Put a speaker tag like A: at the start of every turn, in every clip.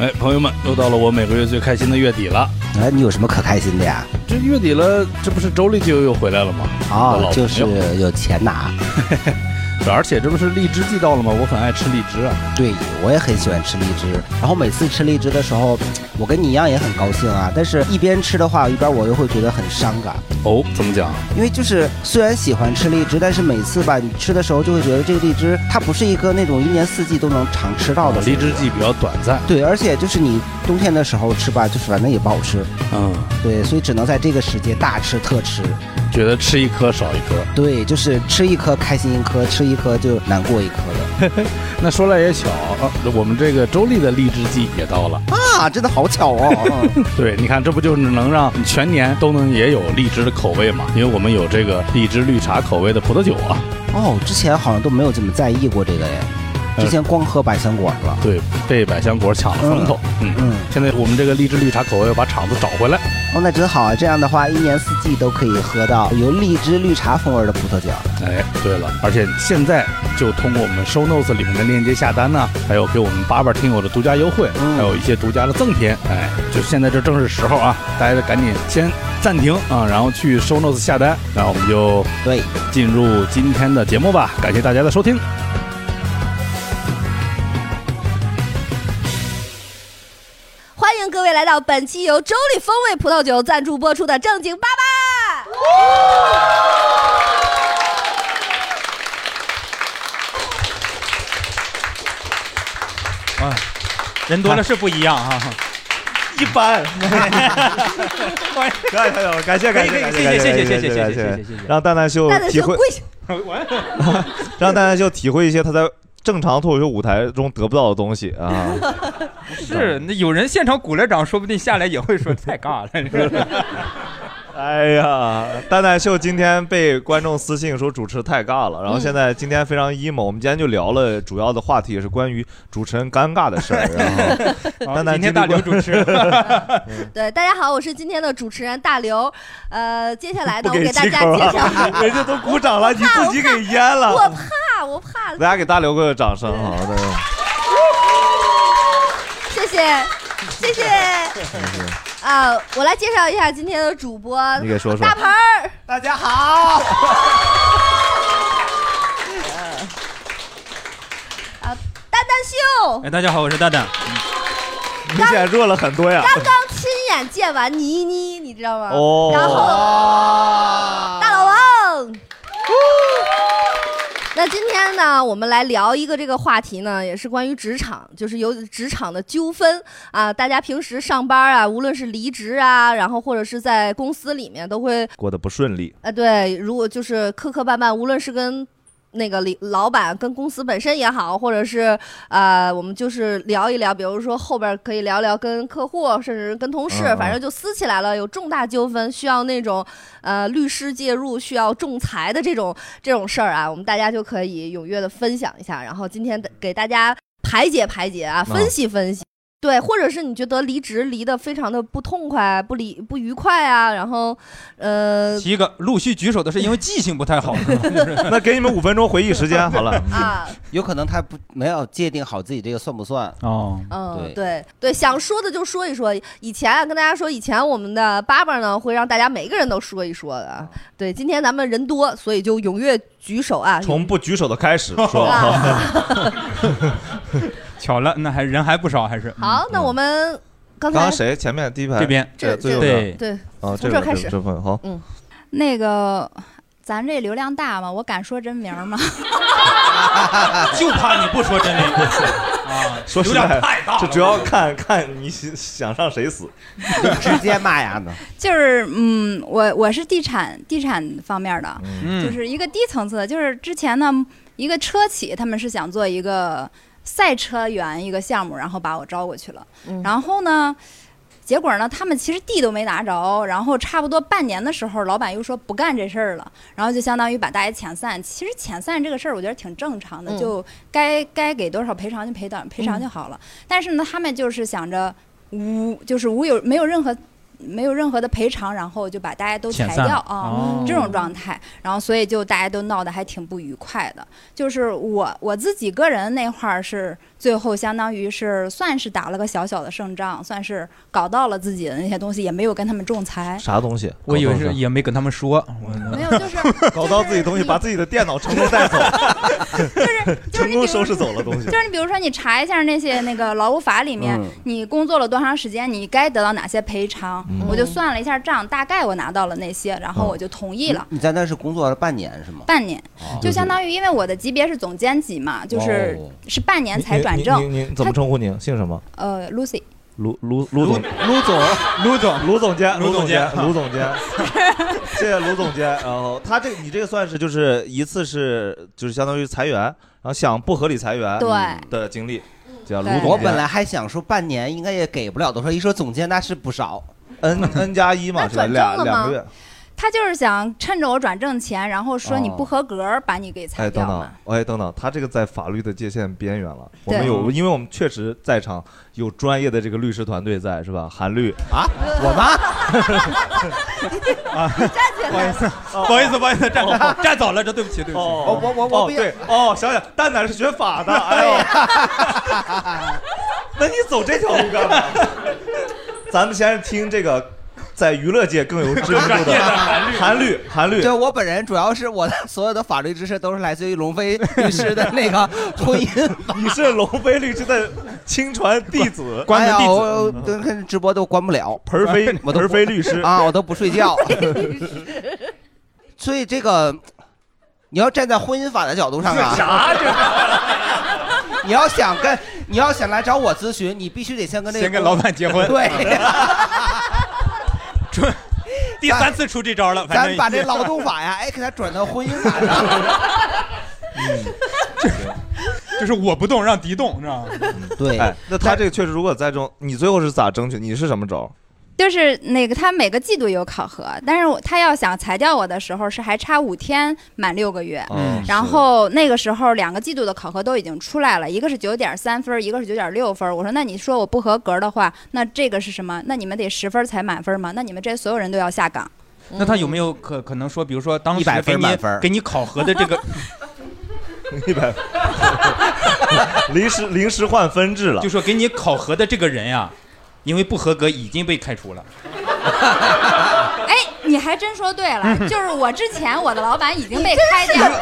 A: 哎，朋友们，又到了我每个月最开心的月底了。
B: 哎，你有什么可开心的呀？
A: 这月底了，这不是周立就又回来了吗？我的
B: 哦
A: 老，
B: 就是
A: 朋友
B: 有钱拿。
A: 而且这不是荔枝季到了吗？我很爱吃荔枝啊。
B: 对，我也很喜欢吃荔枝。然后每次吃荔枝的时候，我跟你一样也很高兴啊。但是一边吃的话，一边我又会觉得很伤感，
A: 哦，怎么讲？
B: 因为就是虽然喜欢吃荔枝，但是每次吧，你吃的时候就会觉得这个荔枝它不是一个那种一年四季都能常吃到的
A: 啊荔枝季比较短暂，
B: 对，而且就是你冬天的时候吃吧，就是反正也不好吃。
A: 嗯，
B: 对，所以只能在这个时节大吃特吃。
A: 觉得吃一颗少一颗。
B: 对，就是吃一颗开心一颗，吃一颗就难过一颗的。
A: 那说来也巧啊，我们这个周立的荔枝季也到了。
B: 啊，真的好巧 哦！嗯
A: 对，你看，这不就是能让你全年都能也有荔枝的口味嘛？因为我们有这个荔枝绿茶口味的葡萄酒啊。
B: 哦，之前好像都没有怎么在意过这个哎，
C: 嗯
B: 之前光喝百香果了。
A: 对，被百香果抢了风头。嗯，
B: 嗯，
A: 现在我们这个荔枝绿茶口味要把厂子找回来。
B: 哦，那真好啊！这样的话，一年四季都可以喝到有荔枝绿茶风味的葡萄酒。
A: 哎，对了，而且现在就通过我们 show notes 里面的链接下单呢、还有给我们八八听友的独家优惠，
B: 嗯
A: 还有一些独家的赠品。哎，就现在这正是时候啊，大家赶紧先暂停啊，然后去 show notes 下单，然后我们就
B: 对，
A: 进入今天的节目吧。感谢大家的收听。
D: 欢迎各位来到本期由周立风味葡萄酒赞助播出的《正经爸爸》。
E: 啊， 人多了是不一样啊哈、一般。
C: 可以，可以，感谢，
E: 可
C: 感
E: 以
C: 谢，
E: 可
C: 感
E: 以 谢
C: 谢，感
E: 谢谢
C: 谢，
E: 谢谢谢
C: 感
E: 谢谢
C: 谢
E: 谢谢
C: 让蛋蛋秀
D: 蛋蛋
C: 体
D: 秀
C: 会，
D: 跪下，
C: 让蛋蛋秀体会一些他在正常脱口秀舞台中得不到的东西 啊。
E: 是，那有人现场鼓了掌，说不定下来也会说太尬了。
C: 哎呀，蛋蛋秀今天被观众私信说主持太尬了，然
D: 嗯
C: 后现在今天非常 emo，我们今天就聊了主要的话题也是关于主持人尴尬的 事儿。然后蛋蛋
E: 今天
C: 经历
E: 大刘
C: 过
E: 主持，
D: 对，大家好，我是今天的主持人大刘。呃，接下来呢，
C: 不
D: 我
C: 给
D: 给大
C: 借
D: 家
C: 口
D: 介绍，
C: 啊， 人家都鼓掌了，你自己给淹
D: 我
C: 了。
D: 怕，我怕，
C: 大家给大刘个掌声，好的。
D: 谢谢，谢谢。啊、我来介绍一下今天的主播
C: 你给说说
D: 大盆儿，
E: 大家 好。
D: 蛋蛋呃秀，
E: 哎，大家好，我是蛋蛋。
C: 明显弱了很多呀。
D: 刚刚亲眼见完倪妮，你知道吗？
C: 哦
D: 然后大老王。
C: 哦
D: 那今天呢，我们来聊一个这个话题呢，也是关于职场，就是有职场的纠纷啊。大家平时上班啊，无论是离职啊，然后或者是在公司里面，都会
C: 过得不顺利，
D: 啊，对，如果就是磕磕绊绊，无论是跟那个领老板、跟公司本身也好，或者是呃，我们就是聊一聊，比如说后边儿可以聊聊跟客户，甚至跟同事，
C: 嗯嗯
D: 反正就撕起来了，有重大纠纷需要那种呃律师介入、需要仲裁的这种这种事儿啊，我们大家就可以踊跃的分享一下，然后今天的给大家排解排解啊，
C: 嗯
D: 分析分析。对，或者是你觉得离职离得非常的不痛快、不离不愉快啊，然后，呃，
E: 提一个，陆续举手的是因为记性不太好。
C: 那给你们五分钟回忆时间好了。
D: 啊，
B: 有可能他不没有界定好自己这个算不算。
E: 哦，
D: 嗯，
B: 对
D: 对对，想说的就说一说。以前啊，跟大家说，以前我们的爸爸呢会让大家每个人都说一说的。啊对，今天咱们人多，所以就踊跃举手啊。
C: 从不举手的开 始 说，
D: 啊，
E: 巧了，那还人还不少，还是。
D: 好，那我们刚
C: 刚
D: 才
C: 刚谁前面第一排
E: 这边
D: 这
C: 最右
D: 这
E: 对，
C: 边
D: 对
C: 啊，
D: 从
C: 这
D: 这
C: 边
D: 儿开
C: 这
D: 始
C: 这份好，
F: 嗯那个，咱这流量大吗？我敢说真名吗？
E: 就怕你不说真名。
F: 嗯
E: 啊，
C: 说实
E: 流量
C: 在
E: 太大了，
C: 这主要看看你想想让谁死。
B: 直接骂呀呢。
F: 就是，嗯，我我是地产地产方面的，就
E: 嗯，
F: 是一个低层次的。就是之前呢，一个车企他们是想做一个赛车员一个项目，然后把我招过去了。
D: 嗯
F: 然后呢，结果呢，他们其实地都没拿着。然后差不多半年的时候，老板又说不干这事儿了，然后就相当于把大家遣散。其实遣散这个事儿，我觉得挺正常的，
D: 嗯
F: 就该该给多少赔偿就赔多少赔偿就好了。但是呢，他们就是想着无，就是无有没有任何没有任何的赔偿，然后就把大家都
E: 遣
F: 裁
E: 散
F: 掉
E: 了
F: 啊。
E: 哦
F: 这种状态，然后所以就大家都闹得还挺不愉快的。就是我我自己个人那块儿是最后相当于是算是打了个小小的胜仗，算是搞到了自己的那些东西，也没有跟他们仲裁。
C: 啥东西？
E: 我以为
C: 搞到
E: 是
C: 啥
E: 也没跟他们说，我
F: 没有， 就是
C: 搞到自己东西，把自己的电脑成功带走，
F: 就是
C: 成
F: 你比如
C: 功收拾走了东西
F: 就。是你比如说，你查一下那些那个劳务法里面，
B: 嗯
F: 你工作了多长时间，你该得到哪些赔偿。
C: 嗯
F: 我就算了一下账，大概我拿到了那些，然后我就同意了。
B: 你在那是工作了半年是吗？
F: 半年
B: 哦
F: 就相当于，因为我的级别是总监级嘛，就是
B: 哦
F: 是半年才转
C: 你
F: 正。
C: 你你你怎么称呼您？姓什么？
F: 呃，Lucy，
C: 卢卢卢总，
B: 卢总，
E: 卢总，
C: 卢总监，
E: 卢
C: 卢
E: 总
C: 总
E: 监
C: 监，卢总监，谢谢卢总监。然后他这个你这个算是就是一次是就是相当于裁员，然后想不合理裁员
F: 对，
C: 的经历，叫卢
F: 对
C: 总监。
B: 我本来还想说半年应该也给不了多少，一说总监那是不少。
C: n n 加一嘛，
D: 那
C: 是吧？
D: 转正
C: 俩
D: 了吗
C: 两个月。
F: 他就是想趁着我转正前，然后说你
C: 哦
F: 不合格儿，把你给
C: 哎，
F: 裁
C: 等
F: 掉
C: 等
F: 嘛。，
C: 哎，等等，他这个在法律的界限边缘了。我们
F: 对
C: 有，因为我们确实在场有专业的这个律师团队在，是吧？韩律，
B: 我 妈，
C: 啊
E: 不好意思，不好意思，不好意思，站站早了，这对不起，对不起。
C: 哦
B: 我我我
C: 哦，
B: 不要
C: 对，哦，想想蛋蛋是学法的，哎呦，那你走这条路干嘛？咱们先听这个，在娱乐界 更有知名度的韩律，韩律
B: 对，我本人主要是我的所有的法律知识都是来自于龙飞律师的那个婚姻法。
C: 你是龙飞律师的亲传弟子，嗯
E: 关门
B: 哎
E: 弟
B: 呀
E: 子
B: 我我跟跟直播都关不了
C: 盆儿飞，
B: 我都
C: 盆儿飞律师，
B: 啊，我都不 睡觉。 所以这个，你要站在婚姻法的角度上啊，
E: 啥这？
B: 你要想跟你要想来找我咨询，你必须得先跟那个
E: 先跟老板结婚。
B: 对，
E: 准第三次出这招了，反
B: 咱
E: 正
B: 把这劳动法呀，哎，给它转到婚姻法上。
E: 就是我不动，让敌动，知道吗？
B: 对
C: 哎，那他这个确实，如果在这种，你最后是咋争取？你是什么招？
F: 就是那个他每个季度有考核，但是我他要想裁掉我的时候是还差五天满六个月。
E: 嗯
C: 哦
F: 然后那个时候两个季度的考核都已经出来了，一个是九点三分，一个是九点六分。我说那你说我不合格的话，那这个是什么？那你们得十分才满分吗？那你们这所有人都要下岗。
E: 那他有没有可可能说，比如说当时
B: 100
E: 给
B: 分
E: 你
B: 满分
E: 给你考核的这个，
C: 一百， 临时临时换分制了
E: 就，说给你考核的这个人呀、因为不合格已经被开除了。
F: 哎，你还真说对了，就是我之前我的老板已经被开掉了，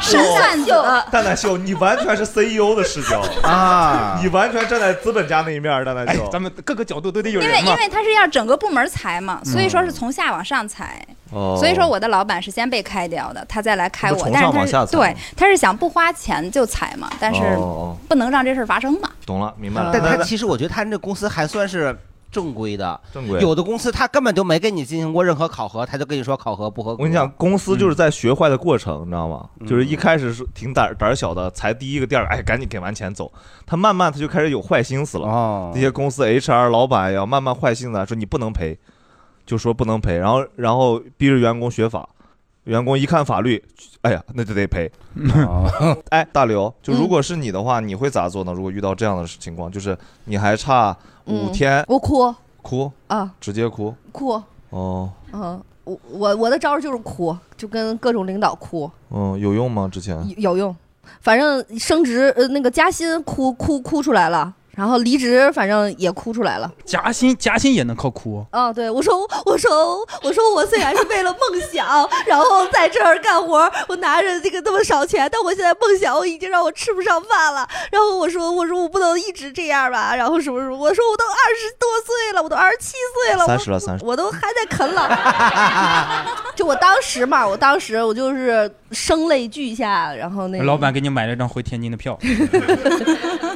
F: 身段子。
C: 蛋蛋秀，你完全是 CEO 的视角，
B: 啊，
C: 你完全站在资本家那一面儿，蛋蛋
E: 哎
C: 秀，。
E: 咱们各个角度都得有
F: 因为
E: 人
F: 因
E: 嘛。
F: 为他是要整个部门裁嘛，所以说是从下往上裁，
C: 哦
F: 所以说我的老板是先被开掉的，他再来开
C: 不
F: 我
C: 从，
F: 但是
C: 上
F: 他
C: 往下
F: 是
C: 裁
F: 对他是想不花钱就裁嘛，但是
C: 哦哦哦
F: 不能让这事儿发生嘛。
C: 懂了，明白了。
B: 但
C: 那
B: 他
C: 那
B: 其实我觉得他这公司还算是正规的，
C: 正规。
B: 有的公司他根本就没跟你进行过任何考核，他就跟你说考核不合格。
C: 我跟你讲，，公司
B: 嗯
C: 就是在学坏的过程，你知道吗？就是一开始是挺胆胆儿小的，才第一个店儿，哎，赶紧给完钱走。他慢慢他就开始有坏心思了。
B: 哦
C: 这，些公司 HR 老板也要慢慢坏心的说你不能赔，就说不能赔，然后然后逼着员工学法，员工一看法律，哎呀，那就得赔。 哎，大刘，就
D: 嗯
C: 如果是你的话，你会咋做呢？如果遇到这样的情况，就是你还差五
D: 嗯
C: 天，
D: 我哭
C: 哭，
D: 啊，
C: 直接哭。
D: 哭，
C: 哦，
D: 嗯，我我我的招儿就是哭，就跟各种领导哭，
C: 嗯，有用吗？之前
D: 有有用。反正升职呃那个加薪哭哭哭出来了，然后离职反正也哭出来了。
E: 夹心夹心也能靠哭，哦
D: 啊，对我说我说我说我虽然是为了梦想，然后在这儿干活，我拿着这个那么少钱，但我现在梦想我已经让我吃不上饭了。然后我说我说我不能一直这样吧，然后什么什么，我说我都二十多岁了，我都二十七岁了，我
C: 30了30
D: 我都还在啃老。 就我当时嘛，我当时我就是声泪俱下，然后那个
E: 老板给你买了张回天津的 票，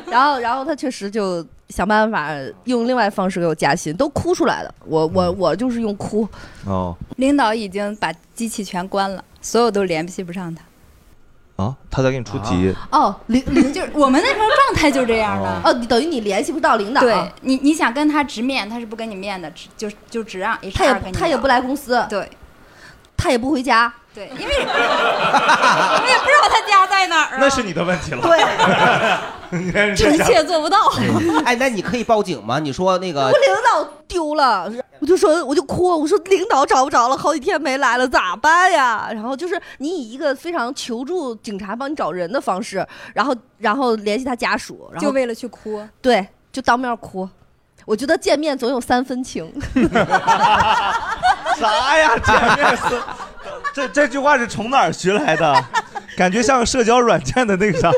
D: 然后，然后他确实就想办法用另外方式给我加薪，都哭出来了。我我我就是用哭，
C: 哦
F: 领导已经把机器全关了，所有都联系不上他。
C: 啊，他在给你出题，
B: 啊
D: 哦，领领
F: 就是我们那时候状态就这样的。
D: 哦，等于你联系不到领导，
F: 嗯对你，你想跟他直面，他是不跟你面的，只就就只让 HR
D: 他也
F: 跟你
D: 他也
F: 聊
D: 不来公司，
F: 对
D: 他也不回家，
F: 对， 因为我也不知道他家在哪儿啊。
C: 那是你的问题了。
D: 对，臣妾做不到。
B: 哎，那你可以报警吗？你说那
D: 我
B: 个
D: 领导丢了，我就说我就哭，我说领导找不着了，好几天没来了，咋办呀？然后就是你以一个非常求助警察帮你找人的方式，然后然后联系他家属，然后
F: 就为了去哭。
D: 对，就当面哭。我觉得见面总有三分情，
C: 啥哎呀？见面是这这句话是从哪儿学来 的？感觉像社交软件的那个啥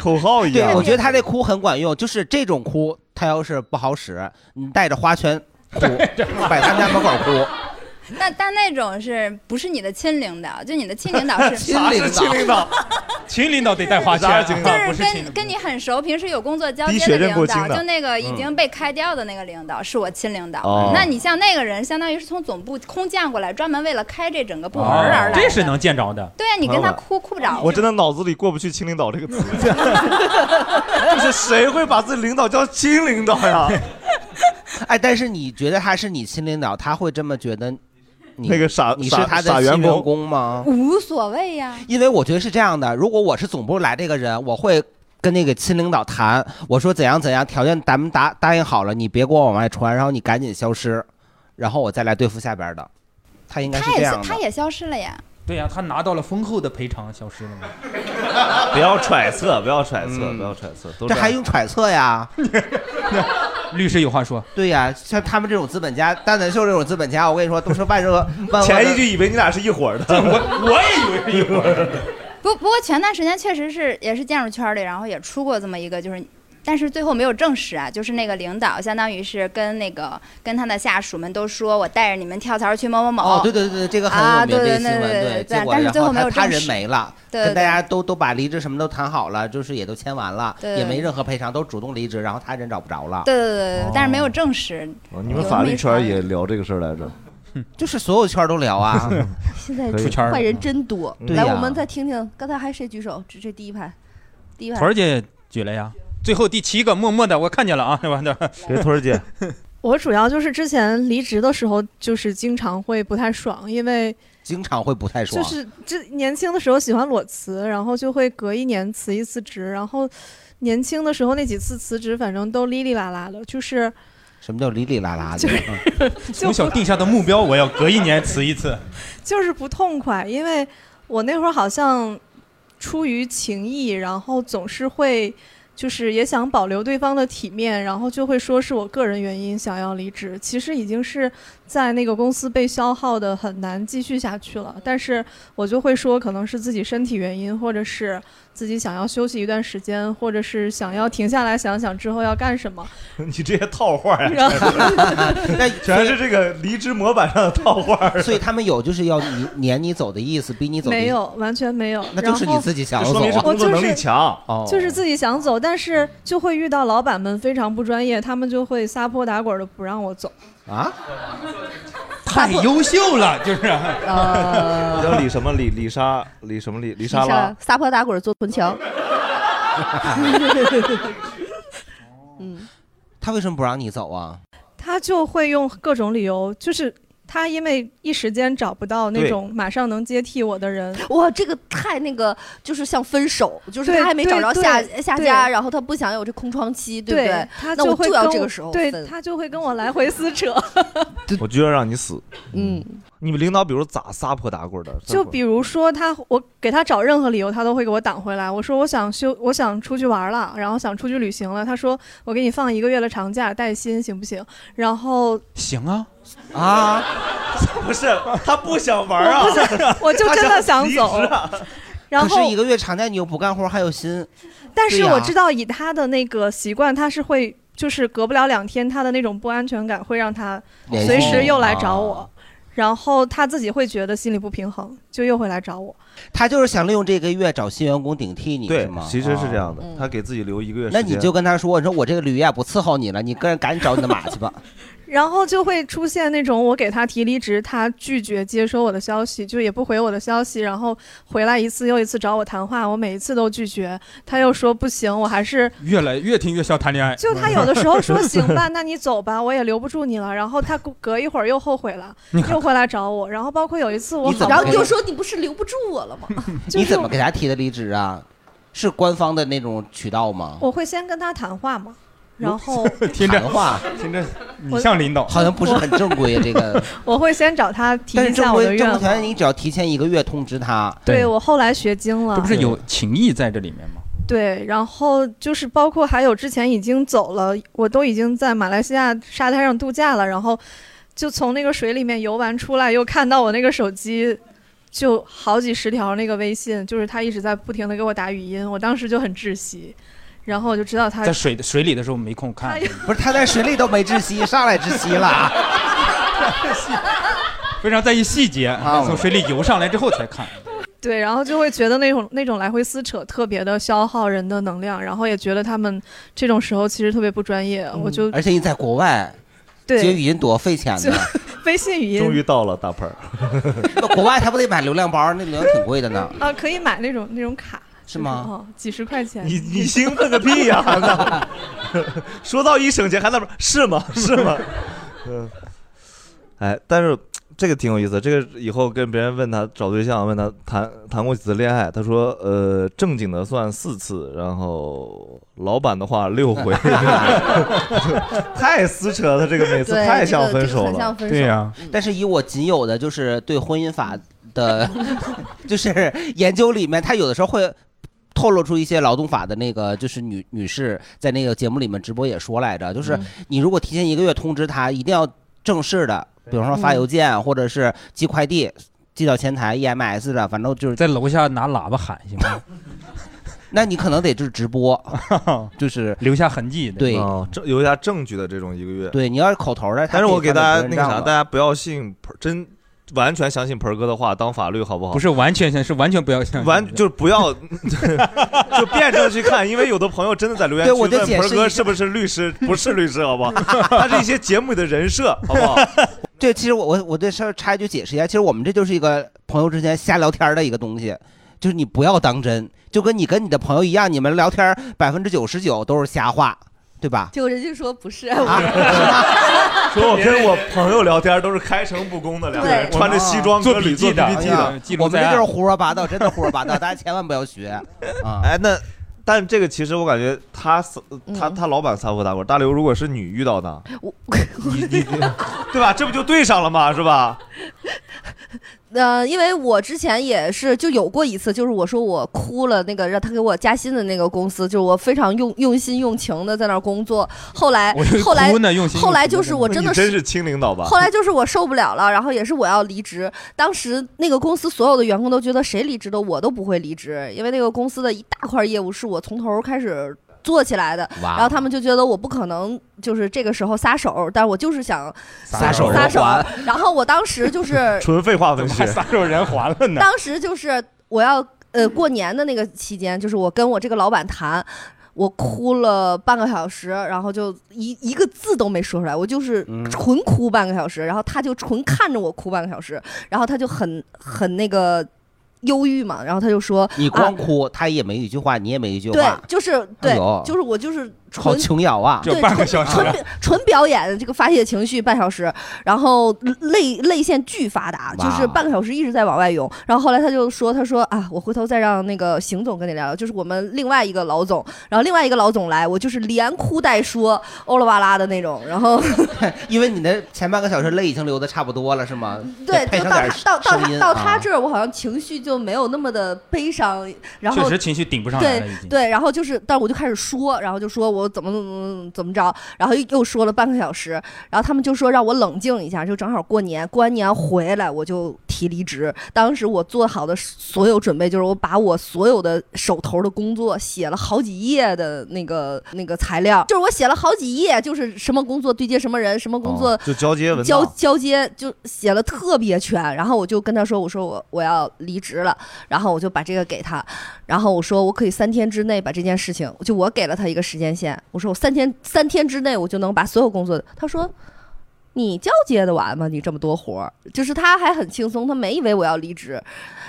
C: 口号一样。
B: 对，我觉得他这哭很管用，就是这种哭，他要是不好使，你带着花圈 哭，摆他们家门口哭。
F: 那但那种是不是你的亲领导？就你的亲领导啊是
B: 亲领导啥是亲 领
E: 导？秦领导得带花圈
C: 啥
E: 啊，
C: 是秦领
F: 就
C: 导
E: 不
F: 是
E: 是秦
F: 跟
E: 领
F: 跟你很熟，平时有工作交
C: 滴
F: 接
C: 血
F: 的
C: 认
F: 领
C: 过经
F: 导，
C: 的嗯
F: 就那个已经被开掉的那个领导是我亲领导。
C: 哦
F: 那你像那个人，相当于是从总部空降过来，专门为了开这整个
C: 啊
F: 部门
C: 哦
E: 导
F: 而来的。
E: 这是能见着的，
F: 啊对啊，你跟他哭哭不着。
C: 我真的脑子里过不去“亲领导”这个词， 就是谁会把自己领导叫亲领导呀？
B: 哎，但是你觉得他是你亲领导，他会这么觉得你
C: 那个傻
B: 你是
C: 傻
B: 他
C: 傻
B: 的
C: 员
B: 新员
C: 工，
B: 工吗？
F: 无所谓呀、
B: 因为我觉得是这样的，如果我是总部来这个人，我会跟那个亲领导谈，我说怎样怎样，条件咱们答答应好了，你别给我往外传，然后你赶紧消失，然后我再来对付下边的。他应该是
F: 他
B: 这
F: 也
B: 样的。
F: 他也消失了呀。
E: 对呀，他拿到了丰厚的赔偿，消失了吗？
C: 不要揣测，不要揣测，
B: 嗯
C: 不要揣测，都
B: 这
C: 是
B: 还用揣啊测呀？
E: 律师有话 说，
B: 对呀，像他们这种资本家，蛋蛋秀这种资本家，我跟你说，都是万恶万恶的。
C: 前一句以为你俩是一伙 儿的，
E: 我也以为是一会儿，
F: 不不过前段时间确实是也是建筑圈里，然后也出过这么一个，就是但是最后没有证实啊，就是那个领导相当于是跟那个跟他的下属们都说，我带着你们跳槽去某某某。
B: 哦，对对对对，这个很有名，
F: 啊对对
B: 这个新
F: 对对
B: 闻，
F: 对
B: 结果
F: 但是
B: 然
F: 最后没
B: 他
F: 有
B: 他
F: 证
B: 人
F: 实
B: 没了，
F: 对
B: 跟
F: 对
B: 大家都都把离职什么都谈好了，就是也都签完了，
F: 对
B: 也没任何赔偿，都主动离职，然后他人找不着了。
F: 对对对对，但是没有证实。
C: 哦你们法律圈也聊这个事儿来着，
B: 就是所有圈都 聊啊，
D: 现在
C: 可以
E: 出圈儿了
D: 坏人真多。
C: 对
D: 来，
B: 呀
D: 我们再听听，刚才还谁举手？这这第一排，第一
E: 屯
D: 排。
E: 儿姐举了呀。最后第七个默默的，我看见了啊，那 玩意儿
C: 别屯儿姐，
G: 我主要就是之前离职的时候，就是经常会不太爽，因为
B: 经常会不太
G: 就
B: 爽。
G: 是这年轻的时候喜欢裸辞，然后就会隔一年辞一次职，然后年轻的时候那几次辞职，反正都哩哩啦啦的，就是
B: 什么叫哩哩啦啦的？
G: 就是
B: 嗯
G: 就
E: 从
G: 不
E: 小定下的目标，我要隔一年辞一次。
G: 就是不痛快，因为我那会儿好像出于情谊，然后总是会就是也想保留对方的体面，然后就会说是我个人原因想要离职，其实已经是在那个公司被消耗的很难继续下去了，但是我就会说可能是自己身体原因，或者是自己想要休息一段时间，或者是想要停下来想想之后要干什么，
C: 你这些套话哎呀，
G: 然后
B: 那
C: 全是这个离职模板上的套话儿，
B: 所以他们有就是要你撵你走的意思，逼你走。
G: 没，有完全没有，
B: 那就是你
G: 然后
B: 自己想
C: 这
B: 要
C: 说
B: 走
C: 明是
B: 啊。
C: 工作能力强。
B: 哦，
G: 就是自己想走，但
E: 嗯
G: 是就会遇到老板们非常不专业，他们就会撒泼打滚的不让我走。
B: 啊，
E: 太优秀了，就是
C: 啊
D: 呃，
C: 叫李什么李李莎李什么李李莎拉
D: 撒，撒泼打滚做臀桥，
B: 他为什么不让你走啊？
G: 他就会用各种理由，就是他因为一时间找不到那
C: 对
G: 种马上能接替我的人，
D: 哇，这个太那个，就是像分手，就是他
G: 对
D: 还没找着
G: 对
D: 下
G: 对
D: 下
G: 对
D: 家，然后他不想有这空窗期，对不对？
G: 他
D: 那我
G: 会
D: 就
G: 跟
D: 要
G: 我
D: 这个时候
G: 对
D: 分
G: 他就会跟我来回撕 扯。
C: 我就要让你 死。
D: 嗯，
C: 你们领导比如咋撒泼打滚的？
G: 就比如说他，我给他找任何理由，他都会给我挡回来。我说我想休，我想出去玩了，然后想出去旅行了。他说我给你放一个月的长假，带薪行不行？然后
E: 行啊，
B: 啊，
C: 不是他不想玩啊，
G: 我就真的想 走，然
B: 可
G: 后
B: 是一个月长假你又不干活，还有心。
G: 但
B: 对
G: 是
B: 呀
G: 我知道，以他的那个习惯，他是会就是隔不了两天，他的那种不安全感会让他
B: 联系
G: 随时
B: 你
G: 又来找
B: 啊
G: 我，然后他自己会觉得心里不平衡，就又会来找我。
B: 他就是想利用这个月找新员工顶替你，
C: 对
B: 是吗？，
C: 其实是这样的
G: 哦
D: 嗯，
C: 他给自己留一个月
B: 啊。
C: 时
B: 那
C: 间。
B: 你就跟他说：“你说我这个驴呀不伺候你了，你个人赶紧找你的马去 吧。
G: 然后就会出现那种我给他提离职，他拒绝接收我的消息，就也不回我的消息，然后回来一次又一次找我谈话，我每一次都拒绝，他又说不行，我还是
E: 越来越听越像谈恋爱。
G: 就他有的时候说行 吧，那你走吧，我也留不住你了。然后他过隔一会儿又后悔了，又回来找我。然后包括有一次我
B: 你怎
G: 好
B: 么
D: 然
G: 不
D: 后
G: 容
D: 你
G: 易
D: 就说你不是留不住我了吗？
G: 就
B: 你
G: 是
B: 怎么给他提的离职啊？是官方的那种渠道吗？
G: 我会先跟他谈话嘛，然 后
E: 听着
B: 谈话，
E: 听着你
G: 我
E: 像领导，
B: 好像不是很正规啊，这 个。
G: 我会先找他提
B: 但是
G: 一
B: 正
G: 下我的
B: 规
G: 愿
B: 正规条件，
G: 望。
B: 你只要提前一个月通知他。
G: 对我后来学精
E: 这
G: 了
E: 不，是有情谊在这里面吗？
G: 对，然后就是包括还有之前已经走了，我都已经在马来西亚沙滩上度假了，然后就从那个水里面游完出来，又看到我那个手机，就好几十条那个微信，就是他一直在不停的给我打语音，我当时就很窒息，然后我就知道他
E: 在水的水里的时候没空看
G: 哎，呀
B: 不是他在水里都没窒息，上来窒息
H: 啊
B: 了。
E: 非常在意细节，
B: 啊
E: 从水里游上来之后才看。
G: 对，然后就会觉得那种那种来回撕扯特别的消耗人的能量，然后也觉得他们这种时候其实特别不专业，嗯我就
B: 嗯而且你在国外接
G: 对
B: 语音多费钱
G: 就
B: 呢，
G: 微信语
C: 终
G: 音
C: 于到了大盆儿，
B: 那国外他不得买流量包？那流量挺贵的呢，
G: 啊可以买那种那种卡
B: 是吗？
G: 哦，几十块钱，
C: 你你兴奋个屁呀、说到一省钱还那边是 吗？是吗？嗯，哎，但是这个挺有意思。这个以后跟别人问他找对象，问他谈谈过几次恋爱，他说呃正经的算四次，然后老板的话六回， 太撕扯了。这个每次
D: 对，
C: 太
D: 这个
C: 像分
D: 这个
C: 手
D: 很
C: 了嗯
D: 像。分手。
E: 对呀、
B: 但是以我仅有的就是对婚姻法的， 就是研究里面，他有的时候会。透露出一些劳动法的那个，就是女女士在那个节目里面直播也说来着，
D: 嗯
B: 就是你如果提前一个月通知他，一定要正式的，比方说
D: 嗯
B: 发邮件或者是寄快递，寄到前台 EMS 的，反正就是
E: 在楼下拿喇叭喊行吗？
B: 那你可能得就是 直播，就是
E: 留下痕迹的。
B: 对
C: 哦，证留下证据的这种一个月。
B: 对，你要是口头的，他
C: 但是
B: 可以
C: 我给
B: 翻
C: 大家
B: 本
C: 那
B: 子
C: 个
B: 让
C: 啥，
B: 了
C: 大家不要信盆儿真完全相信盆儿哥的话当法律好不好？
E: 不是完全相是完全不要相信
C: 完就是不要 就辩证去看，因为有的朋友真的在留言
B: 对
C: 区
B: 我
C: 问
B: 就解
C: 盆
B: 释
C: 儿
B: 一
C: 哥
B: 下
C: 是不是律师，不是律师，好 不好？他是一些节目里的人设，好不好？
B: 对，其实我我我对事儿插一句解释一下，其实我们这就是一个朋友之间瞎聊天儿的一个东西，就是你不要当真，就跟你跟你的朋友一样，你们聊天百分之九十九都是瞎话，对吧？
D: 结果人家说不是，
B: 啊，
C: 说我跟我朋友聊天都是开诚布公的两个人，
D: 对啊
C: 穿着西装
E: 做
C: 革履
E: 笔记的
C: 做
E: 哎
C: PPT
E: 呀
C: 的。
E: 记录
B: 啊我们
E: 在
B: 这
E: 案
B: 就是胡说八道，真的胡说八道，大家千万不要学啊！
C: 哎，那但这个其实我感觉他撒他
D: 嗯
C: 他老板撒泼打滚，大刘如果是女遇到的，
D: 我
C: 对吧？这不就对上了吗？是吧？
D: 呃，因为我之前也是就有过一次，就是我说我哭了，那个让他给我加薪的那个公司，就是我非常用用心用情的在那儿工作，后来
E: 我就
D: 哎后来
E: 哭呢，用心
D: 后来就是我真
C: 你
D: 的
C: 真
D: 是。
C: 是亲领导吧？
D: 后来就是我受不了了，然后也是我要离职。当时那个公司所有的员工都觉得谁离职的我都不会离职，因为那个公司的一大块业务是我从头开始做起来的，然后
B: 哇，哦
D: 他们就觉得我不可能就是这个时候撒手，但是我就是想
B: 撒手
D: 撒
B: 人
D: 手
B: 寰，。
D: 然后我当 时就是
C: 纯废话文学
E: 还。撒手人寰了呢。
D: 当时就是我要呃过年的那个期间，就是我跟我这个老板谈，我哭了半个小时，然后就一一个字都没说出来，我就是
B: 嗯
D: 纯哭半个小时，然后他就纯看着我哭半个小时，然后他就很很那个忧郁嘛，然后他就说，啊
B: 你光哭，他也没一句话，你也没一句
D: 对
B: 话，，
D: 就是对
B: 哎呦，
D: 就是我就是
B: 好
D: 纯
B: 琼瑶啊！
E: 就
D: 对
E: 半个小时
D: 纯纯纯表演这个发泄情绪半小时，然后泪泪腺巨发达，
B: 哇
D: 就是半个小时一直在往外涌。然后后来他就说，他说啊，我回头再让那个邢总跟你聊聊，就是我们另外一个老总，然后另外一个老总来，我就是连哭带说，欧了哇啦的那种。然 后
B: 因为你的前半个小时泪已经流的差不多了，是吗？
D: 对，
B: 配
D: 就
B: 上
D: 到
B: 点
D: 他到到
B: 声
D: 他
B: 音
D: 到
B: 啊
D: 他这儿，我好像情绪就没有那么的悲伤，然
E: 确
D: 后
E: 实情绪顶不上来了，已经。
D: 对，然后就是，但我就开始说，然后就说我怎么怎么怎么着，然后又说了半个小时，然后他们就说让我冷静一下，就正好过年，过完年回来我就提离职。当时我做好的所有准备，就是我把我所有的手头的工作写了好几页的那个那个材料，就是我写了好几页，就是什么工作对接什么人，什么工作
C: 哦就交接文档
D: 交交接就写了特别全，然后我就跟他说，我说我我要离职了，然后我就把这个给他，然后我说我可以三天之内把这件事情，就我给了他一个时间线，我说我三天三天之内我就能把所有工作，他说你交接得完吗？你这么多活儿，就是他还很轻松，他没以为我要离职，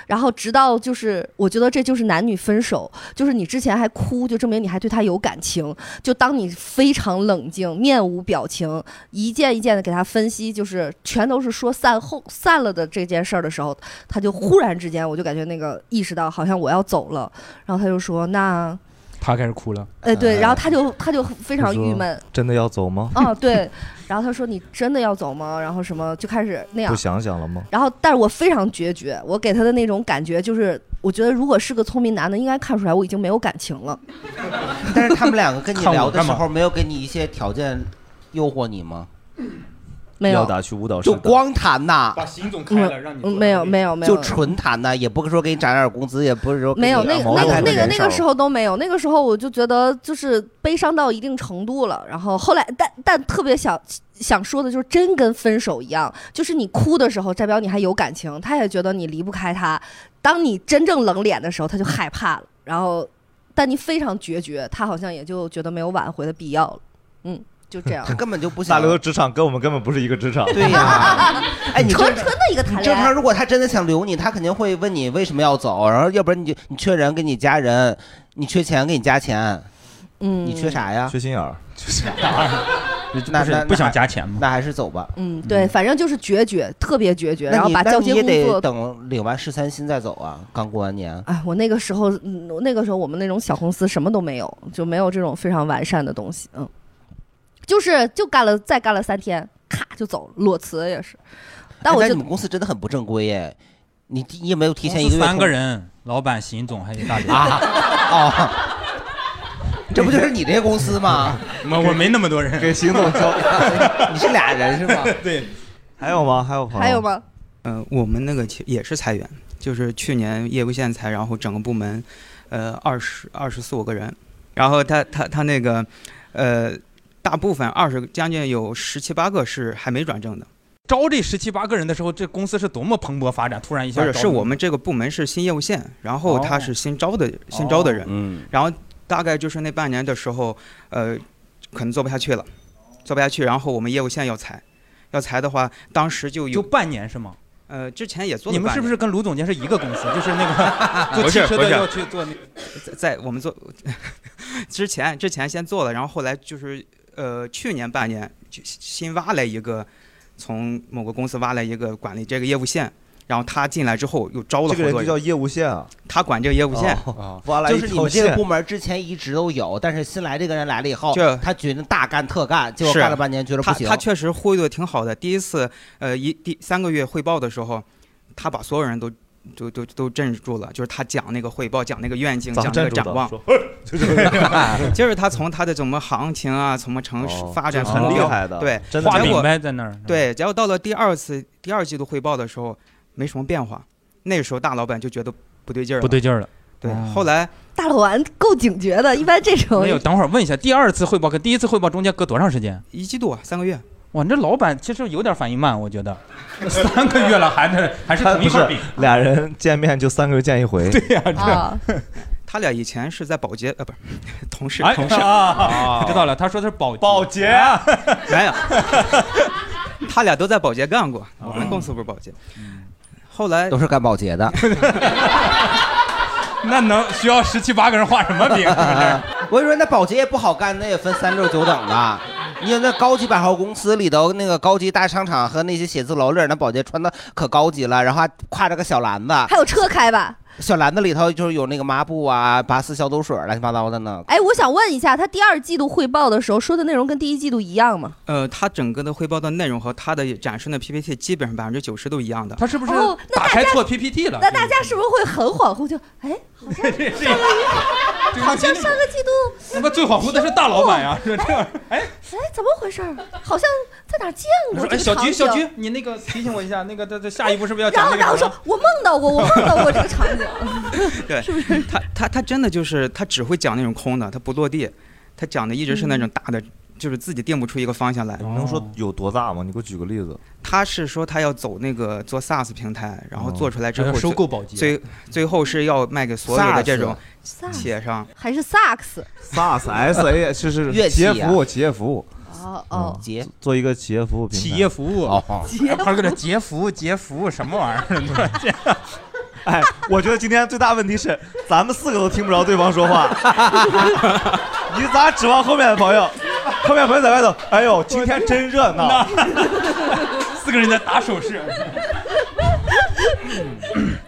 D: 然后直到就是我觉得这就是男女分手，就是你之前还哭，就证明你还对他有感情，就当你非常冷静、面无表情，一件一件的给他分析，就是全都是说散后散了的这件事儿的时候，他就忽然之间我就感觉那个意识到好像我要走了，然后他就说那。
E: 他开始哭了。
D: 呃，对，然后他就他就非常郁闷，
C: 真的要走吗？
D: 哦，对，然后他说你真的要走吗？然后什么就开始那样
C: 不，想想了吗？
D: 然后但是我非常决绝，我给他的那种感觉就是，我觉得如果是个聪明男的，应该看出来我已经没有感情了。
B: 但是他们两个 跟你
E: 看我
B: 聊的
E: 干
B: 时
E: 嘛
B: 候，没有给你一些条件诱惑你吗？
D: 没有
C: 要，打去舞蹈室
B: 就
C: 打，
B: 光谈呐，
I: 把邢总开了，让你
D: 嗯没有，没有，没有
B: 就，纯谈呐，也不是说给你涨点工资，也不是说给你啊
D: 没有，那个
B: 谋
D: 那
B: 划
D: 个
B: 什么
D: 那个
B: 人
D: 那个
B: 手
D: 时候都没有，那个时候我就觉得就是悲伤到一定程度了。然后后来，但但特别想想说的就是，真跟分手一样，就是你哭的时候，代表你还有感情，他也觉得你离不开他。当你真正冷脸的时候，他就害怕了。然后，但你非常决绝，他好像也就觉得没有挽回的必要了。嗯，就这 样
B: 他。根本就不想
C: 大刘的职场跟我们根本不是一个职场。
B: 对呀， 哎，你
D: 纯纯
B: 正常
D: 的一个谈
B: 正
D: 恋
B: 常，
D: 爱，
B: 如果他真的想留你，他肯定会问你为什么要走，然后要不然你就你缺人给你加人，你缺钱给你加钱，
D: 嗯，
B: 你缺？啥呀？
C: 缺心眼儿，
B: 那
E: 不是
B: 那
E: 不想加钱吗？
B: 那还是走吧。
D: 嗯，对，反正就是决绝，特别决绝，然
B: 那
D: 后
B: 你
D: 把
B: 那
D: 交
B: 你
D: 接
B: 也
D: 工作
B: 得等领完十三薪再走啊，刚过完年。
D: 哎，我那个时候，嗯，我那个时候我们那种小公司什么都没有，就没有这种非常完善的东西，嗯，就是就干了，再干了三天，咔就走了，裸辞也是。但
B: 哎
D: 我就
B: 你们公司真的很不正规耶，你第你也没有提前一
E: 公
B: 个
E: 司
B: 月
E: 三个
B: 通
E: 人，老板、邢总还有大刘。
B: 啊 哦，这不就是你这公司吗？
E: 我我 没那么多人。
C: 给邢总交。
B: 你是俩人是 吗？
E: 对，
C: 还有吗？还有朋友？
D: 还有？吗？
I: 嗯，我们那个其也是裁员，就是去年业务线裁，然后整个部门，呃，二十二十四五个人，然后他他他那个，呃，大部分二十将近有十七八个是还没转正的，
E: 招这十七八个人的时候，这公司是多么蓬勃发展，突然一
I: 不
E: 下
I: 是
E: 招哦
I: 是我们这个部门是新业务线，然后他是新招的、新招的人，
B: 嗯，
I: 然后大概就是那半年的时候，呃，可能做不下去了，做不下去，然后我们业务线要裁，要裁的话，当时就
E: 就
I: 有
E: 半年是吗？
I: 呃之前也做了
E: 你们
I: 半
E: 是不
I: 年
E: 是跟卢总监是一个公司？ 就是那个做
I: 不
E: 汽
I: 是
E: 车
I: 不
E: 的
I: 是
E: 要去做那个。
I: 在我们做之前，之前先做了，然后后来就是呃，去年半年就新挖来一个，从某个公司挖来一个管理这个业务线，然后他进来之后又招了
C: 这
I: 好
C: 个人
I: 多
C: 就
I: 人，
C: 叫业务线啊。
I: 他管这个业务线，
C: 哦挖来
B: 就
C: 一
B: 是你
C: 条
B: 们这个
C: 线
B: 部。门之前一直都有，但是新来这个人来了以后
I: 就，
B: 他觉得大干特干，结果
I: 是
B: 干了半年觉得不
I: 他
B: 行
I: 他。确实忽悠的挺好的。第一次呃一第三个月汇报的时候，他把所有人都。都都都镇住了，就是他讲那个汇报，讲那个愿景，
C: 咱
I: 讲
C: 们
I: 那
C: 站
I: 个
C: 住
I: 展
C: 的
I: 望，
C: 说嘿就是这样
I: 就是他从他的怎么行情啊，什么城市
C: 哦
I: 发展
C: 这
I: 目
C: 很厉
I: 标
C: 害的，
I: 对，
C: 真的
E: 画
I: 结
E: 饼
I: 果
E: 呗，在那儿。，
I: 对，结果到了第二次第二季度汇报的时候，没什么变化。那时候大老板就觉得不对劲儿了，
E: 不对劲儿了。
I: 对
E: 哦
I: 后来
D: 大老板够警觉的，一般这种
E: 没有，等会儿问一下，第二次汇报跟第一次汇报中间隔多长时间？
I: 一季度啊，三个月，
E: 哇，你这老板其实有点反应慢，我觉得三个月了还在 还是
C: 他
E: 同一
C: 不
E: 块
C: 是
E: 饼。
C: 俩人见面就三个月见一回，
E: 对呀、这
D: 啊，
I: 他俩以前是在保洁呃不是同事
E: 哎
I: 同事、
E: 啊，知道了，他说的是保保洁，
I: 没有，他俩都在保洁干过，我们公司不是保洁。后来
B: 都是干保洁的，
E: 那能需要十七八个人画什么 饼？
B: 我跟你说，那保洁也不好干，那也分三六九等的。你看那高级百货公司里头，那个高级大商场和那些写字楼里儿，那保洁穿的可高级了，然后还挎着个小篮子，
D: 还有车开吧？
B: 小篮子里头就是有那个抹布啊、拔丝消毒水儿乱七八糟的呢。
D: 哎，我想问一下，他第二季度汇报的时候说的内容跟第一季度一样吗？
I: 呃，他整个的汇报的内容和他的展示的 PPT 基本上百分之九十都一样的。
E: 他是不是
D: 哦那
E: 打开错 PPT 了？
D: 那大家是不是会很恍惚就？哎，
E: 这这 这
D: 好像上个季度，
E: 他妈最恍惚的是大老板呀，是这样。哎，
D: 哎，怎么回事儿？好像在哪儿见
E: 我
D: 过
E: 说
D: 这
E: 哎，
D: 个
E: 小
D: 场
E: 菊，
D: 景。
E: 小菊，你那个提醒我一下，那个他他下一步是不是要
D: 然
E: 讲
D: 后，
E: 那
D: 然后
E: 个什
D: 说
E: 么？，
D: 我梦到过，我梦到过这个场景。
I: 他他他真的就是他只会讲那种空的，他不落地，他讲的一直是那种大的，就是自己定不出一个方向来。
C: 你能说有多大吗？你给我举个例子。
I: 他是说他要走那个做 SaaS 平台，然后
C: 哦
I: 做出来之
E: 这
I: 后
E: 要收
I: 最
E: 购保洁，
I: 最最后是要卖给所有的这种企
D: 萨
I: 业上。
D: 还是萨克斯？
C: SaaS S A 哎是是
B: 乐器
C: 企
B: 啊
C: 嗯业服务，企业服务，
D: 哦
I: 嗯
D: 哦，
B: 结
C: 做一个企业服务平台。
E: 企业服务，
B: 哦，
E: 还有个这杰服杰服什么玩意儿？
C: 哎，我觉得今天最大问题是咱们四个都听不着对方说话， 你咋指望后面的朋友？后面朋友在外头，哎呦，今天真热 闹。
E: 四个人在打手势，
J: 嗯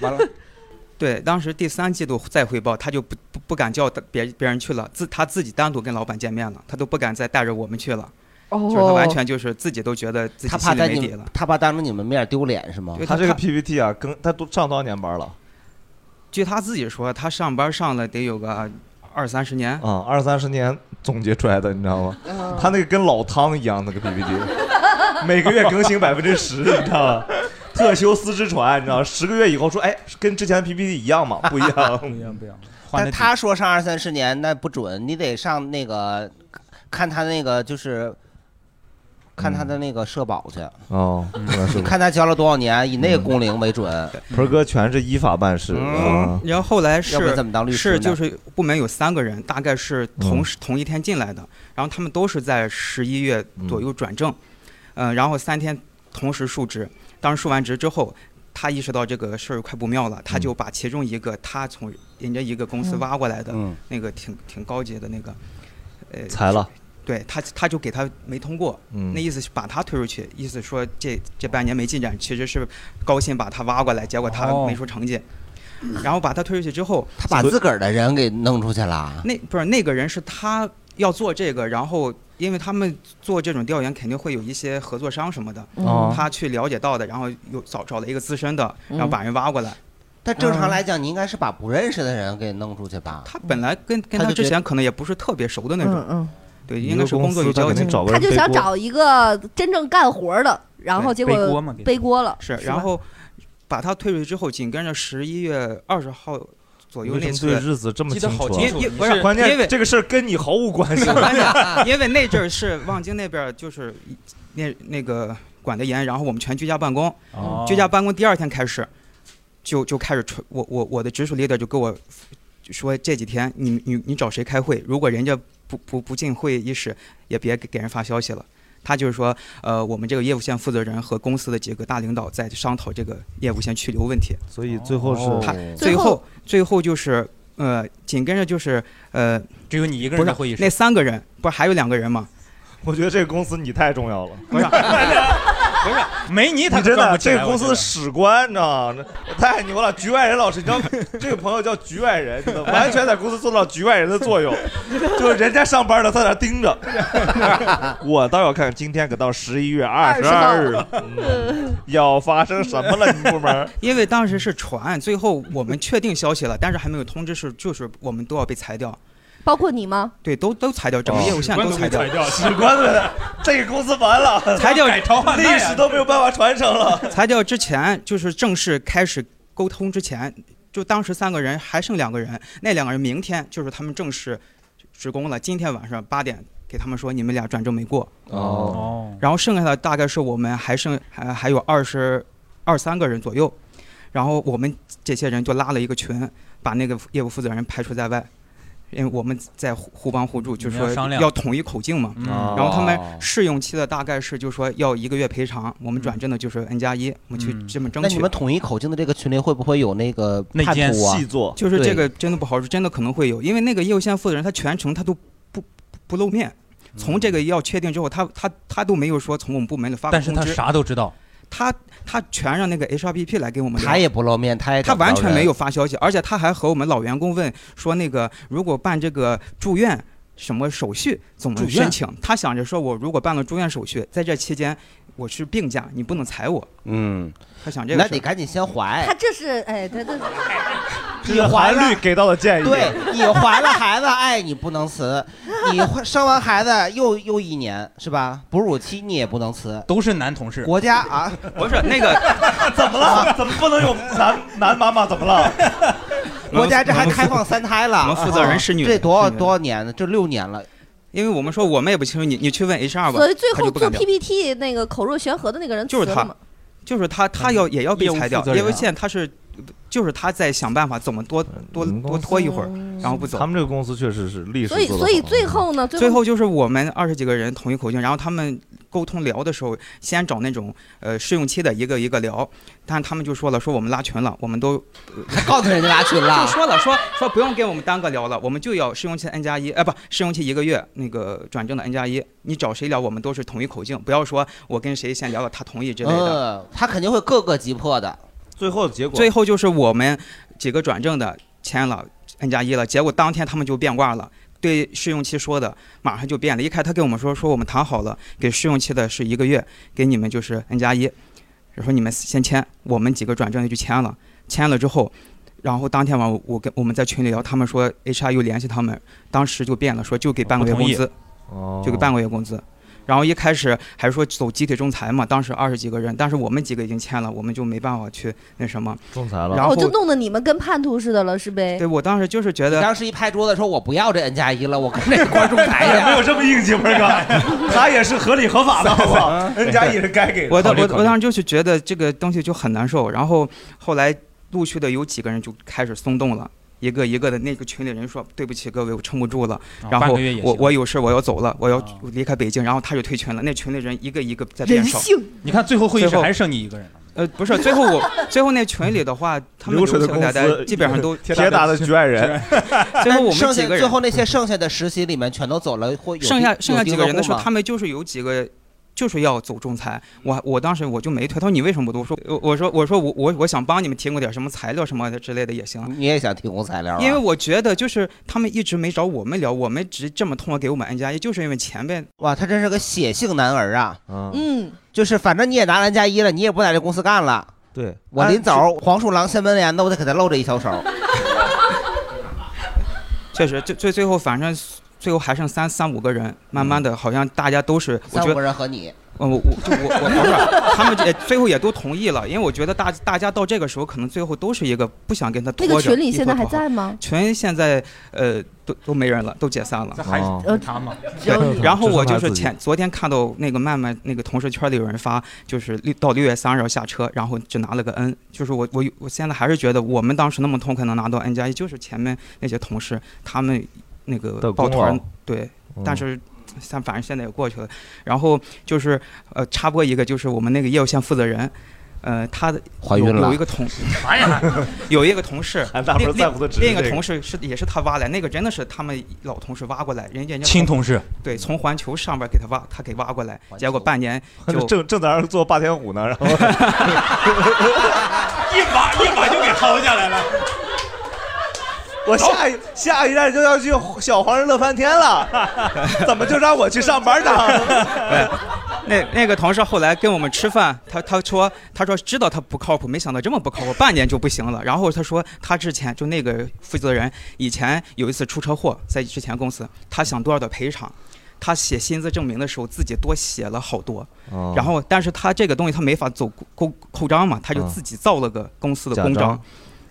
B: 完了，
I: 对，当时第三季度再汇报，他就不不不敢叫别别人去了，自他自己单独跟老板见面了，他都不敢再带着我们去了，就是他
D: 哦，
I: 完全就是自己都觉得自
B: 他
I: 己
B: 怕
I: 心里
B: 在
I: 没
B: 你
I: 底
B: 们
I: 了。
B: 他怕当着你们面丢脸是吗？
I: 对
C: 他
I: 他
C: 这个
I: 怕
C: PPT 啊，跟他都上多少年班了？
I: 据他自己说，他上班上了得有个二三十年，
C: 啊，二三十年总结出来的，你知道吗？
D: 嗯
C: 他那个跟老汤一样，那个 PPT，每 个月更新百分之十，你知道吗？特修斯之船，你知道吗，十个月以后说，哎，跟之前的 PPT 一样吗？不一
E: 不一
C: 样。
E: 样不一样。换
B: 但
E: 了几
B: 他说上二三十年那不准，你得上那个看他那个就是。看他
I: 嗯
B: 的那个社保去，
C: 哦，可能是
B: 你嗯看他交了多少年，以
I: 嗯
B: 那个工龄为准，
C: 盆儿哥全是依法办事啊
B: 嗯。
I: 然后后来
B: 要不
I: 是
B: 然怎么当律师
I: 是
B: 呢？嗯
I: 就是部门有三个人，大概是同时、同一天进来的，然后他们都是在十一月左右转正，嗯、然后三天同时述职。当时述完职之后，他意识到这个事儿快不妙了，他
C: 嗯
I: 就把其中一个他从人家一个公司
D: 嗯
I: 挖过来的、
B: 嗯，
I: 那个挺挺高级的那个，呃，
C: 裁了，
I: 对他他就给他没通过，
C: 嗯
I: 那，意思是把他推出去，意思说这这半年没进展，其实是高薪把他挖过来，结果他
E: 哦
I: 没出成绩，然后把他推出去之后，
B: 他把自个儿的人给弄出去了，
I: 那不是那个人是他要做这个，然后因为他们做这种调研肯定会有一些合作商什么的，
C: 哦
I: 他去了解到的，然后又找找了一个资深的，然后把人挖过来。
B: 但正常来讲，你应该是把不认识的人给弄出去吧？
I: 嗯他本来跟跟
B: 他
I: 他
B: 就觉
I: 之
B: 得
I: 前可能也不是特别熟的那种，
D: 嗯嗯，
I: 对，
C: 一
I: 应
C: 个
I: 该是工作
C: 公
I: 有
C: 司他
I: 交
C: 肯
I: 集
C: 定。找个
D: 他
C: 人
D: 就想
C: 背锅
D: 找一个真正干活的，然后结
E: 背锅
D: 果
E: 嘛，给
D: 背锅了，
I: 是，
D: 吧
I: 然后把他退出去之后，紧跟着十一月二十号左右
C: 为什
I: 那
C: 么对
I: 次，
C: 日子这么
E: 记
C: 清
E: 得
C: 楚
E: 好
C: 啊？
E: 清楚，
I: 因因
E: 你
I: 不是
C: 关
I: 因为
C: 键这个事儿跟你毫无 关系。
I: 因为那阵儿是望京那边儿就是那那个管得严，然后我们全居家办公，
E: 哦
I: 居家办公第二天开始，就就开始传我我我的直属 leader 就跟我说这几天你你你找谁开会，如果人家不不不进会议室，也别给给人发消息了。他就是说，呃，我们这个业务线负责人和公司的几个大领导在商讨这个业务线去留问题。
C: 所以最后是
I: 他
D: 最
I: 最
D: 后
I: 后最后就是，呃，紧跟着就是，呃，
E: 只有你一个
I: 不
E: 人
I: 是
E: 在会议室
I: 那，三个人，不是还有两个人吗？
C: 我觉得这个公司你太重要了，
I: 不是，
E: 没你他
C: 你真
E: 赚
C: 的
E: 不起
C: 这
E: 来
C: 个公司的史官，你知道吗？太牛了，局外人老师，你知道 这个朋友叫局外人，真的完全在公司做到局外人的 作用，就是人家上班了，他在那盯着。我倒要看今天可到十一月二十二日、 嗯要发生什么了，你部门。
I: 因为当时是传，最后我们确定消息了，但是还没有通知是，就是我们都要被裁掉。
D: 包括你吗？
I: 对，都都裁掉，整个业务线都裁掉，
E: 掉，
C: 史哦官们，这个公司完了，
I: 裁掉
E: 改朝换代
C: 历
E: 啊
C: 史都没有办法传承 了。
I: 裁掉之前，就是正式开始沟通之前，就当时三个人还剩两个人，那两个人明天就是他们正式职工了，今天晚上八点给他们说你们俩转正没过，
C: 哦，
E: 哦，
I: 然后剩下的大概是我们还剩还还有二十二三个人左右，然后我们这些人就拉了一个群，把那个业务负责人排除在外，因为我们在互互帮互助，就是
E: 你们
I: 说
E: 要商量
I: 要统一口径嘛。
E: 嗯
I: 然后他
B: 哦
I: 们试用期的大概是，就是说要一个月赔偿，我们转正的就是 N 加一，我们去
E: 嗯
I: 这么争
B: 那你
I: 取
B: 们。统一口径的这个群里会不会有那个
E: 内
B: 叛
E: 奸
B: 徒啊
C: 细？作，
I: 就是
B: 对
I: 这个真的不好说，真的可能会有，因为那个业务线负责人他全程他都不不不露面，从这个要确定之后，他他他都没有说从我们部门里发过
E: 但是
I: 通
E: 他
I: 知，
E: 啥都知道，
I: 他他全让那个 HRBP 来给我们聊。
B: 他也不露面，他也
I: 他
B: 找不着
I: 完全
B: 人
I: 没有发消息，而且他还和我们老员工问说，那个如果办这个住院什么手续怎么
B: 住院
I: 申请？他想着说，我如果办了住院手续，在这期间我是病假，你不能裁我。
B: 嗯，
I: 他想这个
B: 那
I: 事
B: 得
I: 儿。
B: 赶紧先
D: 他
B: 怀，
D: 这是哎，他这
C: 这是韩律给到的建议。
B: 对你怀了孩子，哎，你不能辞，你怀生完孩子又又一年是吧？哺乳期你也不能辞，
E: 都是男同事，
B: 国家啊，
I: 不是那 个
C: 怎么了？ 怎么不能有男男妈妈？怎么了？
B: 国家这还开放三胎了，啊
I: 我们负责人是女的
B: 这多少
I: 是女的
B: 多少年了？这六年了，
I: 因为我们说我们也不清楚，你你去问 HR 吧
D: 所以。最
I: 他
D: 后
I: 就不
D: 做
I: 敢聊，
D: PPT 那个口若悬河的那个人
I: 就是
D: 辞了
I: 他
D: 吗
I: 就是他他要也要被裁
E: 业务
C: 嗯
I: 掉
E: 负责，人
I: 业
E: 啊
I: 务线他是就是他在想办法怎么多多多拖一会儿，然后不走。
C: 嗯他们这个公司确实是历史
D: 所以
C: 做得
D: 所以
C: 好
D: 最后呢，
I: 最
D: 后
I: 后就是我们二十几个人统一口径，然后他们沟通聊的时候，先找那种呃试用期的一个一个聊，但他们就说了，说我们拉群了，我们都
B: 告诉人家拉群
I: 就
B: 了，
I: 说了说说不用跟我们单个聊了，我们就要试用期 N 加一，哎，不，试用期一个月那个转正的 N 加一，你找谁聊，我们都是统一口径，不要说我跟谁先聊了，他同意之类的。
B: 嗯，他肯定会各个击破的。
C: 最后结果
I: 最后就是我们几个转正的签了 N 加一了，结果当天他们就变卦了。对试用期说的马上就变了，一开始他跟我们说说我们谈好了，给试用期的是一个月，给你们就是 N 加一，然后你们先签，我们几个转正的就签了，签了之后，然后当天晚上我跟我们在群里聊，他们说 HR 又联系他们，当时就变了，说就给半个月
E: 不同
I: 工
E: 意
I: 资，
B: 哦
I: 就给半个月工资。然后一开始还说走集体仲裁嘛，当时二十几个人，但是我们几个已经签了，我们就没办法去那什么。哦
C: 仲裁了，
I: 然后
D: 哦我就弄得你们跟叛徒似的了，是呗？
I: 对我当时就是觉
B: 你
I: 得，
B: 当时一拍桌子说：“我不要这 N 加一了，我跟这观众台 去。”
E: 没有这么硬气，不是哥，他也是合理合法 的，好不好？N 加一是该给的
I: 哎我当
E: 考虑
I: 我
E: 考虑
I: 我当时就是觉得这个东西就很难受。然后后来陆续的有几个人就开始松动了，一个一个的那个群里人说对不起各位，我撑不住了，然
E: 哦半
I: 后
E: 个月也
I: 我
E: 行
I: 我有事我要走了，我要
E: 啊
I: 离开北京，然后他就退群了，那群里人一个一个在变
D: 人
I: 少。
D: 性，
E: 你看最后会议
I: 最
E: 室
I: 后
E: 还剩你一个人了，啊
I: 呃，不是，最后我 最后那群里的话，他们
C: 流水的
I: 留下来
C: 公司
I: 基本 上都
C: 铁打的局外人，
I: 最后我们
B: 剩
I: 几
B: 下
I: 个人
B: 最后那些剩下的实习里面全都走了，或有
I: 剩下剩下几个人的时候，
B: 有
I: 他们就是有几个。就是要走仲裁，我我当时我就没推，他说你为什么不我说我我说我说我我我想帮你们提供点什么材料什么的之类的也行，
B: 你也想提供材料啊？
I: 因为我觉得就是他们一直没找我们聊，我们只这么痛了给我们 N 加一，就是因为前辈
B: 哇，他真是个血性男儿啊！
C: 嗯，
D: 嗯，
B: 就是反正你也拿 N 加一了，你也不在这公司干了。
C: 对，
B: 我
C: 按
I: 啊
B: 临走黄鼠狼掀门帘子，我得给他露这一小手。
I: 确实最最最后反正最后还剩三三五个人，慢慢的好像大家都是我
B: 嗯三
I: 觉
B: 五
I: 得
B: 个人和你，
I: 嗯，我我就我我不是，他们也哎最后也都同意了，因为我觉得大大家到这个时候，可能最后都是一个不想跟他
D: 那
I: 拖着。
D: 个群里
I: 一
D: 现
I: 拖
D: 在还
I: 拖好？
D: 在吗？
I: 群现在呃都都没人了，都解散了
E: 这。还
C: 哦
E: 是他吗？
D: 只有你。
I: 然后我就
C: 只剩他
I: 是
C: 自己
I: 前昨天看到那个曼曼那个同事圈里有人发，就是六到六月三十号下车，然后只拿了个 N，就是我我我现在还是觉得我们当时那么痛快能拿到 N 加一，就是前面那些同事他们那
C: 的功
I: 个抱团
C: 劳
I: 对
C: 嗯
I: 但是但反正现在也过去了。然后就是呃，插播一个，就是我们那个业务线负责人，呃，他的
B: 怀
I: 有
B: 孕了
I: 有一个同
E: 啥呀？
I: 有一个同 事
C: 俺大不是在乎的只是
I: 另一个
C: 这个
I: 同事是也是他挖来，那个真的是他们老同事挖过来，人家人家
E: 亲同事，
I: 对从环球上边给他挖，他给挖过来
B: 环，
I: 结果
B: 球
I: 半年就
C: 正正在 那儿做霸天虎呢，然后
E: 一把一把就给薅下来了。
C: 我下一下一站就要去小黄人乐翻天了，怎么就让我去上班呢？
I: 那那个同事后来跟我们吃饭，他他说他说知道他不靠谱，没想到这么不靠谱，半年就不行了。然后他说他之前就那个负责人以前有一次出车祸，在之前公司，他想多少的赔偿，他写薪资证明的时候自己多写了好多，
C: 哦
I: 然后但是他这个东西他没法走扣扣章嘛，他就
C: 嗯
I: 自己造了个公司的
C: 假
I: 公章
C: 章，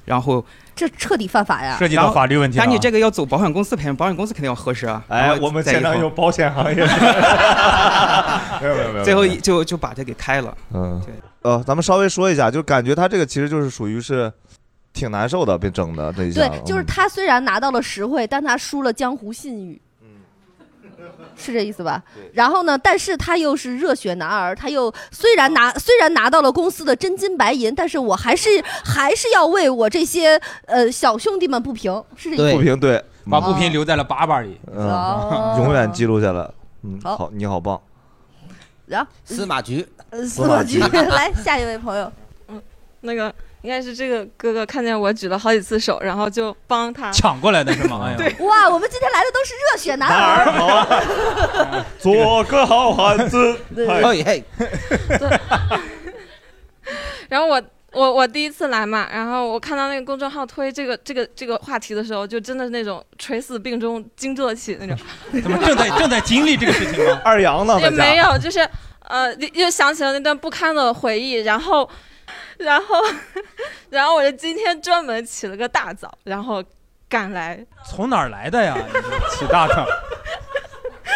I: 然后
D: 这彻底犯法呀！
E: 涉及到法律问题了
I: 但
E: 啊。
I: 你这个要走保险公司赔偿，保险公司肯定要核实啊。然
C: 哎，
I: 后
C: 我们
I: 再以
C: 现场
I: 后
C: 有保 险行业，没有没有没有，
I: 最后一就就把这给开了。
C: 嗯
I: 对，
C: 呃，咱们稍微说一下，就感觉他这个其实就是属于是挺难受的，被整的这一下，
D: 对，就是他虽然拿到了实惠，但他输了江湖信誉。
C: 嗯
D: 是这意思吧？然后呢？但是他又是热血男儿，他又虽然
C: 啊
D: 拿虽然拿到了公司的真金白银，但是我还是还是要为我这些呃小兄弟们不平，是这意
C: 嗯
D: 思
C: 不平对，
E: 把不平留在了粑粑里，
C: 嗯，
D: 哦
C: 永远记录下来。嗯，
D: 好
C: 好，你好棒，
D: 然后
B: 司马局，
D: 呃司马局， 来下一位朋友，
K: 嗯那个应该是这个哥哥看见我举了好几次手，然后就帮他。
E: 抢过来的 是吗？哎呀，
K: 对
D: 哇，我们今天来的都是热血男儿，
C: 好啊，做个好汉 子。
D: 对
C: 哎
B: 嘿嘿，
K: 然后我我我第一次来嘛，然后我看到那个公众号推这个这个这个话题的时候，就真的是那种垂死病中惊坐起那种，
E: 哎怎么 正在正在经历这个事情吗？
C: 二阳呢？
K: 也
C: 在家
K: 没有，就是呃，又想起了那段不堪的回忆，然后。然后， 然后我就今天专门起了个大早，然后赶来
E: 从哪儿来的 呀？你起大早，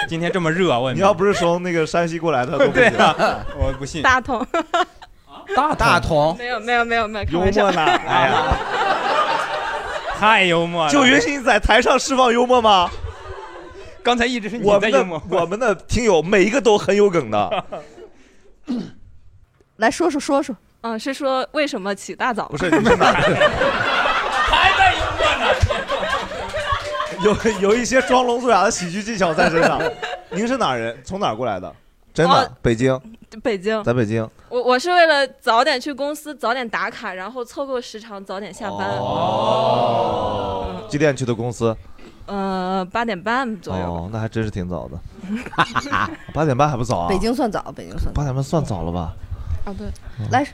E: 今天这么热，我也
C: 你
E: 没
C: 要不是从那个山西过来的，都不
E: 对
C: 行。
E: 啊，我不信。
K: 大同，
E: 大
B: 大同
K: 没有没有没有没有，开
C: 幽
K: 玩笑
C: 默，呢？哎呀，
E: 太幽默了。
C: 就允许你在台上释放幽默吗？
E: 刚才一直是你
C: 我
E: 在
C: 们
E: 幽
C: 的
E: 默。
C: 我们的听友每一个都很有梗的，
D: 来说说说说，
K: 嗯，是说为什么起大早？
C: 不是你是哪儿的？有有一些装聋作哑的喜剧技巧在身上。您是哪儿人？从哪儿过来的？真的
K: 哦，
C: 北京，
K: 北京，
C: 在北京。
K: 我我是为了早点去公司，早点打卡，然后凑够时长，早点下班。
C: 哦几点去的公司？
K: 呃，八点半嗯左右。
C: 哦，那还真是挺早的。 八点半还不早啊？
D: 北京算早，北京算早。
C: 八点半算早了吧？
K: 啊，对，
D: 来，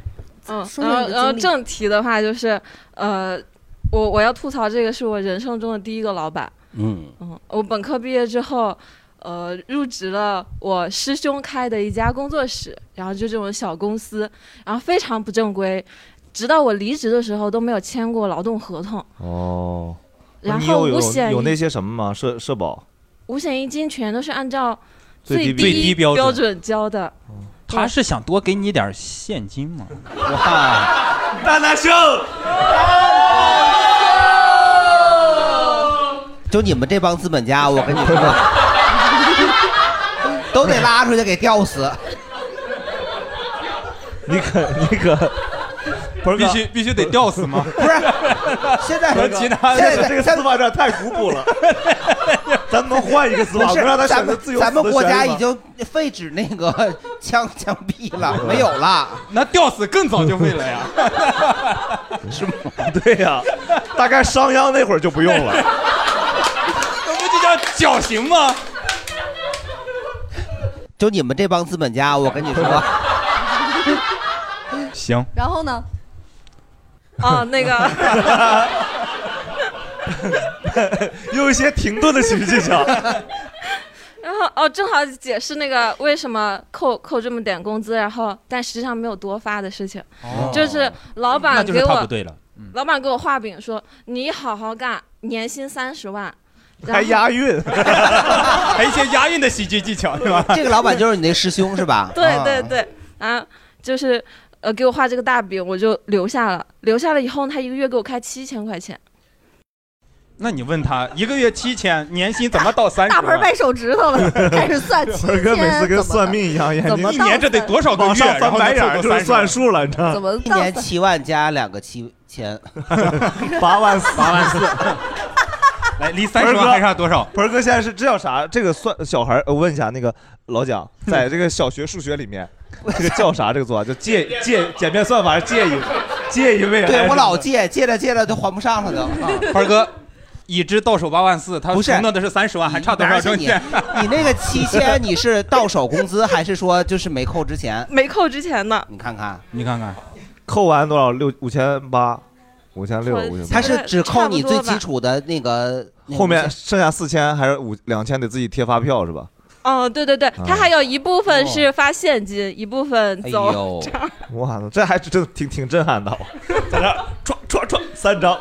K: 嗯，
D: 说说
K: 然后
D: 你的
K: 然后
D: 经历
K: 正题的话就是，呃，我我要吐槽这个是我人生中的第一个老板。
B: 嗯，
K: 嗯，我本科毕业之后，呃，入职了我师兄开的一家工作室，然后就这种小公司，然后非常不正规，直到我离职的时候都没有签过劳动合同，
C: 哦，那
K: 然
C: 你
K: 后
C: 有
K: 五
C: 有
K: 险
C: 有
K: 一
C: 那些什么吗？社社保
K: 五险一金全都是按照
C: 最低
E: 最低
K: 低
E: 标准哦
K: 准交的。
E: 他是想多给你点现金吗？
C: 大男生，
B: 就你们这帮资 本家，我跟你说，都得拉出去给吊死。
C: 你可你 可不是
E: 必须必须得吊死吗？
B: 不是， 现在
E: 和其他的
B: 现
C: 这
B: 在
C: 个司法有点太古朴 了，咱能换一个司
B: 不
C: 法，
B: 是
C: 能让他
B: 咱
C: 选择
B: 们
C: 自由
B: 咱们
C: 死的
B: 国家
C: 权利吗
B: 已经废止那个枪枪毙了， 没有了。
E: 那吊死更早就会了呀。
C: 对呀、 大概商鞅那会儿就不用了。
E: 那不就叫绞刑吗？
B: 就你们这帮资本家，我跟你 说，
E: 行，
D: 然后 呢？
K: 哦，那个
C: 有一些停顿的喜剧技巧，
K: 然后哦，正好解释那个为什么扣扣这么点工资，然后但实际上没有多发的事情，就是老
E: 哦那
K: 板
E: 就是
K: 给
E: 他不
K: 我
E: 对了。
C: 嗯
K: 老板给我画饼说你好好干，年薪三十万，然
C: 还
K: 后
C: 押韵，
E: 还有一些押韵的喜剧技巧，对吧？
B: 这个老板就是你那师兄是 吧？
K: 对对对，啊，就是呃给我画这个大饼，我就留下了，留下了以后呢他一个月给我开七千块钱，
E: 那你问他一个月七千，年薪怎么到三十？
D: 大盆儿 掰手指头了， 开始算起。
C: 盆哥每次跟 算命一样，眼
D: 怎么
C: 睛
E: 一年这 得多少个
C: 往
E: 月？
C: 上
E: 然
C: 翻
E: 后
C: 白
E: 能
C: 眼
E: 凑
C: 儿
E: 够
C: 就是
E: 30
C: 算数了，你知道
D: 怎
C: 吗？
D: 么
B: 一
D: 到
B: 年七万加两个七 千，
C: 八万四，八万四。
E: 来，离三十
C: 盆儿
E: 万
C: 哥
E: 还差多少？
C: 盆哥现在是这叫啥？这个算小孩儿，我问一下那个老蒋，在这个小学数学里面，这个叫啥？这个做法叫借借简便算法，借一借一位。
B: 对我老借，借着借着就还不上了 都。 啊
E: 二哥，已知到手八万四，他
B: 不是
E: 承诺的是三十万，还差多少
B: 而且
E: 证
B: 你
E: 件？
B: 你那个七千，你是到手工资还是说就是没扣之前？
K: 没扣之前呢，
B: 你看
C: 啊
B: 看，
E: 你看看，
C: 扣完多少？六五千八，五千六，
K: 我
C: 五千八
B: 他。是只扣你最
K: 差不多
B: 基
K: 吧
B: 础的那个。那个
C: 后 面剩下四千还是五两千得自己贴发票是吧？
K: 哦对对对，
C: 嗯
K: 他还有一部分是发现金，一部分
B: 哎
K: 走。
B: 呦，
C: 哦哇，这还真挺挺震撼的，哦嗯在这儿唰唰唰三 张，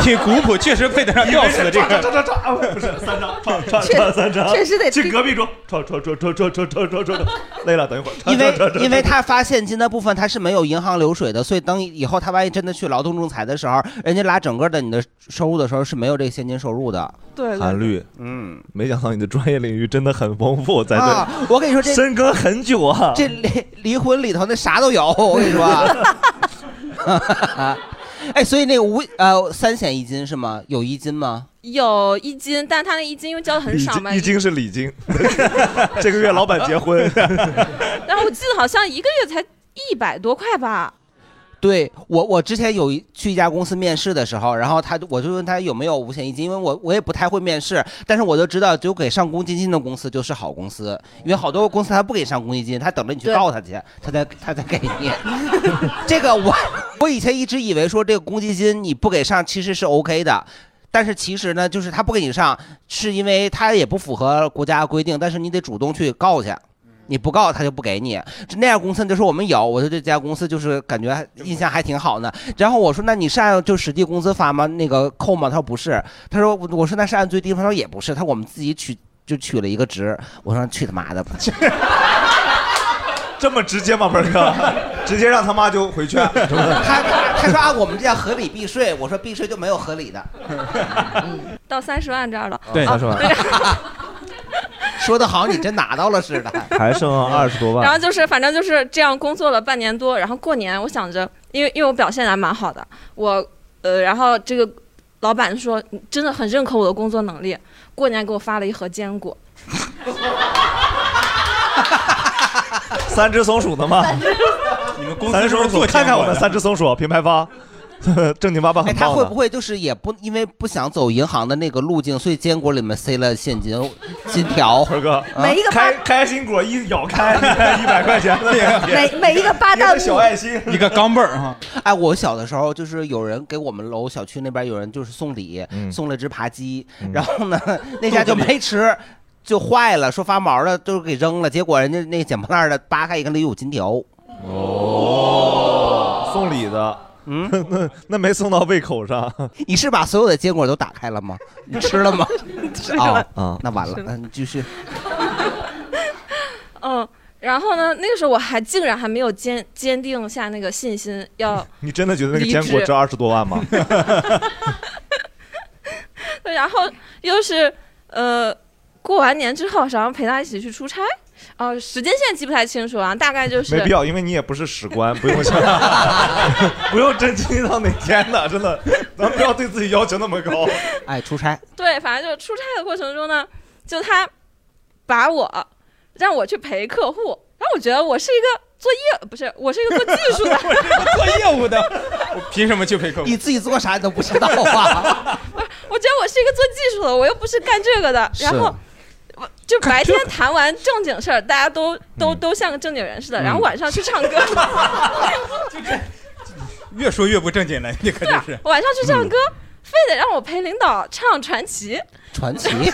E: 挺古朴，确实配
H: 哎
E: 得上吊死的这
C: 唰
E: 个。
C: 唰唰唰啊不是三张，唰唰唰三张，
D: 确实得
C: 去
D: 听
C: 隔壁桌，唰唰唰唰唰唰唰唰唰，累了，等一会儿，唰
B: 因为
C: 唰唰唰
B: 因为他发现金的部分他是没有银行流水的，所以等以后他万一真的去劳动仲裁的时候，人家拿整个的你的收入的时候是没有这个现金收入的。
K: 对对
C: 韩律，
B: 嗯，
C: 没想到你的专业领域真的很丰富，在
B: 啊
C: 这，
B: 我跟你说这
C: 深耕很久啊。
B: 这离离婚里头那啥都有，我跟你说。啊 哎，所以那个五呃三险一金是吗？有一金吗？
K: 有一斤，但他那一斤因为交的很
C: 礼
K: 少
C: 金
K: 嘛，
C: 一斤是礼金， 这个月老板结婚，
K: 然后我记得好像一个月才一百多块吧。
B: 对我，我之前有一去一家公司面试的时候，然后他就我就问他有没有五险一金，因为我我也不太会面试，但是我就知道，就给上公积金的公司就是好公司，因为好多公司他不给上公积金，他等着你去
D: 对
B: 告他去，他才他才给你。 这个我我以前一直以为说这个公积金你不给上其实是 OK 的。但是其实呢，就是他不给你上，是因为他也不符合国家规定，但是你得主动去告去，你不告他就不给你。那家公司就说我们有，我说这家公司就是感觉还印象还挺好呢。然后我说那你是按就实际工资发吗？那个扣吗？他说不是，他说我我说那是按最低吗？他说也不是，他说我们自己取就取了一个值。我说去他妈的吧！
C: 这么直接吗，盆儿哥？直接让他妈就回去。
B: 他他说啊，我们这叫合理避税，我说避税就没有合理的，
K: 到三十万这儿了。
C: 对
K: 啊
C: 30万
K: 对
B: 说的好像你真拿到了似的。
C: 还剩二十多
K: 然后
C: 万，
K: 就是反正就是这样工作了半年多，然后过年我想着，因为因为我表现还蛮好的，我呃，然后这个老板说你真的很认可我的工作能力，过年给我发了一盒坚果，
C: 三只松鼠的吗？你们
B: 公司
C: 三只松
B: 是不
C: 鼠，
B: 是做
C: 看看我
B: 坚果
C: 们
B: 的
C: 三只松鼠品啊牌方， 正经八百
B: 哎，
C: 很
B: 他
C: 棒
B: 会不
C: 的。
B: 会就是也不因为不想走银行的那个路径，所以坚果里面塞了现金、金条？
C: 坤哥，
B: 每一个
C: 啊开开心果一咬 开，一百块钱的那个
D: 每每一个八
C: 一
D: 大
C: 个小爱心，
E: 一个钢镚儿哈。
B: 哎，我小的时候就是有人给我们楼小区那边有人就是送礼，
C: 嗯
B: 送了只扒鸡，然后呢那家就没吃。就坏了，说发毛了，就是给扔了。结果人家那捡破烂的扒开一看，里有金条。
C: 哦，送礼的，
B: 嗯，
C: 那那没送到胃口上。
B: 你是把所有的坚果都打开了吗？你吃 了吗？
K: 吃 了
B: 啊，那完了
K: 吃，了
B: 嗯，继续。
K: 嗯，然后呢，那个时候我还竟然还没有坚坚定下那个信心要
C: 你真的觉得那个坚果
K: 离
C: 值
K: 职
C: 二十多万 吗？
K: 对然后又是呃，过完年之后，然后陪他一起去出差，哦、时间线记不太清楚啊，大概就是
C: 没必要，因为你也不是史官，不 用想，不用真金到哪天的，真的，咱不要对自己要求那么高。
B: 哎，出差，
K: 对，反正就出差的过程中呢，就他把我让我去陪客户，然后我觉得我是一个做业不是，我是一个做技术 的，
E: 做业务的，我凭什么去陪客户？
B: 你自己做啥你都不知道啊？
K: 我觉得我是一个做技术的，我又不是干这个的。然后我就白天谈完正经事儿，大家都
B: 嗯
K: 都都像个正经人似的，然后晚上去 唱歌，
E: 越说越不正经了，你可真是。嗯
K: 晚上去
B: 嗯
K: 唱歌，非得让我陪领导唱传奇。
B: 传奇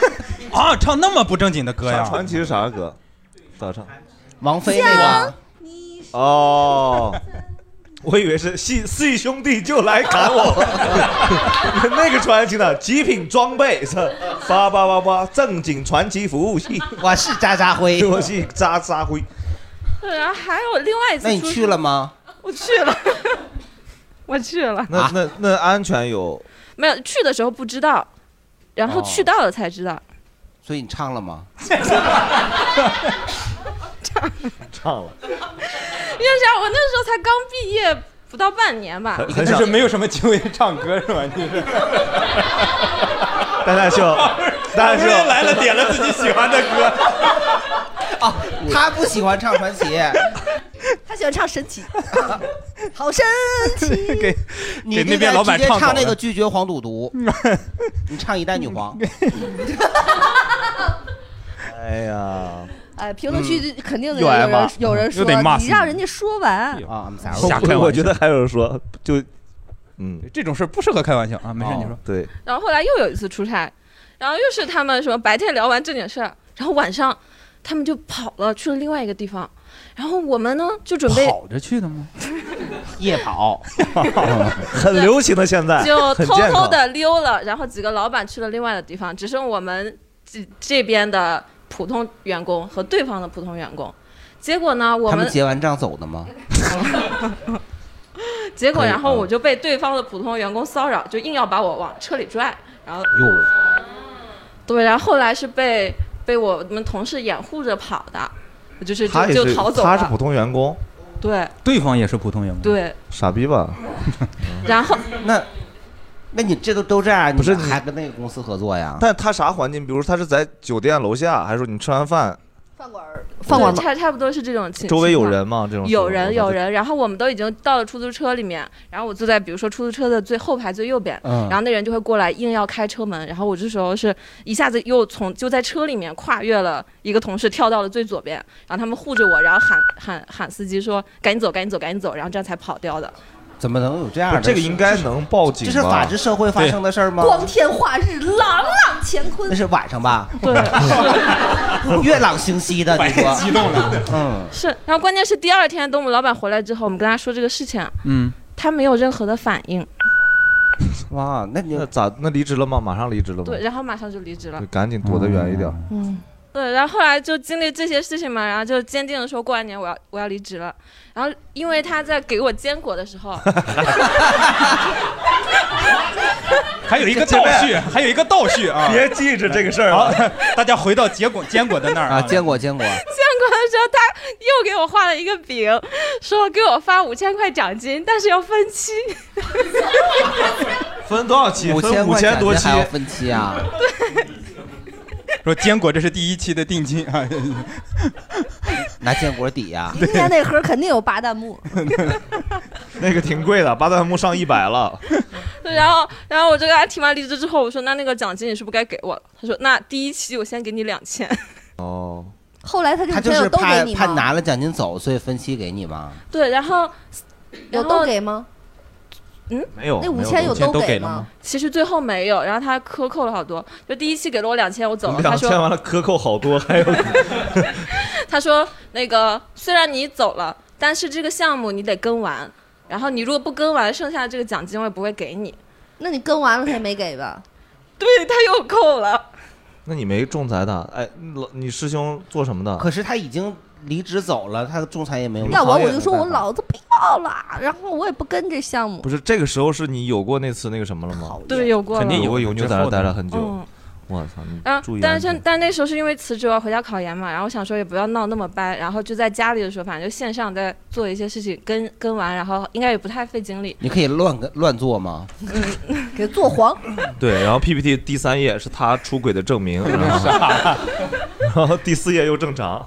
E: 啊，唱那么不正经的歌呀？
C: 传奇是啥歌？咋唱？
B: 王菲那个
C: 哦，我以为是四四兄弟就来砍 我，那个传奇的极品装备是八八八八正经传奇服务器，
B: 我是渣渣辉，
C: 我是渣渣辉。
K: 对，然后还有另外一次
B: 那你
K: 出
B: 去了吗？
K: 我去了， 我去了，
B: 啊
C: 那那那安全有，
K: 没有去的时候不知道，然后
B: 哦
K: 去到了才知道。
B: 所以你唱了吗？
C: 唱了，
K: 因为啥？我那时候才刚毕业不到半年吧，
C: 很很
E: 但
C: 想
E: 是没有什么机会唱歌 是吧？你是
C: 蛋蛋秀，蛋蛋秀
E: 来了点了自己喜欢的歌，
B: 哦，他不喜欢唱传奇，
D: 他喜欢唱神奇， 好神奇。
E: 给
B: 你
E: 给那边老板
B: 唱
E: 唱
B: 唱
E: 走
B: 那个
E: 了
B: 拒绝黄赌毒，你唱一代女皇，
C: 哎呀，
D: 哎，评论区就肯定有
C: 有嗯挨
D: 人
C: 骂
D: 有人
E: 又得骂
D: 说，
E: 死
D: 你
E: 你
D: 让人家说完。
B: 啊，I'm
C: 我
B: sorry，
E: 吓开玩笑
C: 我觉得还有人说，就，嗯，
E: 这种事儿不适合开玩笑啊！没事，
B: 哦
E: 你说
C: 对，
K: 然后后来又有一次出差，然后又是他们什么白天聊完正经事儿，然后晚上他们就跑了去了另外一个地方，然后我们呢就准备
E: 着去的吗？
B: 夜跑，
C: 很流行的现在，
K: 就
C: 很
K: 偷
C: 健
K: 偷
C: 康。
K: 的溜了，然后几个老板去了另外的地方，只剩我们这这边的普通员工和对方的普通员工。结果呢，我
B: 他
K: 们
B: 们结完账走的吗？
K: 结果
B: 可以
K: 然后
B: 嗯
K: 我就被对方的普通员工骚扰，就硬要把我往车里拽，然后
B: 哟，
K: 对，然后后来是被被我们同事掩护着跑的，就是
C: 他
K: 就
C: 也
K: 就是逃走
C: 他是普
K: 了。
C: 通员工，
K: 对
E: 对方也是普通员工，，
K: 对，
C: 傻逼吧？
K: 然后
B: 那那你这都都这样，
C: 不是
B: 你
C: 你
B: 还跟那个公司合作呀？
C: 但他啥环境？比如他是在酒店楼下，还是说你吃完饭
D: 饭馆儿，饭馆
K: 对
D: 儿
K: 差差不多是这种情
C: 周围有。
K: 情况
C: 人吗？这种
K: 有人有
C: 人。
K: 人，然后我们都已经到了出租车里面，然后我坐在比如说出租车的最后排最右边，
B: 嗯
K: 然后那人就会过来硬要开车门，然后我这时候是一下子又从就在车里面跨越了一个同事跳到了最左边，然后他们护着我，然后喊喊喊司机说赶紧走赶紧走赶紧走，然后这样才跑掉的。
B: 怎么能有这样
C: 不
B: 的
C: 是
B: 事？
C: 这个应该能报警
B: 这
C: 吧？
B: 是法治社会发生的事儿吗？
D: 光天化日，朗朗乾坤
B: 那。是晚上吧，
K: 对，
B: 月朗星稀的，你说，
E: 激动了，
B: 嗯，
K: 是，然后关键是第二天等我们老板回来之后，我们跟他说这个事情，啊
E: 嗯，
K: 他没有任何的反应，
B: 哇，那你
C: 那咋？那离职了吗？马上离职了吗？
K: 对，然后马上就离职了
E: 哦
C: 就。赶紧躲得远一点。
K: 嗯，对，然后后来就经历这些事情嘛，然后就坚定的说过完年我要我要离职了。然后因为他在给我坚果的时候，
E: 还有一个倒叙， 还有一个倒叙啊！别记着这个事儿了。大家回到结果坚果的那儿啊，
B: 坚果坚果。
K: 见过的时候，他又给我画了一个饼，说给我发五千块奖金，但是要分期。
C: 分多少期？
B: 五
C: 分
B: 千
C: 五
B: 块
C: 千
B: 钱
C: 多期
B: 还要分期啊？
E: 说坚果这是第一期的定金啊，
B: 拿坚果抵呀、
D: 今天那盒肯定有巴旦木，
C: 那个挺贵的，八段木上一百了。
K: 对，然后然后我就跟他提完离职之后，我说那那个奖金你是不是该给我了？他说那第一期我先给你两千。
B: 哦，
D: 后来他就
B: 他就
D: 没有
B: 是
D: 都
B: 怕
D: 给你啊
B: 怕
D: 吗？
B: 拿了奖金走，所以分期给你嘛。
K: 对，然后
D: 有都给吗？
K: 嗯，
C: 没有
D: 那五千有都给吗？
K: 其实最后没有，然后他克扣了好多，就第一期给了我两千，我走了。他
C: 两千完
K: 说
C: 了，克扣好多，还有
K: 他说那个虽然你走了，但是这个项目你得跟完，然后你如果不跟完，剩下的这个奖金我也不会给你。
D: 那你跟完了他也没给吧？
K: 对他又扣了。
C: 那你没仲裁的？哎，老你师兄做什么的？
B: 可是他已经离职走了，他仲裁也没有。
D: 要我我就说我老子不要了，然后我也不跟这项目
C: 不。是这个时候是你有过那次那个什么了吗？
K: 对有过了
C: 肯定有过，有你就在那待了很久。
K: 嗯
C: 我操，你
K: 然
C: 注
K: 后
C: 意，
K: 啊但
C: 安全
K: 是但那时候是因为辞职我要回家考研嘛，然后我想说也不要闹那么掰，然后就在家里的时候，反正就线上在做一些事情，跟跟完，然后应该也不太费精力。
B: 你可以乱跟乱做吗？
D: 给做黄，
K: 嗯
C: 对，然后 PPT 第三页是他出轨的证 明，然后
B: 啊
C: 然后第四页又正常，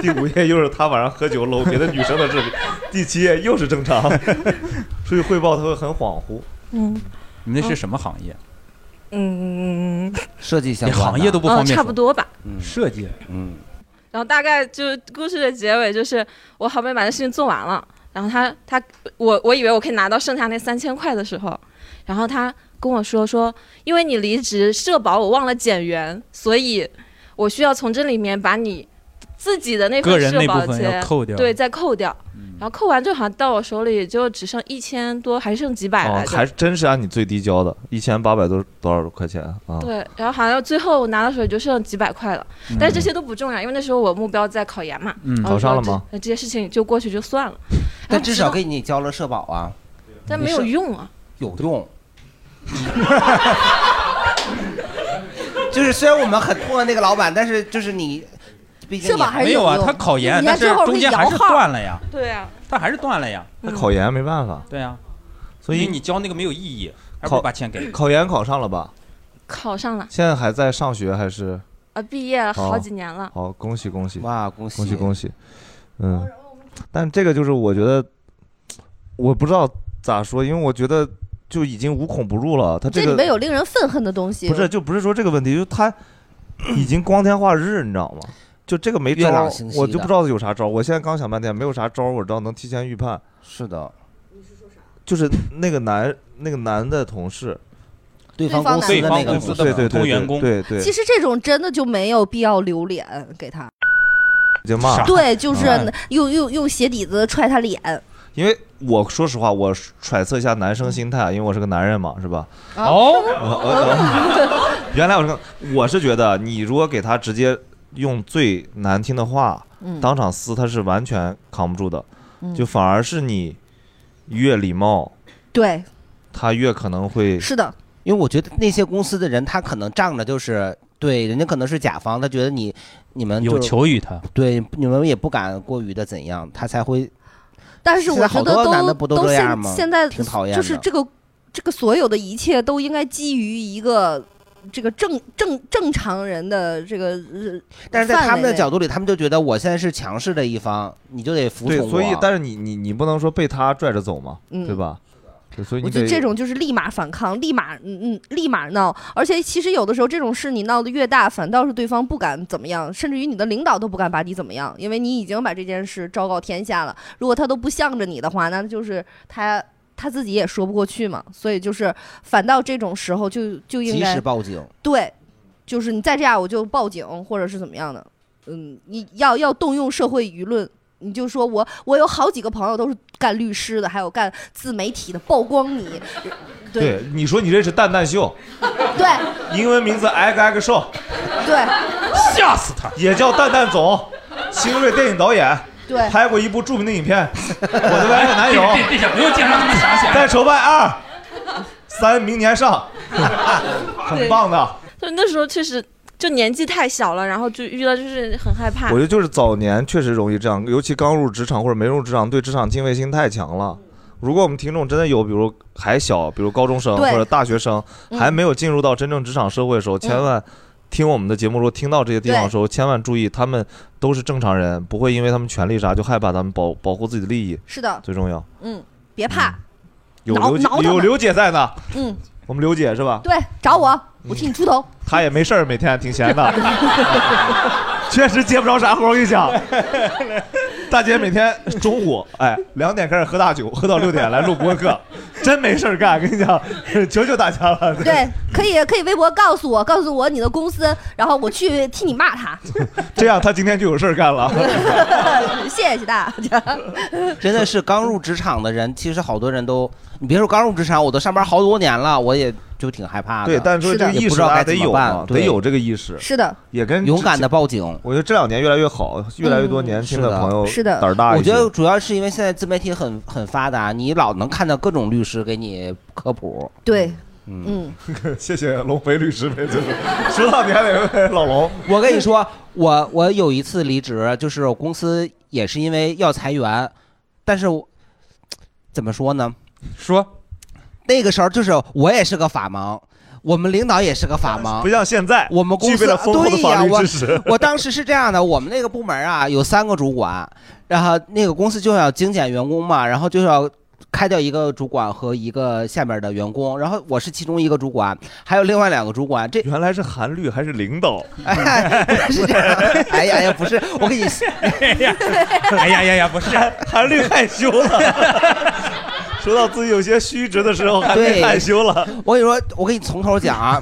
C: 第五页又是他晚上喝酒搂别的女生的视频，第七页又是正常，所以汇报他会很恍惚。
K: 嗯
E: 你们那是什么行业？
K: 嗯，
B: 设计相
E: 连
B: 关的
E: 行业都不方便
K: 嗯
E: 说，
K: 差不多吧。
E: 设计，嗯，
K: 然后大概就是故事的结尾，就是我好不容易把这事情做完了，然后他他我我以为我可以拿到剩下那三千块的时候，然后他跟我说说，因为你离职社保我忘了减员，所以我需要从这里面把你自己的那
E: 个
K: 份
E: 人
K: 社
E: 那
K: 保
E: 部分要
K: 钱
E: 扣掉嗯
K: 对，再扣掉，然后扣完之后好像到我手里就只剩一千多，还剩几百
C: 哦
K: 来，着。
C: 还真是按你最低交的，一千八百多多少块钱啊？
K: 对，然后好像最后我拿到手里就剩几百块了，但是这
C: 嗯
K: 些都不重要，因为那时候我目标在考研嘛。
C: 嗯
K: 然后
C: 考上了
K: 说
C: 吗
K: 这？那这些事情就过去就算了，
B: 但至少
K: 以，
B: 给你交了社保啊，
K: 但没有
B: 你是
K: 用啊。
B: 有用。就是虽然我们很痛恨啊那个老板，但是就是你，毕竟
D: 社保
B: 你
D: 还是
E: 没有啊，
D: 用
E: 他考研，
D: 人家
E: 但是
D: 最后
E: 中
D: 会
E: 间
D: 摇
E: 还是
D: 号
E: 断了呀，
K: 对啊，
E: 他还是断了呀。
C: 那考研没办法，
E: 对呀，
C: 所
E: 因
C: 以
E: 为你交那个没有意义，还不
C: 考
E: 如把钱
K: 嗯
E: 给。
C: 考研考上了吧？
K: 考上了
C: 现在还在上学还是？
K: 啊，毕业了好
C: 哦
K: 几年了。
C: 好，恭喜恭喜！
B: 哇，恭喜
C: 恭喜恭喜！嗯，但这个就是我觉得，我不知道咋说，因为我觉得就已经无孔不入了。他
D: 这里
C: 个
D: 面有令人愤恨的东西。
C: 不是就不是说这个问题，就他已经光天化日，你知道吗？就这个没
B: 月
C: 招
B: 朗
C: 儿
B: 星，
C: 我
B: 稀
C: 就
B: 的
C: 不知道有啥招儿。我现在刚想半天，没有啥招儿，我知道能提前预判。
B: 是的，
C: 就是 那个男那个男的同事，
B: 对
D: 方公司的
C: 对
B: 那
C: 方
B: 个
C: 公司
B: 同事
C: 的普通员工，对对，
D: 其实这种真的就没有必要留脸给他，
C: 就骂。
B: 啊
D: 对，就是
C: 嗯
D: 用用用鞋底子踹他脸。
C: 因为我说实话，我揣测一下男生心态，因为我是个男人嘛，是吧？
E: 哦，
D: 啊
C: 我
B: 呃
C: 我 我原来我是个，我是觉得你如果给他直接用最难听的话，
D: 嗯
C: 当场撕，他是完全扛不住的，
D: 嗯
C: 就反而是你越礼貌，
D: 对，
C: 他越可能会
D: 是的，
B: 因为我觉得那些公司的人，他可能仗着就是对人家可能是甲方，他觉得你你们
E: 有
B: 就
E: 求于他，
B: 对你们也不敢过于的怎样，他才会
D: 但是
B: 现
D: 我
B: 在
D: 觉
B: 好
D: 得
B: 多男
D: 都
B: 的不都这样
D: 现
B: 吗
D: 现在
B: 挺讨厌
D: 就是
B: 的
D: 这个这个所有的一切都应该基于一个这个正正正常人的这个，呃
B: 但是在他们的角
D: 度，
B: 度里，他们就觉得我现在是强势的一方，你就得服从
C: 对，
B: 我。
C: 所以但是你你你不能说被他拽着走嘛，
D: 嗯
C: 对吧？对所以
D: 我
C: 你
D: 觉得
C: 得
D: 这种就是立马反抗，立马嗯嗯立马闹，而且其实有的时候这种事你闹得越大，反倒是对方不敢怎么样，甚至于你的领导都不敢把你怎么样，因为你已经把这件事昭告天下了。如果他都不向着你的话，那就是他。他自己也说不过去嘛，所以就是反倒这种时候就就应
B: 及
D: 该
B: 时报警，
D: 对，就是你再这样我就报警或者是怎么样的，嗯，你要要动用社会舆论，你就说我我有好几个朋友都是干律师的，还有干自媒体的，曝光你，对
C: 对你说你认识蛋蛋秀，
D: 对
C: 英文名字 egg egg show，
D: 对，
C: 吓死他！也叫蛋蛋总，新锐电影导演，
D: 对
C: 拍过一部著名的影片《我的外国男友》，
H: 哎这这这不用介绍那么详细啊
C: 在筹办二三，明年上，很棒的。
K: 就那时候确实就年纪太小了，然后就遇到就是很害怕。
C: 我觉得就是早年确实容易这样，尤其刚入职场或者没入职场，对职场敬畏心太强了。如果我们听众真的有，比如还小，比如高中生或
H: 对
C: 者大学生，
H: 嗯
C: 还没有进入到真正职场社会的时候，千万听我们的节目的时候，听到这些地方的时候，千万注意，他们都是正常人，不会因为他们权利啥就害怕他们保保护自己的利益，
D: 是的
C: 最重要。
D: 嗯，别怕，
C: 有
D: 挠
C: 刘姐
D: 挠他们
C: 有刘姐在呢，
D: 嗯，
C: 我们刘姐是吧？
D: 对，找我，我替你出头。
C: 她也没事儿，每天还挺闲 的，确实接不着啥活儿。我跟你 讲，大姐每天中午哎两点开始喝大酒，喝到六点来录播客，真没事儿干。跟你讲， 求求大家了。
D: 对，可以可以微博告诉我，告诉我你的公司，然后我去替你骂他。
C: 这样她今天就有事儿干了。
D: 谢谢大家。
B: 真的是刚入职场的人，其实好多人都，你别说刚入职场，我都上班好多年了，我也就挺害怕的。
C: 对，但是说这个
B: 也
C: 意
B: 不
C: 识
B: 知道
C: 大家
B: 该
C: 得
B: 怎
C: 有
B: 么
C: 嘛
B: 办，，
C: 得
B: 对
C: 有这个意识。
D: 是的，
C: 也跟
B: 勇敢
C: 之
B: 的报警。
C: 我觉得这两年越来越好，越来越多年嗯轻的朋友胆儿大一
B: 嗯我
C: 些。
B: 觉得主要是因为现在自媒体很很发达，你老能看到各种律师给你科普。
D: 对，
B: 嗯，
C: 谢谢龙飞律师陪 说到你还得问老龙。
B: 我跟你说，我我有一次离职，就是我公司也是因为要裁员，但是我怎么说呢？
E: 说
B: 那个时候就是我也是个法盲。我们领导也是个法盲，
C: 不像现在
B: 我们公司
C: 具备了丰厚的法律
B: 对呀
C: 知识
B: 我。我当时是这样的，我们那个部门啊有三个主管，然后那个公司就要精简员工嘛，然后就要开掉一个主管和一个下面的员工，然后我是其中一个主管，还有另外两个主管。这
C: 原来是韩律还是领导？
B: 哎， 是这样。哎呀哎呀，不是，我给你，
E: 哎呀呀呀，不是，
C: 韩律害 羞了。说到自己有些虚职的时候，还
B: 对，
C: 是害羞了。
B: 我跟你说，我跟你从头讲 啊，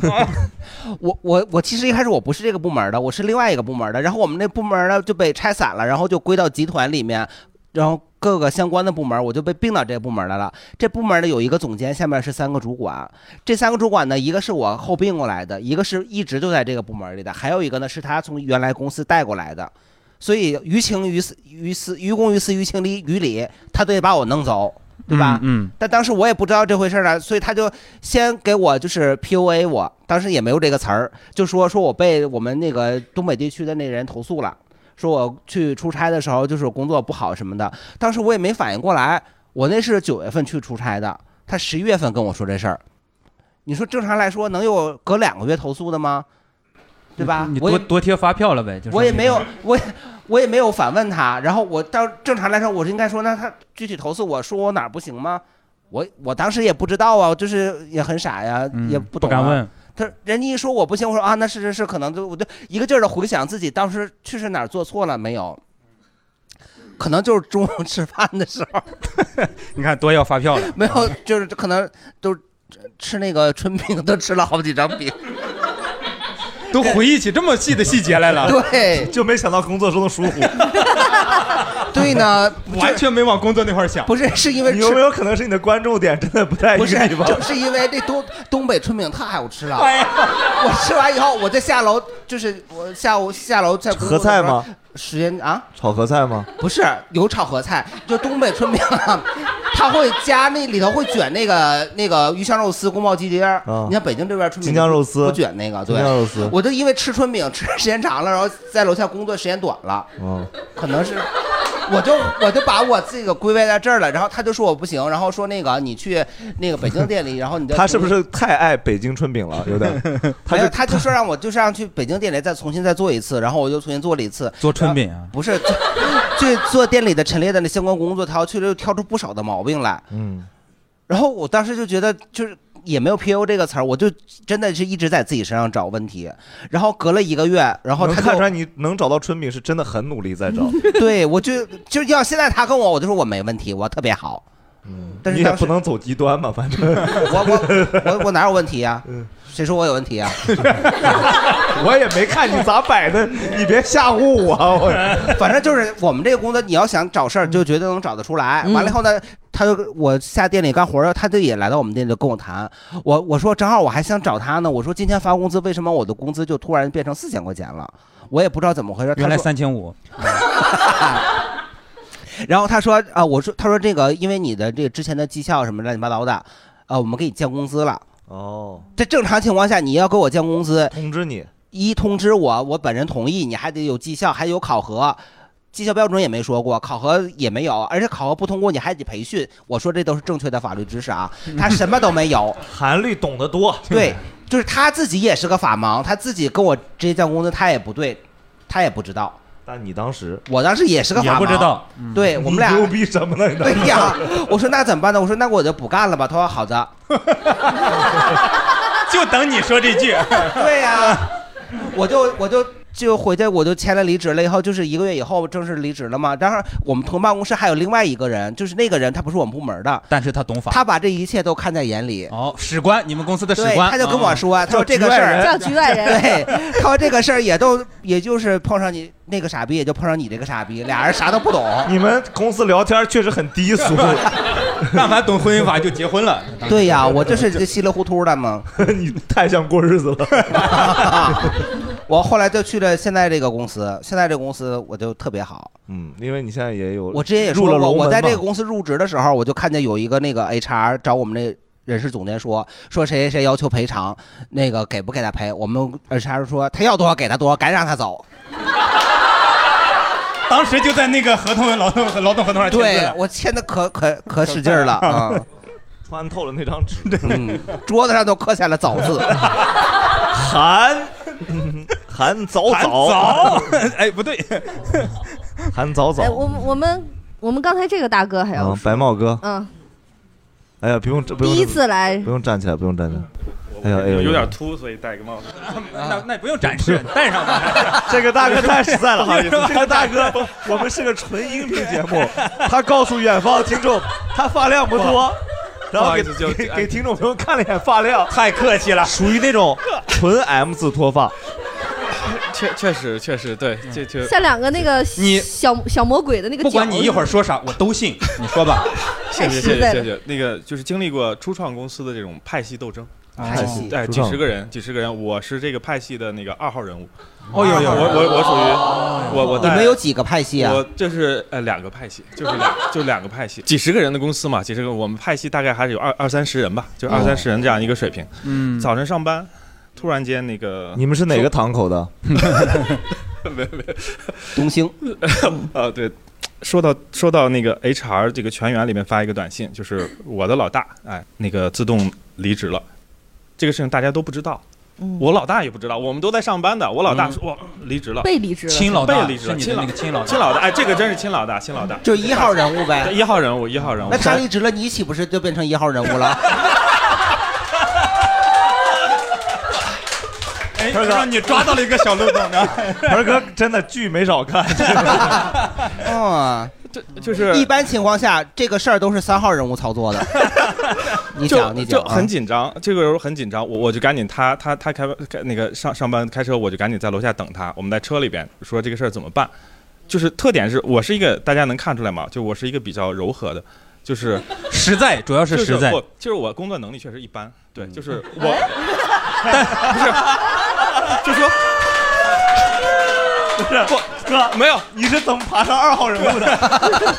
B: 我我我其实一开始我不是这个部门的，我是另外一个部门的。然后我们那部门呢就被拆散了，然后就归到集团里面，然后各个相关的部门我就被并到这个部门来了。这部门呢有一个总监，下面是三个主管。这三个主管呢，一个是我后并过来的，一个是一直就在这个部门里的，还有一个呢是他从原来公司带过来的。所以于情于私于私于公于私于情于理，他都得把我弄走，对吧？
H: 嗯嗯
B: 但当时我也不知道这回事儿啊，所以他就先给我就是 PUA 我，当时也没有这个词儿，就说说我被我们那个东北地区的那人投诉了，说我去出差的时候就是工作不好什么的，当时我也没反应过来，我那是九月份去出差的，他十一月份跟我说这事儿，你说正常来说能有隔两个月投诉的吗？对吧？
H: 你
B: 我也
H: 多多贴发票了呗，就是
B: 我也没有，我也我也没有反问他。然后我到正常来说，我是应该说，那他具体投诉我说我哪儿不行吗？我我当时也不知道啊，就是也很傻呀，
H: 嗯
B: 也不懂、啊
H: 不敢问。
B: 他人家一说我不行，我说啊，那是是是，可能就我就一个劲儿的回想自己当时确实哪儿做错了没有， 可能就是中午吃饭的时候
E: 你看多要发票了。
B: 没有，就是可能都吃那个春饼都吃了好几张饼。
E: 都回忆起这么细的细节来了
B: 对，
C: 就没想到工作中的疏忽，
B: 对 呢，
E: 完全没往工作那块儿想。
B: 不是，是因为
C: 你有没有可能是你的关注点真的不在一
B: 不
C: 个
B: 是
C: 地，方？
B: 就是因为这东东北春饼太好吃了。
C: 哎呀
B: 我吃完以后，我再下楼，就是我下午下楼在工作
C: 合
B: 的时
C: 菜
B: 候
C: 吗？
B: 时间啊，
C: 炒合菜 吗？
B: 不是有炒合菜，就东北春饼啊，它会加那里头会卷那个那个鱼香肉丝、宫保鸡丁儿。
C: 啊
B: 你看北京这边春饼
C: 京酱肉丝
B: 不卷那个，对，
C: 京酱肉丝
B: 我就因为吃春饼吃的时间长了，然后在楼下工作时间短了，
C: 嗯，
B: 可能是，我就我就把我自己给归位在这儿了，然后他就说我不行，然后说那个你去那个北京 店里，然后你再
C: 他是不是太爱北京春饼了？有点，
B: 没有，他就说让我就是让去北京店里再重新再做一次，然后我又重新做了一次。
E: 做春饼啊？
B: 不是，做 去做店里的陈列的那相关工作，他要去就挑出不少的毛病来。
C: 嗯，
B: 然后我当时就觉得就是。也没有 PU 这个词儿，我就真的是一直在自己身上找问题，然后隔了一个月，然后
C: 能
B: 他
C: 看
B: 就
C: 出来你能找到春饼是真的很努力在找。
B: 对我就就要现在他跟我，我就说我没问题，我特别好，
I: 嗯
B: 但
C: 嗯
B: 是
C: 你也
B: 当时
C: 不能走极端嘛，反正嗯
B: 我我我我哪有问题 呀、谁说我有问题呀、啊
C: 我也没看你咋摆的，你别吓唬我。嗯我
B: 反正就是我们这个工作，你要想找事儿，就绝对能找得出来。
H: 嗯
B: 完了以后呢，他就我下店里干活儿他就也来到我们店里就跟我谈。我我说正好我还想找他呢，我说今天发工资，为什么我的工资就突然变成四千块钱了？我也不知道怎么回事。
H: 原来
B: 三
H: 千五。
B: 然后他说啊，我说他说这个，因为你的这个之前的绩效什么乱七八糟的，啊，我们给你降工资了。
C: 哦，
B: 在正常情况下，你要给我降工资，
C: 通知你
B: 一通知我，我本人同意，你还得有绩效，还有考核。绩效标准也没说过，考核也没有，而且考核不通过你还得培训。我说这都是正确的法律知识啊，他什么都没有，
C: 韩律懂得多。
B: 对，就是他自己也是个法盲，他自己跟我直接降工资，他也不对，他也不知道。
C: 但你当时，
B: 我当时也是个法盲，
C: 也不知道
B: 对
C: 嗯
B: 我们俩
C: 你牛逼什么呢你当时
B: 对呀， 我说那怎么办呢？我说那我就不干了吧。他说 好的。
E: 就等你说这句。
B: 对呀、 我就我就就回去，我就签了离职了。以后就是一个月以后正式离职了嘛。当然，我们同办公室还有另外一个人，就是那个人他不是我们部门的，
H: 但是他懂法，
B: 他把这一切都看在眼里。
H: 哦，史官，你们公司的史
B: 对，
H: 官，
B: 他就跟我说，
H: 啊
B: 他说这个事儿
D: 叫局外人
B: 对，他说这个事儿也都也就是碰上你那个傻逼，也就碰上你这个傻逼，俩人啥都不懂。
C: 你们公司聊天确实很低 俗。
E: 但凡懂婚姻法就结婚了。
B: 对呀、我就是这稀里糊涂的嘛。
C: 你太像过日子
B: 了。 我后来就去了现在这个公司，现在这个公司我就特别好。
C: 嗯，因为你现在也有，
B: 我之前也说
C: 入了
B: 过，
C: 龙门
B: 我在这个
C: 嘛
B: 公司入职的时候，我就看见有一个那个 HR 找我们那人事总监说，说谁谁谁要求赔偿，那个给不给他赔？我们 HR 说他要多少给他多少，赶紧让 他走。
E: 当时就在那个合同劳动劳动合同上签字
B: 对
E: 了。
B: 我签的可可可使劲儿了啊！嗯
C: 穿透了那张纸，
B: 嗯， 桌子上都刻下了“早”字。
C: 韩 韩早
E: 韩
C: 早
E: 早， 哎，不对，
C: 韩早
D: 哎，
C: 早，
D: 我们我们我们刚才这个大哥还要
C: 嗯，白帽哥，
D: 嗯，
C: 哎呀，不用，不用，
D: 第一次来
C: 不用站起来，不用站起来，
E: 嗯
C: 哎呀，哎呦，
L: 有点秃，所以戴个帽子。
E: 那那不用展示，戴上吧。
C: 这个大哥太实在 了，
E: 不
C: 好意思
E: 用，
C: 这个大哥，我们是个纯音频节 目，他告诉远方听众，他发量不
E: 不
C: 多
E: 好，
C: 然后给
E: 不好意思就哎
C: 给给听众朋友看了一眼发量，
E: 太客气了，
C: 属于那种纯 M 字 脱发，
L: 确确实确实对，这就
D: 嗯像两个那个
L: 你
D: 小小魔鬼的那个，
L: 不管你一会儿
E: 说啥，我都信。你说吧，
L: 谢谢
D: 太
L: 谢
D: 实在
L: 谢
D: 了
L: 谢谢。那个就是经历过初创公司的这种派系斗争，
D: 派系
L: 哎，
E: 初
L: 几
E: 创
L: 十个人，几十个人，我是这个派系的那个二号人物。哦
E: 哦呦呦
L: 我我我属于我我
B: 你
L: 带
B: 们有几个派系啊
L: 我这是呃两个派系，就是两就两个派系，几十个人的公司嘛，几十个我们派系大概还是有二二三十人吧，就二三十人这样一个水平。
C: 嗯
L: 早晨上班，突然间那个
C: 你们是哪个堂口的？
L: 没没，
B: 东 兴。
L: 呃，对，说到说到那个 HR 这个全员里面发一个短信，就是我的老大，哎，那个自动离职了，这个事情大家都不知道。
D: 嗯
L: 我老大也不知道，我们都在上班的。我老
B: 嗯
L: 大说，我离职了，
D: 被离职了
L: 被
D: 亲老大
L: 离职
D: 是
L: 了，
D: 你的那
L: 亲老
D: 个亲老大
L: 亲老大，哎，这个真是亲老大，亲老大，
B: 就一号人物呗
L: 对一号人物，一号人物。
B: 那他离职了，你岂不是就变成一号人物了？
E: 哎，让你抓 到了一个小漏 洞呢。
C: 盆哥真的剧没少看，
B: 嗯，
L: 这就是
B: 一般情况下，这个事儿都是三号人物操 作的。你
L: 就
B: 讲，你讲
L: 就
B: 啊，
L: 很紧张，这个时候很紧张，我我就赶紧他他他开开那个上上班开车，我就赶紧在楼下等他，我们在车里边说这个事儿怎么办，就是特点是我是一个大家能看出来吗？就我是一个比较柔和的， 就是
H: 实在，主要是
L: 就是
H: 实在
L: 我就是我工作能力确实一般，对，
B: 嗯
L: 就是
E: 哎
L: 我，但不是，就说。不是不哥，没有，
C: 你是怎么爬上二号人物的？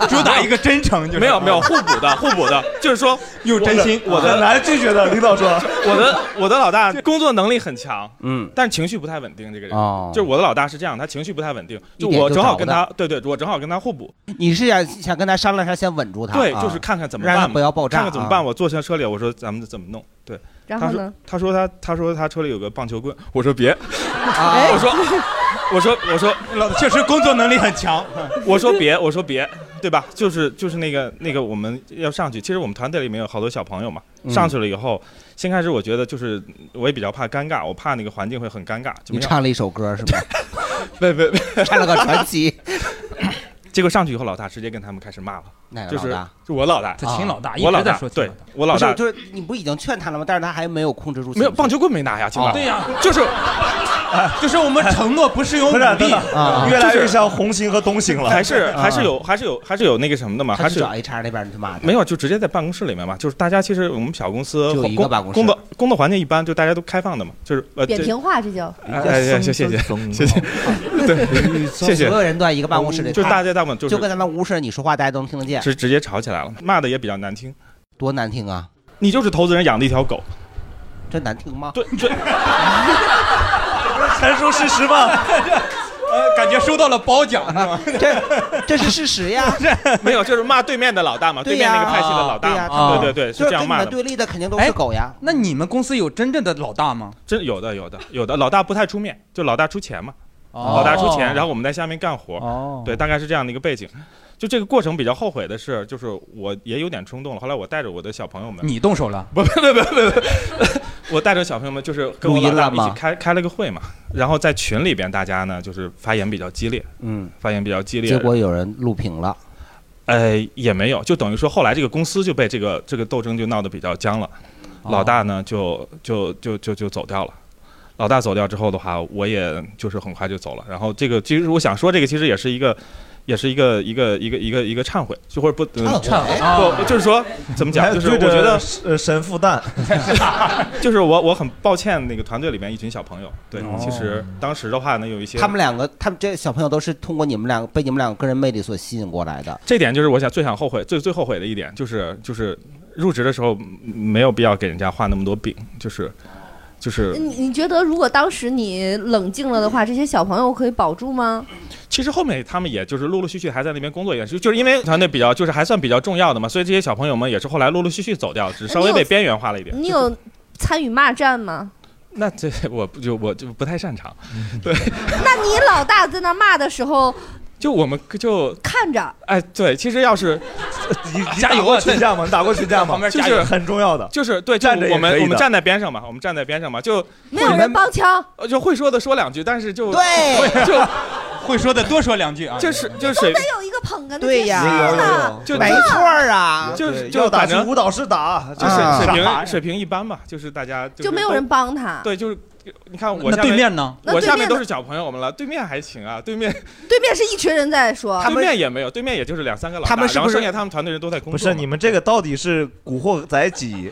E: 主打一个真诚，就是
L: 没有没有互补的互补的， 就是说
E: 有真心
L: 我的
E: 很难拒绝的领导说
L: 我的我的老大工作能力很强，
B: 嗯，
L: 但情绪不太稳定。这个人，
B: 哦
L: 就是我的老大是这样，他情绪不太稳定，
B: 一
L: 就
B: 点
L: 我
B: 就
L: 正好
B: 着
L: 跟
B: 的
L: 他，对对，我正好跟他互补。
B: 你是想想跟他商量一下，先稳住他啊，
L: 对，就是看看怎么
B: 让他
L: 办嘛，
B: 不要爆炸，啊
L: 看看怎么办。？我坐下车里，我说咱们怎么弄？对，
D: 然
L: 他
D: 后
L: 说
D: 呢？
L: 他说他他说他车里有个棒球棍，我 说别，
B: 啊
E: 哎
L: 我说我说我说
E: 老子确实工作能力很强。
L: 我说别，我说别，对吧？就是就是那个那个，我们要上去。其实我们团队里面有好多小朋友嘛，
B: 嗯
L: 上去了以后，先开始我觉得就是我也比较怕尴尬，我怕那个环境会很尴尬。就
B: 你
L: 没有
B: 唱了一首歌是吧？
L: 别别别，
B: 唱了个传奇。
L: 结果上去以后，老大直接跟他们开始骂了，
B: 哪个
L: 就
B: 老
L: 是
B: 大
L: 就我老大，
B: 他亲老大
L: 啊我
B: 一
L: 老
B: 直在
L: 大
B: 说，亲
L: 对
B: 老大
L: 我老
B: 不
L: 大
B: 是就是你不已经劝他了吗？但是他还没有控制住情绪，
L: 没有棒球棍没拿呀，亲老
B: 哦
L: 大
B: 对呀
L: 就是
E: 就是我们承诺不是用努力
B: 啊
C: 越来越像
L: 红星和东星
C: 了
L: 还是
C: 啊
L: 还是有还是有还是有那个什么的嘛，
C: 他去
L: 还是
C: 找
L: HR 那边去骂没有，就直接在办公室里面嘛，就是大家其实我们小公司
C: 就一个办公室
L: 工作工作环境一般，就大家都开放的嘛，就是呃
D: 扁
L: 这
D: 平化，这就
L: 哎哎，谢谢谢谢谢谢， 对，谢谢，
B: 哦所有人都在一个办公室里，
L: 就是大家大部分
B: 就是跟咱们屋似的，你说话大家都能听得见，
L: 直直接吵起来了，骂的也比较难听，
B: 多难听啊！
L: 你就是投资人养的一条狗，
B: 这难听吗？
L: 对 对，
E: 陈述事实 吧。呃，感觉收到了褒奖，是吗？
B: 这这 是事实呀。
L: 没有，就是骂对面的老大嘛，
B: 对
L: 面
B: 呀
L: 那个派系的老
B: 对
L: 大
B: 呀
L: 嘛，对
B: 对
L: 对对，
B: 就是
L: 这样
B: 跟你
L: 骂
B: 们
L: 的。哎
B: 对立的肯定都
H: 哎
B: 是狗呀。
L: 那你们公司有真正的老大吗？真有的，有的，有的。老大不太出面，就老大出钱嘛，
C: 哦
L: 老大出钱，然后我们在下面干活。对，大概是这样的一个背景。就这个过程比较后悔的是，就是我也有点冲动了。后来我带着我的小朋友们，
H: 你动手了？
L: 不不不不不，我带着小朋友们就是跟我
H: 录
L: 老
H: 音
L: 大一
H: 了
L: 起
H: 吗
L: 开开了个会嘛，然后在群里边大家呢就是发言比较激烈，
B: 嗯，
L: 发言比较激烈，
B: 结果有人录屏了，
L: 呃，也没有，就等于说后来这个公司就被这个这个斗争就闹得比较僵了，
B: 哦
L: 老大呢就就就就就走掉了。老大走掉之后的话，我也就是很快就走了。然后这个其实我想说，这个其实也是一个，也是一个一个一个一个一个忏悔，就或者不呃
C: 哦忏悔
L: 不就是说怎 么讲，就是我觉得
C: 呃神父蛋，
L: 就是我我很抱歉那个团队里面一群小朋友，对，其实当时的话呢有一些
B: 他们两个，他们这小朋友都是通过你们两个被你们两个个人魅力所吸引过来的。
L: 这点就是我想最想后悔、最最后悔的一点，就是就是入职的时候嗯没有必要给人家画那么多饼，就是就是
D: 你你觉得如果当时你冷静了的话，这些小朋友可以保住吗？
L: 其实后面他们也就是陆陆续续还在那边工作，也是就是因为团队比较就是还算比较重要的嘛，所以这些小朋友们也是后来陆陆续续走掉，只稍微被边缘化了一点。
D: 你有参与骂战吗？
L: 那这 我不就我就不太擅长，
D: 那你老大在那骂的时候
L: 就我们就
D: 看着，
L: 哎对，其实要是你
C: 加油啊！群架吗？你打过群架吗？
L: 就是
C: 很重要的，
L: 就是对，就
C: 站着也
L: 我
C: 可以
L: 们
C: 的
L: 我们站在边上嘛，我们站在边上嘛，就
D: 没有人帮腔，
L: 呃就会说的说两句，但是就
E: 对
L: 会就
E: 会说的多说两句啊。
L: 就是就是
D: 得有一个捧哏的
B: 对呀
D: 角色
B: 有有
D: 呢
B: 有
L: 就
B: 没错儿啊
L: 就是
C: 要
L: 就
C: 打
L: 反
C: 去
L: 正
C: 舞蹈室打，
L: 就
C: 就是
L: 水
C: 傻
L: 平水平一般吧，就是大家
D: 就没有人帮他。
L: 对，就是你看我
H: 那
L: 下
H: 对面呢
D: 那
L: 我
D: 对
L: 下
D: 面
L: 面
D: 呢
L: 都是小朋友们了，对面还行啊，对面
D: 对面是一群人在说，
L: 对面也没有，对面也就是两三个老大，
C: 他们是
L: 然
C: 不
L: 后
C: 是
L: 剩下他们团队人都在工
C: 不
L: 作。
C: 是你们这个到底是《古惑仔几》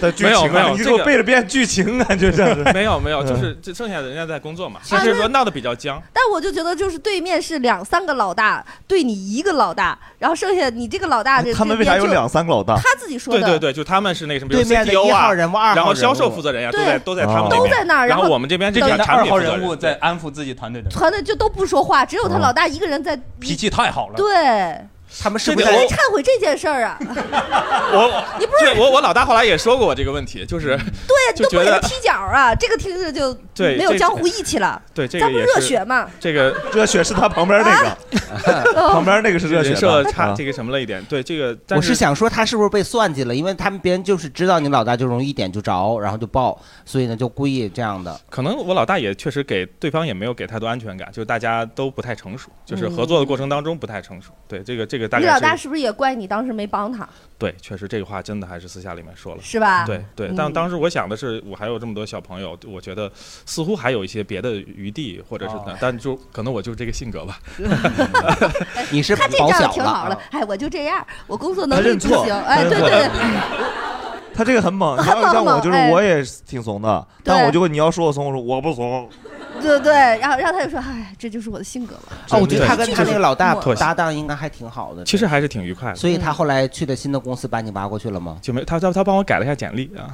C: 的剧
L: 没
C: 情
L: 有
C: 啊？
L: 没有
C: 你
L: 这
C: 给我
L: 个
C: 背了遍剧情，感觉这是
L: 没有没有，就
C: 嗯
L: 是这剩下的人家在工作嘛，
D: 啊
L: 只是说
D: 那
L: 闹得比较僵。
D: 但我就觉得，就是对面是两三个老大对你一个老大，然后剩下你这个老大这
L: 他们为啥有两三
C: 个老大
D: 呃他自己说
L: 对
D: 的，
L: 对对，就他们是那个什么，比如
B: 对面的
L: CTO
B: 一号
L: 啊，
B: 人物二号
L: 然后
B: 人
L: 销售
B: 物
L: 负责人啊呀，都
D: 对
L: 在都在他
C: 哦
L: 们
D: 都
L: 边
D: 在那儿
L: 然
D: 然
L: 后
D: 后
L: 我们这边
D: 这
L: 是
D: 边
L: 产
D: 的
L: 产
H: 二
L: 品
H: 号
L: 负责
H: 人物
L: 人，
H: 在安抚自己团队的人，
D: 团队就都不说话，只有
L: 哦
D: 他老大一个人在。
H: 脾气太好了。
D: 对，
B: 他们
L: 是
D: 你
L: 不
D: 应
L: 是
D: 该忏悔这件事儿啊！
L: 我 你不是我我老大后来也说过我这个问题，就是
D: 对呀，你
L: 就
D: 都不给
L: 觉得
D: 他踢脚啊，这个听着就
L: 对
D: 没有
L: 这
D: 江湖义气了。
L: 对这
D: 咱
L: 个
D: 不
L: 也
D: 热
L: 是
D: 血嘛，
L: 这个
C: 热血是他旁边那个，
D: 哦
C: 旁边那个是热血
L: 人
C: 的
L: 设
C: 啊
L: 差这个什么了一点，对这个，但
B: 我是想说，他是不是被算计了？因为他们别人就是知道你老大就容易一点就着，然后就爆，所以呢就故意这样的。
L: 可能我老大也确实给对方也没有给太多安全感，就是大家都不太成熟，就是合作的过程当中不太成熟。对，这个这个 大
D: 嗯你
L: 概
D: 老大是不是也怪你当时没帮他？
L: 对，确实这个话真的还是私下里面说了，
D: 是吧
L: 对对
D: 嗯，
L: 但当时我想的是，我还有这么多小朋友，我觉得似乎还有一些别的余地，或者是
B: 哦
L: 但就可能我就是这个性格吧。
B: 你是
D: 他这
B: 保
D: 招
B: 小
D: 挺好
B: 了啊
D: 了，哎，我就这样，我工作
C: 他
D: 能力
C: 认
D: 不
C: 错
D: 行，哎，
C: 他
D: 对
C: 认
D: 对
C: 错
D: 对，
C: 他这个很 猛。你
D: 很
C: 要
D: 猛
C: 像我，
D: 猛
C: 就是
D: 哎
C: 我也是挺怂的，但
D: 对
C: 我就会你要说我怂，我说我不怂。
D: 对对，然后然后他就说，哎，这就是我的性格嘛。
B: 哦，我觉得他跟
D: 对
B: 他那个老大
D: 就是
B: 搭档应该还挺好的，
L: 其实还是挺愉快的。
B: 所以他后来去的新的公司把你挖过去了吗？
L: 就没他他他帮我改了一下简历啊，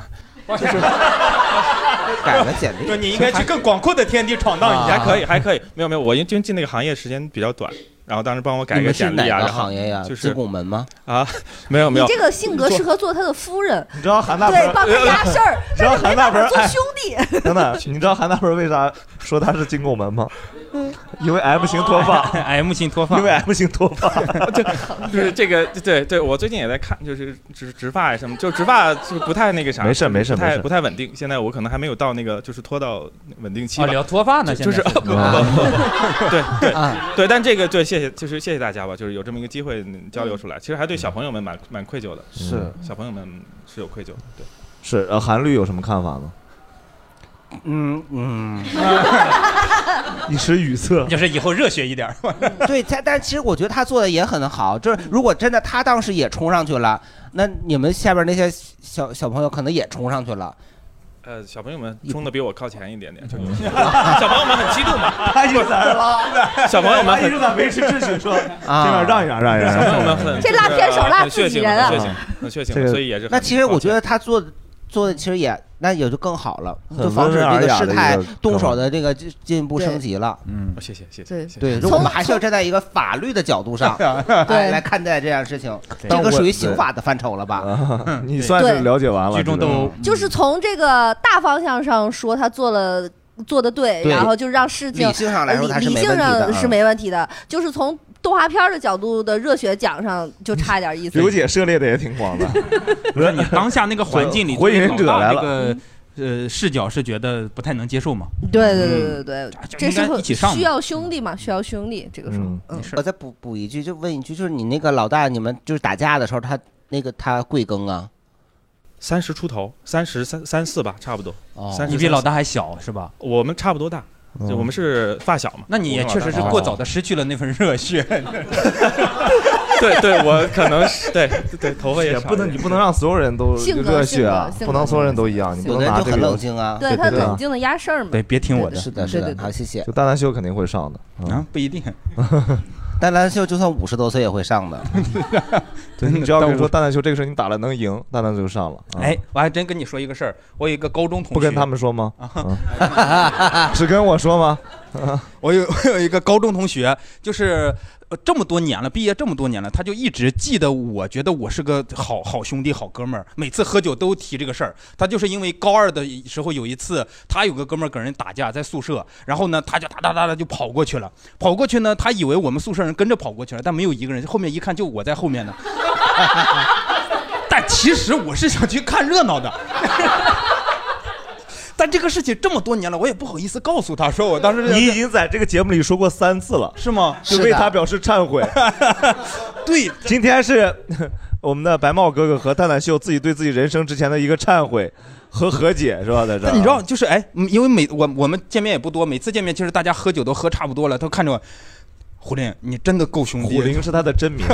B: 改了简历
E: 对，你应该去更广阔的天地闯荡
B: 啊
E: 一下，
L: 还可以还可以，没有没有，我因为进那个行业时间比较短，然后当时帮我改
B: 你
L: 个
B: 们是
L: 简历啊，
B: 哪个
L: 然后
B: 行业呀？
L: 就是
B: 自贡门吗？
L: 啊，没有
D: 你
L: 没有，
D: 这个性格适合做他的夫人，
C: 你知道韩大
D: 对，帮
C: 鹏
D: 他压 事儿，
C: 知道韩大鹏
D: 做
C: 哎
D: 兄弟。
C: 等等，你知道韩大鹏为啥说他是金拱门吗？因为 M 型脱 发
L: 哎
H: ，M 型脱发
C: 因为 M 型脱发，
L: 就是这个，对对，我最近也在看，就是植植发呀什么，就植发就不太那个啥，
C: 没事没事
L: 不太
C: 没事
L: 不太稳定。现在我可能还没有到那个，就是拖到稳定期
H: 哦
L: 吧。
H: 聊脱发呢
L: 就就
H: 现在
L: 不不
H: 啊
L: 不，对 对
B: 啊
L: 对，但这个对，谢谢，就是谢谢大家吧，就是有这么一个机会嗯交流出来，其实还对小朋友们蛮蛮愧疚的，
C: 是
L: 小朋友们是有愧疚的，对。
C: 是呃，韩律有什么看法吗？
B: 嗯 嗯，
C: 一时语塞，
E: 就是以后热血一点儿。
B: 对，他但其实我觉得他做的也很好，就是如果真的他当时也冲上去了，那你们下边那些小小朋友可能也冲上去了。
L: 呃，小朋友们冲的比我靠前一点点，小朋友们很激动嘛，
C: 太有才了
L: 小朋友们
C: 哎一直在维持秩序， 说这边让一让，让一让。
L: 小朋友们很
D: 这辣片手辣
L: 很血
D: 自己
L: 腥，
D: 人啊
L: 很血腥，很血
C: 这
L: 腥，
C: 个
L: 所以也是很
B: 那其实我觉得他做做的其实也那也就更好了，
L: 很
B: 就防止
L: 温
B: 这
L: 文尔
B: 个
L: 雅的
B: 事
L: 一个
B: 态
L: 状态
B: 动手的这个进进一步升级了。
L: 嗯，谢谢谢谢，谢
B: 对，
L: 谢
B: 如果我们还是要站在一个法律的 角度 上哎
L: 对
B: 来来看待这样的事情，
C: 哎对
B: 这
C: 但我
B: 个属于刑法的范畴了吧？
C: 你算是了解完了，
B: 剧中
C: 这个嗯
B: 都
D: 就是从这个大方向上说，他做了。做的对，
B: 对
D: 然后就让事情
B: 理性上来
D: 呃
B: 说
D: 理
B: 他是
D: 理
B: 没
D: 性
B: 问题的
D: 上
B: 嗯
D: 是没问题的，就是从动画片的角度的热血奖上就差点意思。
C: 刘姐涉猎的也挺广的，
H: 不是你当下那个环境里，
C: 火影忍者来了
H: 这个呃视角是觉得不太能接受嘛？嗯
D: 对对对对
M: 嗯
D: 对，这时
H: 应该
D: 候
H: 一起上
D: 需要兄弟嘛，需要兄弟。这个时候，嗯，
B: 我再补补一句，就问一句，就是你那个老大，你们就是打架的时候，他那个他贵庚啊？
L: 三十出头，三十三三四吧，差不多。哦三十
H: 你比老大还小
C: 嗯
H: 是吧？
L: 我们差不多大，就我们是发小嘛。
H: 哦那你也确实是过早
L: 的。
H: 的失去了那份热血。
L: 对对，我可能是对对头发也
C: 也
L: 少
C: 不
L: 一
C: 能，
L: 点
C: 你不能让所有人都
D: 性格
C: 热血啊
D: 性，格
C: 不能所有人都一样，你不能拿这个。
D: 对他
C: 对啊
D: 冷静的压事儿嘛。
C: 对，别听
B: 我的是的是的对对对好谢谢
C: 就蛋蛋秀肯定会上的，
H: 啊，不一定。
B: 但蓝秀就算五十多岁也会上的。
C: 对，你只要跟你说蛋蛋秀这个事儿你打了能赢，蛋蛋就上了。啊
H: 哎，，我还真跟你说一个事儿，我有一个高中同学，
C: 不跟他们说吗？啊 只跟我说吗？啊
H: 我有我有一个高中同学，就是呃这么多年了，毕业这么多年了，他就一直记得我，觉得我是个好好兄弟、好哥们儿，每次喝酒都提这个事儿。他就是因为高二的时候有一次，他有个哥们儿跟人打架在宿舍，然后呢，他就哒哒哒哒就跑过去了，跑过去呢，他以为我们宿舍人跟着跑过去了，但没有一个人，后面一看就我在后面呢。但其实我是想去看热 闹的。但这个事情这么多年了，我也不好意思告诉他说我当时
C: 你已经在这个节目里说过三次了，
H: 是吗？
C: 就为他表示忏 悔。
H: 对，
C: 今天是我们的白帽哥哥和蛋蛋秀自己对自己人生之前的一个忏悔和和解，是吧？在这儿
H: 但你知道，就是哎，嗯因为每我我们见面也不多，每次见面其实大家喝酒都喝差不多了，都看着我，胡林，你真的够兄弟。
C: 虎林是他的 真名，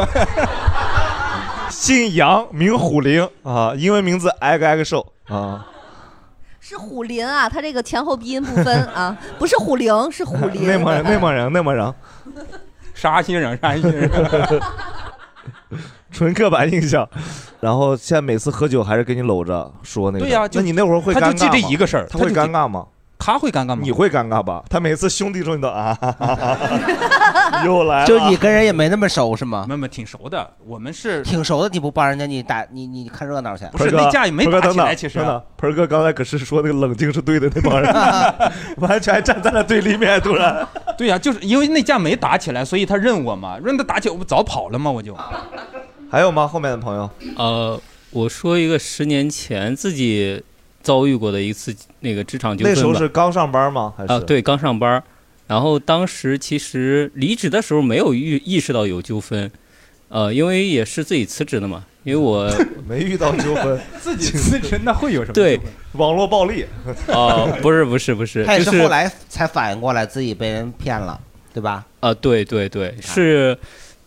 C: 姓杨名虎林啊，英文名字 X X 兽啊。
D: 是虎林啊，他这个前后鼻音不分 啊，不是虎灵，是虎林。哎
C: 内蒙人，内蒙人，内蒙人，
H: 沙县人，沙县人，
C: 纯刻板印象。然后现在每次喝酒还是给你搂着说那个。
H: 对呀就
C: 那你那会儿会尴尬
H: 他
C: 吗
H: 啊就记这一个事儿
C: 他会
H: 他就记
C: 尴尬吗？
H: 他会尴尬吗？
C: 你会尴尬吧？他每次兄弟说你都啊， 哈哈哈哈又来了。
B: 就你跟人也没那么熟是吗？
H: 妹妹挺熟的，我们是
B: 挺熟的，你不帮人家你打你你看热闹去？
C: 盆儿哥盆儿哥等等
B: 啊
C: 等等盆儿哥刚才可是说那个冷静是对的那帮 人，完全站在了对立面，突然。
H: 对呀、就是因为那架没打起来，所以他认我嘛，认他打起来我不早跑了吗？我就。
C: 还有吗？后面的朋友，
J: 呃，我说一个十年前自己遭遇过的一次那个职场纠纷
C: 那
J: 吧。
C: 时候是刚上班吗？还是
J: 啊，对，刚上班儿，然后当时其实离职的时候没有意意识到有纠纷，呃，因为也是自己辞职的嘛，因为我
C: 没遇到纠纷，
H: 自己辞职那会有什么？
J: 对，
C: 网络暴力。
J: 哦、不是不是不是，
B: 他也
J: 就是
B: 后来才反应过来自己被人骗了，对吧？
J: 啊，对对对，是，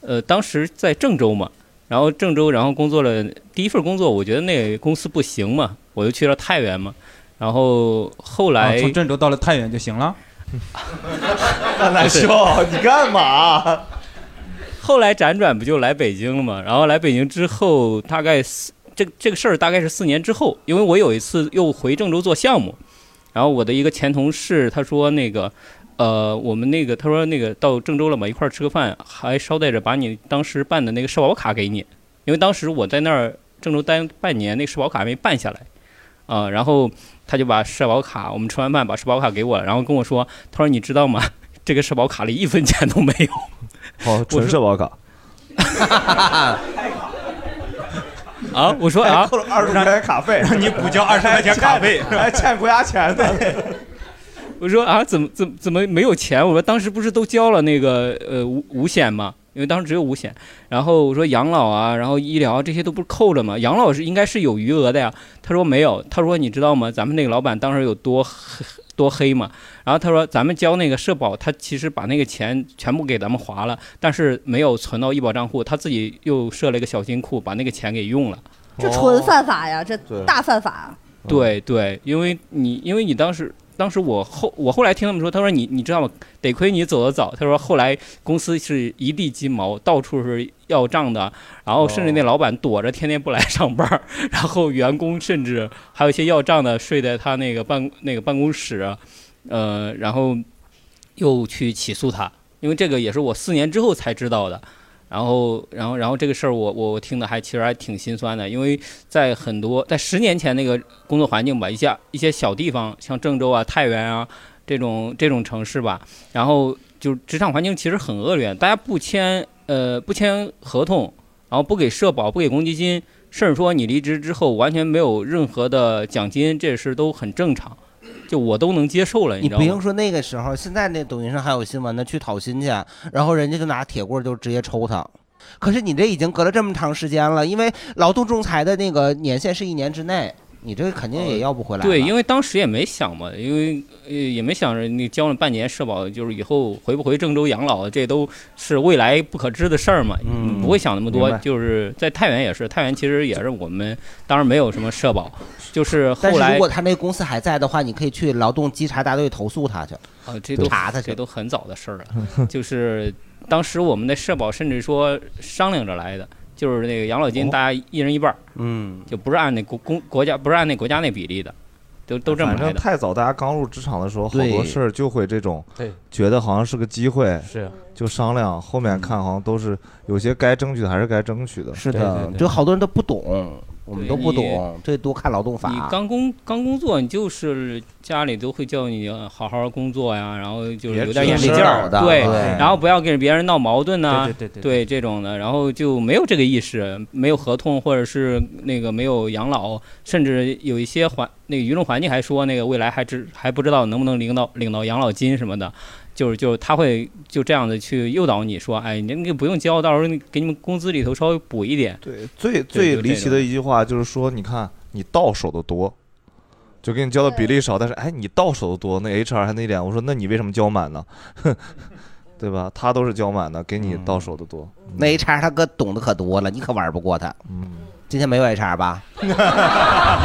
J: 呃，当时在郑州嘛，然后郑州，然后工作了第一份工作，我觉得那个公司不行嘛，我就去了太原嘛，然后后来、
H: 啊从郑州到了太原就行了。
C: 蛋蛋秀，你干嘛？啊
J: 后来辗转不就来北京了嘛？然后来北京之后，大概四这个这个事儿大概是四年之后，因为我有一次又回郑州做项目，然后我的一个前同事他说那个，呃，我们那个他说那个到郑州了嘛，一块儿吃个饭，还捎带着把你当时办的那个社保卡给你，因为当时我在那儿郑州待半年，那个社保卡没办下来。啊、然后他就把社保卡，我们吃完饭把社保卡给我，然后跟我说，他说你知道吗？这个社保卡里一分钱都没有。
C: 哦，纯社保卡。
J: 啊，我说啊，
C: 哎扣了二十块钱卡费，哎
H: 让你补交20块钱 卡费
C: 还欠国家钱呢。
J: 我说啊，怎么怎么怎么没有钱？我说当时不是都交了那个呃五五险吗？因为当时只有五险。然后我说养老啊，然后医疗啊这些都不是扣着吗？养老是应该是有余额的呀。他说没有，他说你知道吗？咱们那个老板当时有多黑多黑嘛？然后他说咱们交那个社保，他其实把那个钱全部给咱们划了，但是没有存到医保账户，他自己又设了一个小金库，把那个钱给用了。
D: 这纯犯法呀，这
J: 对
D: 大犯法。啊
J: 对对，因为你因为你当时当时我后我后来听他们说，他说你你知道吗？得亏你走得早。他说后来公司是一地鸡毛，到处是要账的，然后甚至那老板躲着天天不来上班儿， 然后员工甚至还有一些要账的睡在他那个办那个办公室，呃，然后又去起诉他，因为这个也是我四年之后才知道的。然后，然后，然后这个事儿我我我听的还其实还挺心酸的，因为在很多在十年前那个工作环境吧，一些一些小地方，像郑州啊、太原啊这种这种城市吧，然后就职场环境其实很恶劣，大家不签呃不签合同，然后不给社保、不给公积金，甚至说你离职之后完全没有任何的奖金，这事都很正常，就我都能接受了，你
B: 你
J: 知道
B: 不用
J: 吗？
B: 说那个时候，现在那抖音上还有新闻呢，去讨薪去，然后人家就拿铁棍儿就直接抽他。可是你这已经隔了这么长时间了，因为劳动仲裁的那个年限是一年之内，你这肯定也要不回来了。
J: 呃嗯对，因为当时也没想嘛，因为呃也没想着你交了半年社保，就是以后回不回郑州养老，这都是未来不可知的事儿嘛，
B: 嗯
J: 不会想那么
B: 明
J: 多
B: 白。
J: 就是在太原也是，太原其实也是我们当然没有什么社保，就是
B: 但
J: 后
B: 是
J: 来
B: 如果他那公司还在的话，你可以去劳动稽查大队投诉他去。
J: 啊，这都
B: 查他去
J: 这都很早的事儿 了。就是当时我们的社保甚至说商量着来的，就是那个养老金大家一人一半儿，
B: 哦嗯，
J: 就不是按那国公国家不是按那国家那比例的，都都这么
C: 反
J: 来
C: 正
J: 的。
C: 太早，大家刚入职场的时候，好
J: 对
C: 多事儿就会这种
J: 对，
C: 觉得好像是个机会，
J: 是
C: 就商量。后面看好像都是有些该争取的还是该争取的。
B: 嗯是的，就好多人都不懂，我们
J: 对
B: 都不
J: 你
B: 懂，这多看劳动
J: 你
B: 法。啊
J: 刚工刚工作，你就是家里都会叫你呃好好工作呀，然后就是
B: 别
J: 有点
B: 指
J: 眼力
B: 手
J: 劲儿，
B: 指脑
J: 对
B: 的对，
J: 然后不要跟别人闹矛盾呐，
B: 对对对对
J: 对这种的，然后就没有这个意识，没有合同或者是那个没有养老，甚至有一些环那个舆论环境还说那个未来还知还不知道能不能领到领到养老金什么的。就是就是他会就这样的去诱导你说，哎，你那个不用交，到时候你给你们工资里头稍微补一点。
C: 对，最
J: 对
C: 最
J: 就
C: 离
J: 这
C: 奇
J: 种
C: 的一句话就是说，你看你到手的多，就给你交的比例少，但是哎，你到手的多，那 HR 还那脸，我说那你为什么交满呢？ 对吧？他都是交满的，给你到手的多。
B: 嗯
C: 嗯
B: 那 HR 他哥懂得可多了，你可玩不过他。今天没有 HR 吧？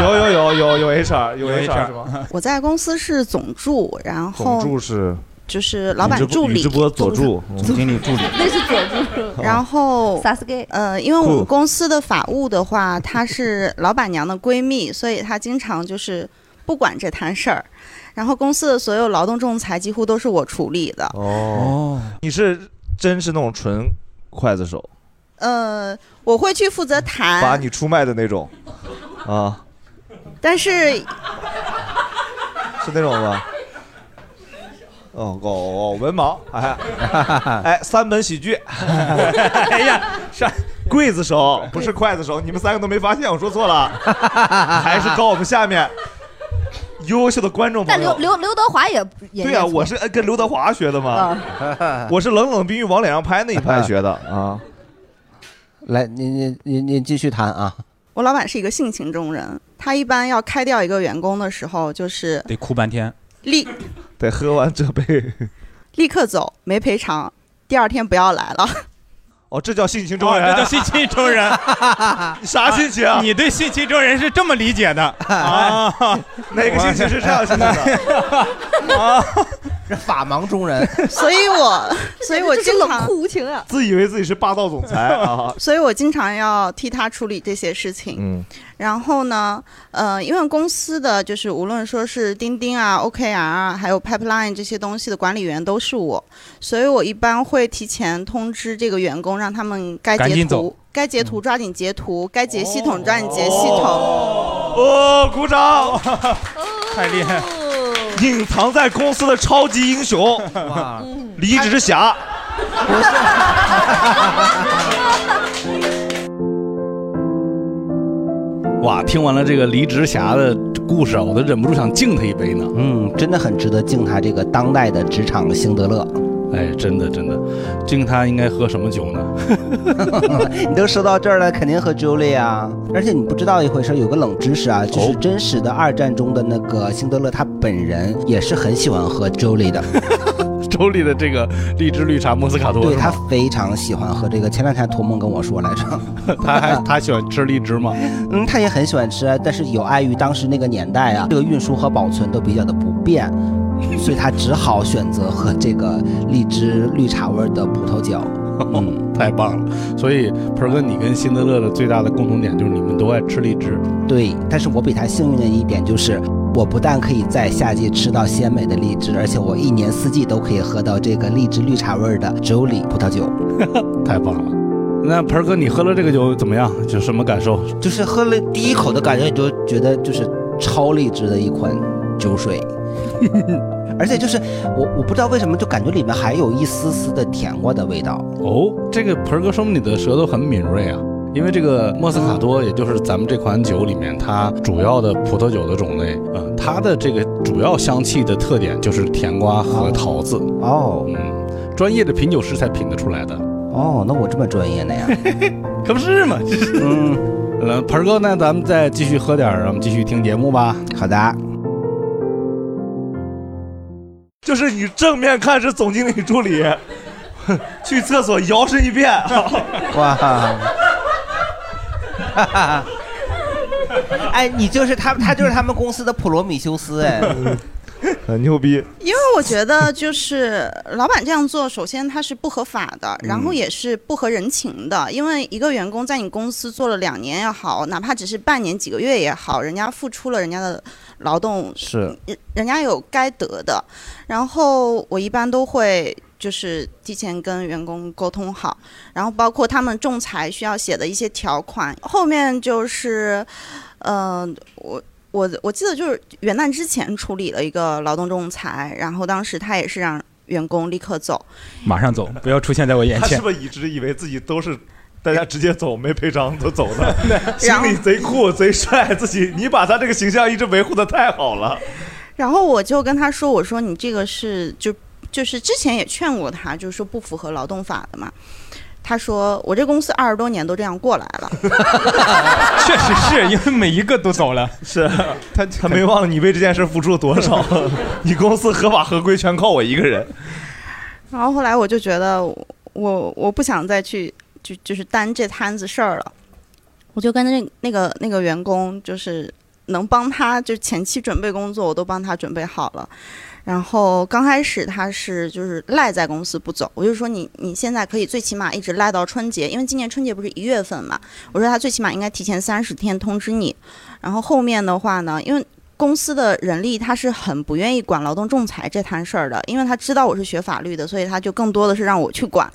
C: 有有有有有 HR 有
B: 有
C: HR
B: HR
C: 是吗？
M: 我在公司是总助，然后
C: 是
M: 就是老板助理，
L: 嗯
C: 总经理助理。
M: 那是佐助。然后
D: Sasuke，
M: 呃，因为我
C: 酷
M: 们公司的法务的话，她是老板娘的闺蜜，所以她经常就是不管这摊事儿。然后公司的所有劳动仲裁几乎都是我处理的。
C: 哦，你是真是那种纯刽子手，
M: 呃，我会去负
C: 把
M: 责谈，
C: 你出卖的那种啊，
M: 但是
C: 是那种吧？哦哦哦，文盲，哎哎，三本喜剧，哎呀，是刽子手，不是刽子手，你们三个都没发现，我说错了，还是告我们下面优秀的观众
D: 但
C: 朋
D: 刘
C: 友。
D: 刘刘德华也也
C: 对啊，
D: 念错
C: 我是跟刘德华学的嘛，我是冷冷冰冰往脸上拍那一拍学的啊。
B: 来，您您您您继续谈啊。
M: 我老板是一个性情中人，他一般要开掉一个员工的时候，就是
H: 得哭半天。
M: 立
C: 得喝完这杯。
M: 立刻走，没赔偿，第二天不要 来了。
C: 哦，这叫性情中人，
H: 这叫性情中人。啊
C: 你 啥心情啊
H: 你对性情中人是这么理 解的啊？
C: 哪个性情是这样性情的？
B: 啊， 这法盲 中人，
M: 所 以我，所以我
D: 这是
M: 经
D: 冷
M: 常。
D: 酷无情啊！
C: 自以为自己是霸道总裁 啊
M: 所以我经常要替他处理这些事情。
C: 嗯，
M: 然后呢，呃，因为公司的就是无论说是钉钉啊、OKR 啊，还有 Pipeline 这些东西的管理员都是我，所以我一般会提前通知这个员工，让他们该
C: 赶
M: 截
C: 紧走
M: 图。该截图抓紧截图，该截系统抓紧截系统。
C: 哦，鼓掌！
H: 太厉害！
C: 隐藏在公司的超级英雄， 离职侠。
A: 哇，听完了这个离职侠的故事，啊，
B: 嗯
A: 我都忍不住想敬他一杯呢。
B: 嗯，真的很值得敬他这个当代的职场的辛德勒。
A: 哎，真的真的，敬他应该喝什么酒呢？
B: 你都说到这儿了，肯定和 Julie 啊。而且你不知道一回事，有个冷知识啊，就是真实的二战中的那个辛德勒，他本人也是很喜欢喝 Julie 的，
A: 周丽的这个荔枝绿茶莫斯卡托
B: 对
A: 是
B: 他
A: 吗？
B: 非常喜欢喝这个。前两天托梦跟我说来着，
A: 他还他喜欢吃荔枝吗？
B: 嗯，他也很喜欢吃，但是有碍于当时那个年代啊，这个运输和保存都比较的不便，所以他只好选择喝这个呃荔枝绿茶味儿的葡萄 酒。
A: 嗯，太棒了。所以盆儿哥，你跟辛德勒的最大的共同点就是你们都爱吃荔枝。
B: 对，但是我比他幸运的一点就是，我不但可以在夏季吃到鲜美的荔枝，而且我一年四季都可以喝到这个荔枝绿茶味儿的 Jolie 葡萄酒。
A: 太棒了！那盆儿哥，你喝了这个酒怎么样？有什么感受？
B: 就是喝了第一口的感觉，你就觉得就是超荔枝的一款 酒水，而且就是我我不知道为什么就感觉里面还有一丝丝的甜瓜的味道。
A: 哦，这个盆儿哥说明你的舌头很敏锐啊，因为这个莫斯卡托，也就是咱们这款酒里面它主要的葡萄酒的种类，嗯，它的这个主要香气的特点就是甜瓜和桃子。
B: 哦，
A: 嗯，专业的品酒师才品得出来的。
B: 哦，那我这么专业呢呀？
A: 可不 是嘛，嗯，呃，盆儿哥，那咱们再继续喝点儿，我们继续听节目吧。
B: 好的。
C: 就是你正面看是总经理助理， 去厕所摇身一 变，
B: 哇！ 哎，你就是他，他就是他们公司的普罗米修斯哎。
C: 很牛逼。
M: 因为我觉得就是老板这样做，首先他是不合法的，然后也是不合人情的。因为一个员工在你公司做了两年也好，哪怕只是半年、几个月也好，人家付出了人家的劳动，
B: 是
M: 人人家有该得的。然后我一般都会就是提前跟员工沟通好，然后包括他们仲裁需要写的一些条款，后面就是，呃，我。我我记得就是元旦之前处理了一个劳动仲裁，然后当时他也是让员工立刻走，
H: 马上走，不要出现在我眼
C: 他
H: 前
C: 是。不是一直以为自己都是大家直接走没赔偿都走 的，心里贼酷贼帅，自己你把他这个形象一直维护的太好了。
M: 然后我就跟他说：“我说你这个是就就是之前也劝过他，就是说不符合劳动法的嘛。”他说：“我这公司二十多年都这样过来了。
H: 确实是因为每一个都走了，
C: 是他他没忘了你为这件事付出了多 少，你公司合法合规全靠我一个人。”
M: 然后后来我就觉得我我我不想再去就就是担这摊子事儿了，我就跟那那个那个员工就是能帮他就前期准备工作我都帮他准备好了。然后刚开始他是就是赖在公司不走，我就说你你现在可以最起码一直赖到春节，因为今年春节不是一月份嘛，我说他最起码应该提前三十天通知你。然后后面的话呢，因为公司的人力他是很不愿意管劳动仲裁这摊事儿的，因为他知道我是学法律的，所以他就更多的是让我去管。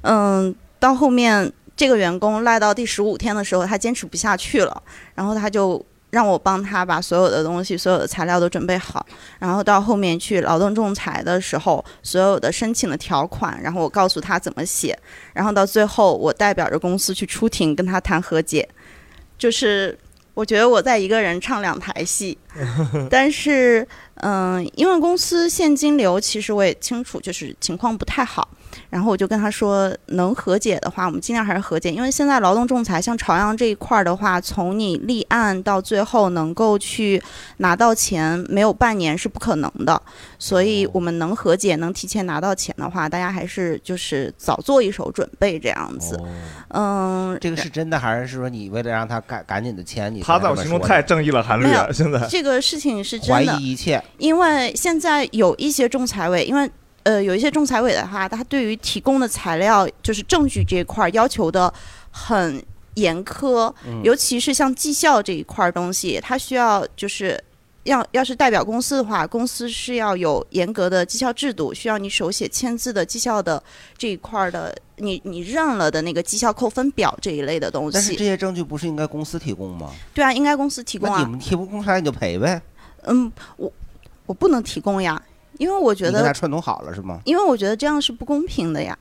M: 嗯，到后面这个员工赖到第十五天的时候，他坚持不下去了，然后他就让我帮他把所有的东西、所有的材料都准备好，然后到后面去劳动仲裁的时候，所有的申请的条款，然后我告诉他怎么写，然后到最后我代表着公司去出庭跟他谈和解，就是我觉得我在一个人唱两台戏。但是，嗯、因为公司现金流其实我也清楚，就是情况不太好。然后我就跟他说，能和解的话，我们尽量还是和解，因为现在劳动仲裁像朝阳这一块儿的话，从你立案到最后能够去拿到钱，没有半年是不可能的。所以我们能和解，能提前拿到钱的话，大家还是就是早做一手准备这样子。嗯，
B: 这个是真的还是说你为了让他赶赶紧的签你？
C: 他在我心中太正义了，韩
M: 没
C: 律
M: 有，
C: 啊，现在
M: 这个事情是真
B: 怀
M: 的。
B: 疑一切。
M: 因为现在有一些仲裁委，因为呃有一些仲裁委的话，他对于提供的材料就是证据这一块儿要求的很严苛，
N: 嗯
M: 尤其是像绩效这一块儿东西，他需要就是。要要是代表公司的话，公司是要有严格的绩效制度，需要你手写签字的绩效的这一块儿的，你你认了的那个绩效扣分表这一类的东
B: 但是这
M: 西。
B: 些证据不是应该公司提供吗？
M: 对啊，应该公司提供
B: 那
M: 啊。
B: 你们提不供出来你就赔呗，
M: 嗯，我我不能提供呀，因为我觉
B: 你跟他
M: 得，
B: 串通好了是吗？
M: 因为我觉得这样是不公平的呀。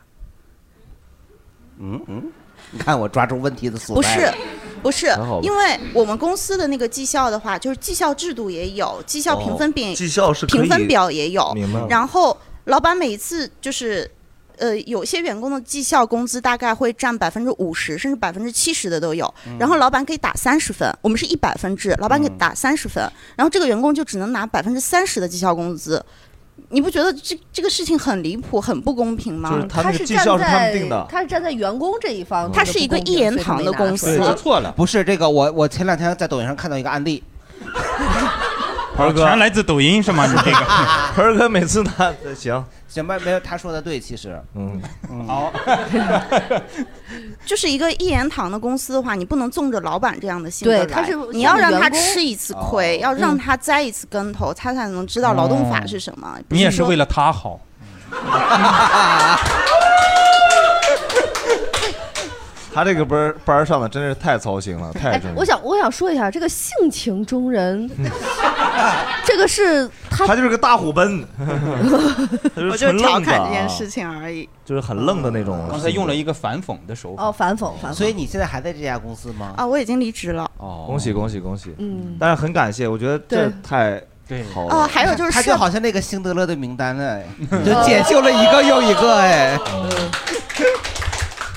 B: 嗯嗯，你看我抓住问题的所
M: 不
B: 在
M: 是
B: 了，
M: 不是
B: 很好吧，
M: 因为我们公司的那个绩效的话，就是绩效制度也有，绩效评分表、
C: 哦绩效是可以
M: 评分表也有
C: 明白了，
M: 然后老板每一次就是，呃，有些员工的绩效工资大概会占百分之五十，甚至百分之七十的都有。
C: 嗯
M: 然后老板给打三十分，我们是一百分制，老板给打三十分，然后这个员工就只能拿百分之三十的绩效工资。你不觉得这这个事情很离谱、很不公平吗？
C: 就是他那个绩效是他们定的嗯
D: 他是站在员工这一方，
M: 它是一个一言堂的
C: 啊
M: 公司
B: 说
H: 错了，
B: 不是这个，我我前两天在抖音上看到一个 案例，
H: 盆儿哥全来自抖音是吗？你 这个
C: 盆儿哥每次拿行
B: 行吧，没有他说的对，其实，
C: 嗯，
B: 好，
M: 就是一个一言堂的公司的话，你不能纵着老板这样的性格
D: 对
M: 来，
D: 他是
M: 你要让他
D: 向着员工
M: 吃一次亏，
H: 哦
M: 要让他栽一次跟头，他才能知道劳动法是什么。不
H: 你也是
M: 说
H: 为了他好。
C: 他这个班儿班儿上的真是太操心了，太
D: 哎
C: 真，
D: 我
C: 了。
D: 想我想说一下，这个性情中人，这个是他
C: 他就是个大虎奔，他是
M: 我就
C: 纯
M: 调
C: 愣的
M: 侃
C: 啊
M: 这件事情而已。
C: 就是很愣的那种。
H: 嗯刚才用了一个反讽的手法，
D: 哦，反讽反讽。
B: 所以你现在还在这家公司吗？
M: 啊，我已经离职了。
B: 哦
C: 恭喜恭喜恭喜！
M: 嗯
C: 但是很感谢，我觉得这
M: 对
C: 太好了。
M: 哦还有就是
B: 他
M: 社
B: 就好像那个辛德勒的名单 哎，就解救了一个又一个哎。
M: 嗯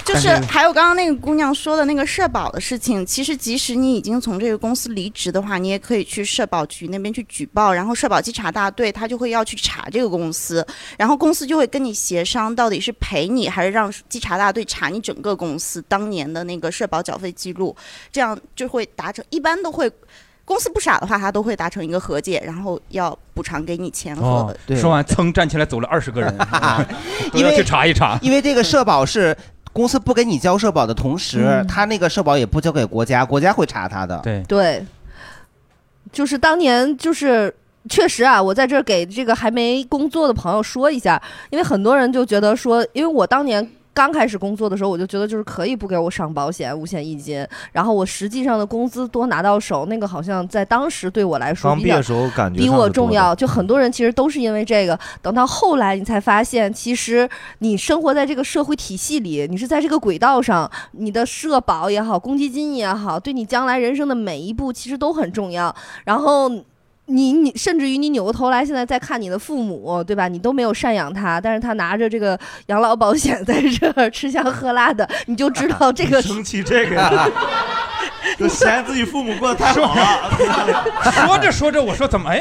M: 就是
B: 但是
M: 还有刚刚那个姑娘说的那个社保的事情，其实即使你已经从这个公司离职的话，你也可以去社保局那边去举报，然后社保稽查大队他就会要去查这个公司，然后公司就会跟你协商到底是赔你还是让稽查大队查你整个公司当年的那个社保缴费记录，这样就会达成，一般都会。公司不傻的话，他都会达成一个和解，然后要补偿给你钱和
H: 哦，说完噌站起来走了二 十个人，啊都
B: 因
H: 要
B: 为
H: 去查一查。
B: 因为这个社保是公司不给你交社保的同时
D: 嗯，
B: 他那个社保也不交给国家，国家会查他的。
H: 对
D: 对，就是当年就是。确实啊，我在这儿给这个还没工作的朋友说一下，因为很多人就觉得说，因为我当年刚开始工作的时候，我就觉得就是可以不给我上保险、五险一金，然后我实际上的工资多拿到手，那个好像在当时对我来说
C: 刚
D: 比
C: 毕业
D: 较
C: 的时候感觉
D: 比
C: 上
D: 我
C: 是多
D: 重
C: 的
D: 要。就很多人其实都是因为这个，等到后来你才发现，其实你生活在这个社会体系里，你是在这个轨道上，你的社保也好，公积金也好，对你将来人生的每一步其实都很重要。然后。你你甚至于你扭过头来，现在再看你的父母，对吧？你都没有赡养他，但是他拿着这个养老保险 在这儿吃香喝辣的，你就知道这 个
C: 生气这个呀， 就嫌自己父母过得太好了。
H: 说着说着，我说怎么哎？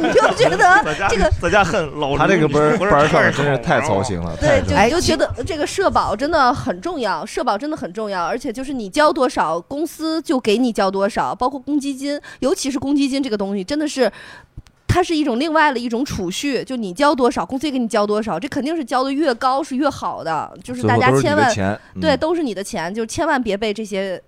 H: 你
D: 就觉得
C: 这个大家很老，他这个班儿班儿上真是太操心了。
D: 对，就
C: 太
D: 你就觉得这个社保真的很重要，社保真的很重要，而且就是你交多少，公司就给你交多少，包括公积金，尤其是公积金这个东西，真的是。它是一种另外的一种储蓄，就你交多少，公司也给你交多少，这肯定是交的越高是越好的，就是
C: 最
D: 大
C: 后
D: 家
C: 都是
D: 千
C: 你的
D: 万
C: 钱嗯
D: 对都是你的钱，就千万别被这些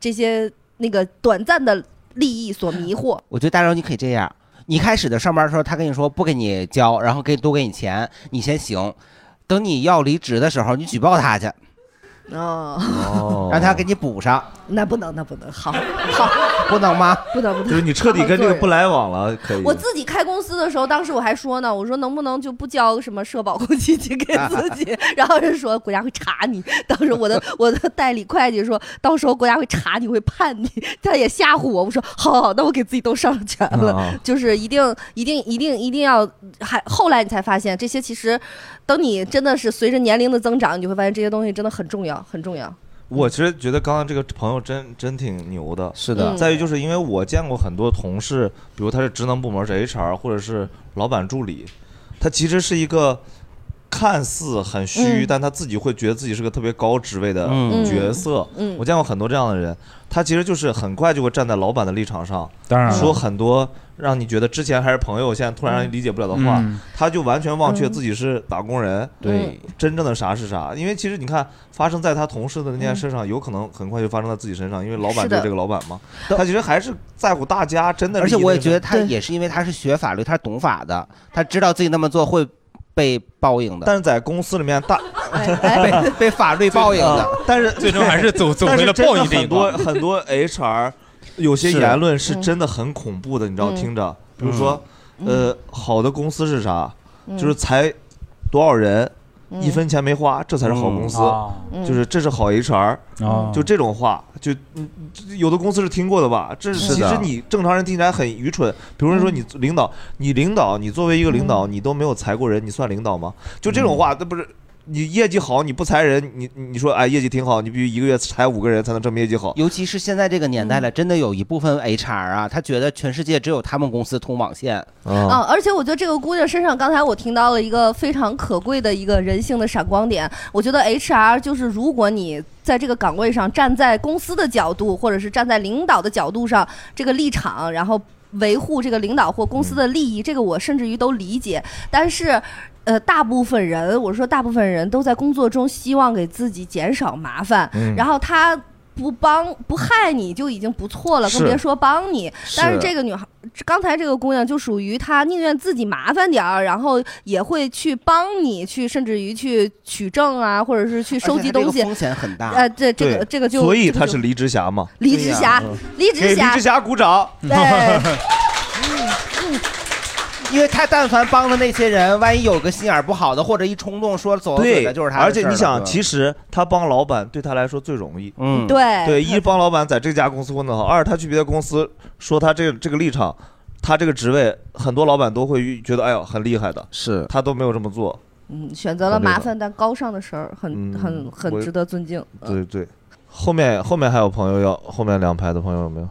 D: 这些那个短暂的利益所迷惑。
B: 我觉得大周你可以这样，你开始的上班的时候，他跟你说不给你交，然后给多给你钱，你先行。等你要离职的时候，你举报他去，
D: 哦，
B: 让他给你补上，
D: 那不能，那不能，好好，
B: 不能吗？
D: 不能不能，
C: 就是你彻底跟这 个不来往了，可以。
D: 我自己开公司的时候，当时我还说呢，我说能不能就不交什么社保公积金给
C: 啊
D: 自己？然后人说国家会查你。当时我的我的代理会计说，到时候国家会查你，会判你。他也吓唬我，我说好好，好那我给自己都上了权 了，
N: 啊
D: 就是一定一定一定一定要。还后来你才发现，这些其实等你真的是随着年龄的增长，你就会发现这些东西真的很重要，很重要。
C: 我其实觉得刚刚这个朋友真真挺牛的，是
D: 的嗯
C: 在于就是因为我见过很多同事，比如他是职能部门是 HR 或者是老板助理，他其实是一个看似很虚，
L: 嗯
C: 但他自己会觉得自己是个特别高职位的
L: 嗯
C: 角色。
L: 嗯嗯
C: 我见过很多这样的人，他其实就是很快就会站在老板的立场上，
H: 当然了
C: 说很多让你觉得之前还是朋友，现在突然让你理解不了的话，
H: 嗯
C: 他就完全忘却
H: 嗯
C: 自己是打工人。
H: 对
C: 真正的啥是啥，因为其实你看，发生在他同事的
B: 嗯
C: 那件事上，有可能很快就发生在自己身上，因为老板
B: 是
C: 就
B: 的
C: 是这个老板嘛，他其实还是在乎大家真的利益
B: 呃而
C: 那
B: 且
C: 个。
B: 我也觉得他也是因为他是学法律，他是懂法的，他知道自己那么做会被报应的。
C: 但是在公司里面大
B: 被被法律报应的，
C: 但是
H: 最终还是走走
C: 但
H: 回了
C: 真的
H: 报应这一
C: 很多
H: 关
C: 很多 HR 有些
H: 是
C: 言论是真的很恐怖的，你知道，
H: 嗯
C: 听着，比如说，
H: 嗯
C: 呃，好的公司是啥？
H: 嗯
C: 就是裁多少人，
D: 嗯
C: 一分钱没花，这才是好公司
E: 嗯啊，
C: 就是这是好 HR，
E: 啊
C: 就这种话，就嗯有的公司是听过的吧？
H: 嗯
C: 这
E: 是
C: 其
E: 的
C: 实你正常人听起来很愚蠢，比如说你领导，你领导，你作为一个领
H: 嗯
C: 导，你都没有裁过人，你算领导吗？就
E: 嗯
C: 这种话，那不是。你业绩好，你不裁人，你你你说哎，业绩挺好，你必须一个月裁五个人才能证明业绩好。嗯
B: 尤其是现在这个年代了，真的有一部分 HR 啊，他觉得全世界只有他们公司通网线。
C: 啊
N: 哦
B: 啊
D: 嗯，而且我觉得这个姑娘身上，刚才我听到了一个非常可贵的一个人性的闪光点。我觉得 HR 就是，如果你在这个岗位上站在公司的角度，或者是站在领导的角度上，这个立场，然后维护这个领导或公司的利益，这个我甚至于都理解。但是。呃，大部分人，我说大部分人都在工作中希望给自己减少麻烦，
N: 嗯
D: 然后他不帮不害你就已经不错了，更
N: 是
D: 别说帮你。但
N: 是
D: 是这个女孩，刚才这个姑娘就属于她宁愿自己麻烦点儿，然后也会去帮你去，甚至于去取证啊，或者是去收集东
C: 而且她这
D: 西。
C: 个风险很大
D: 呃，对，这个这个就
C: 所以
D: 这个
C: 他
D: 就是
C: 离职侠嘛？
D: 离职侠
C: 对呀嗯
D: 离职
C: 给
D: 侠
C: 离职侠鼓掌。
B: 对 嗯因为他但凡帮了那些人，万一有个心眼儿不好的，或者一冲动说走了嘴
C: 对
B: 的，就是他的
C: 而且
B: 事儿
C: 你
B: 了
C: 想，
B: 对吧
C: 其实他帮老板对他来说最容易。
B: 嗯对
C: 对，一帮老板在这家公司混得好，二他去别的公司说他这个这个立场，他这个职位，很多老板都会觉得哎呦很厉害的，
B: 是
C: 他都没有这么做。
D: 嗯，选择了麻烦但高尚的事儿，很
C: 嗯
D: 很很
C: 我
D: 值得尊敬。
C: 对对，后面后面还有朋友要，后面两排的朋友有没有？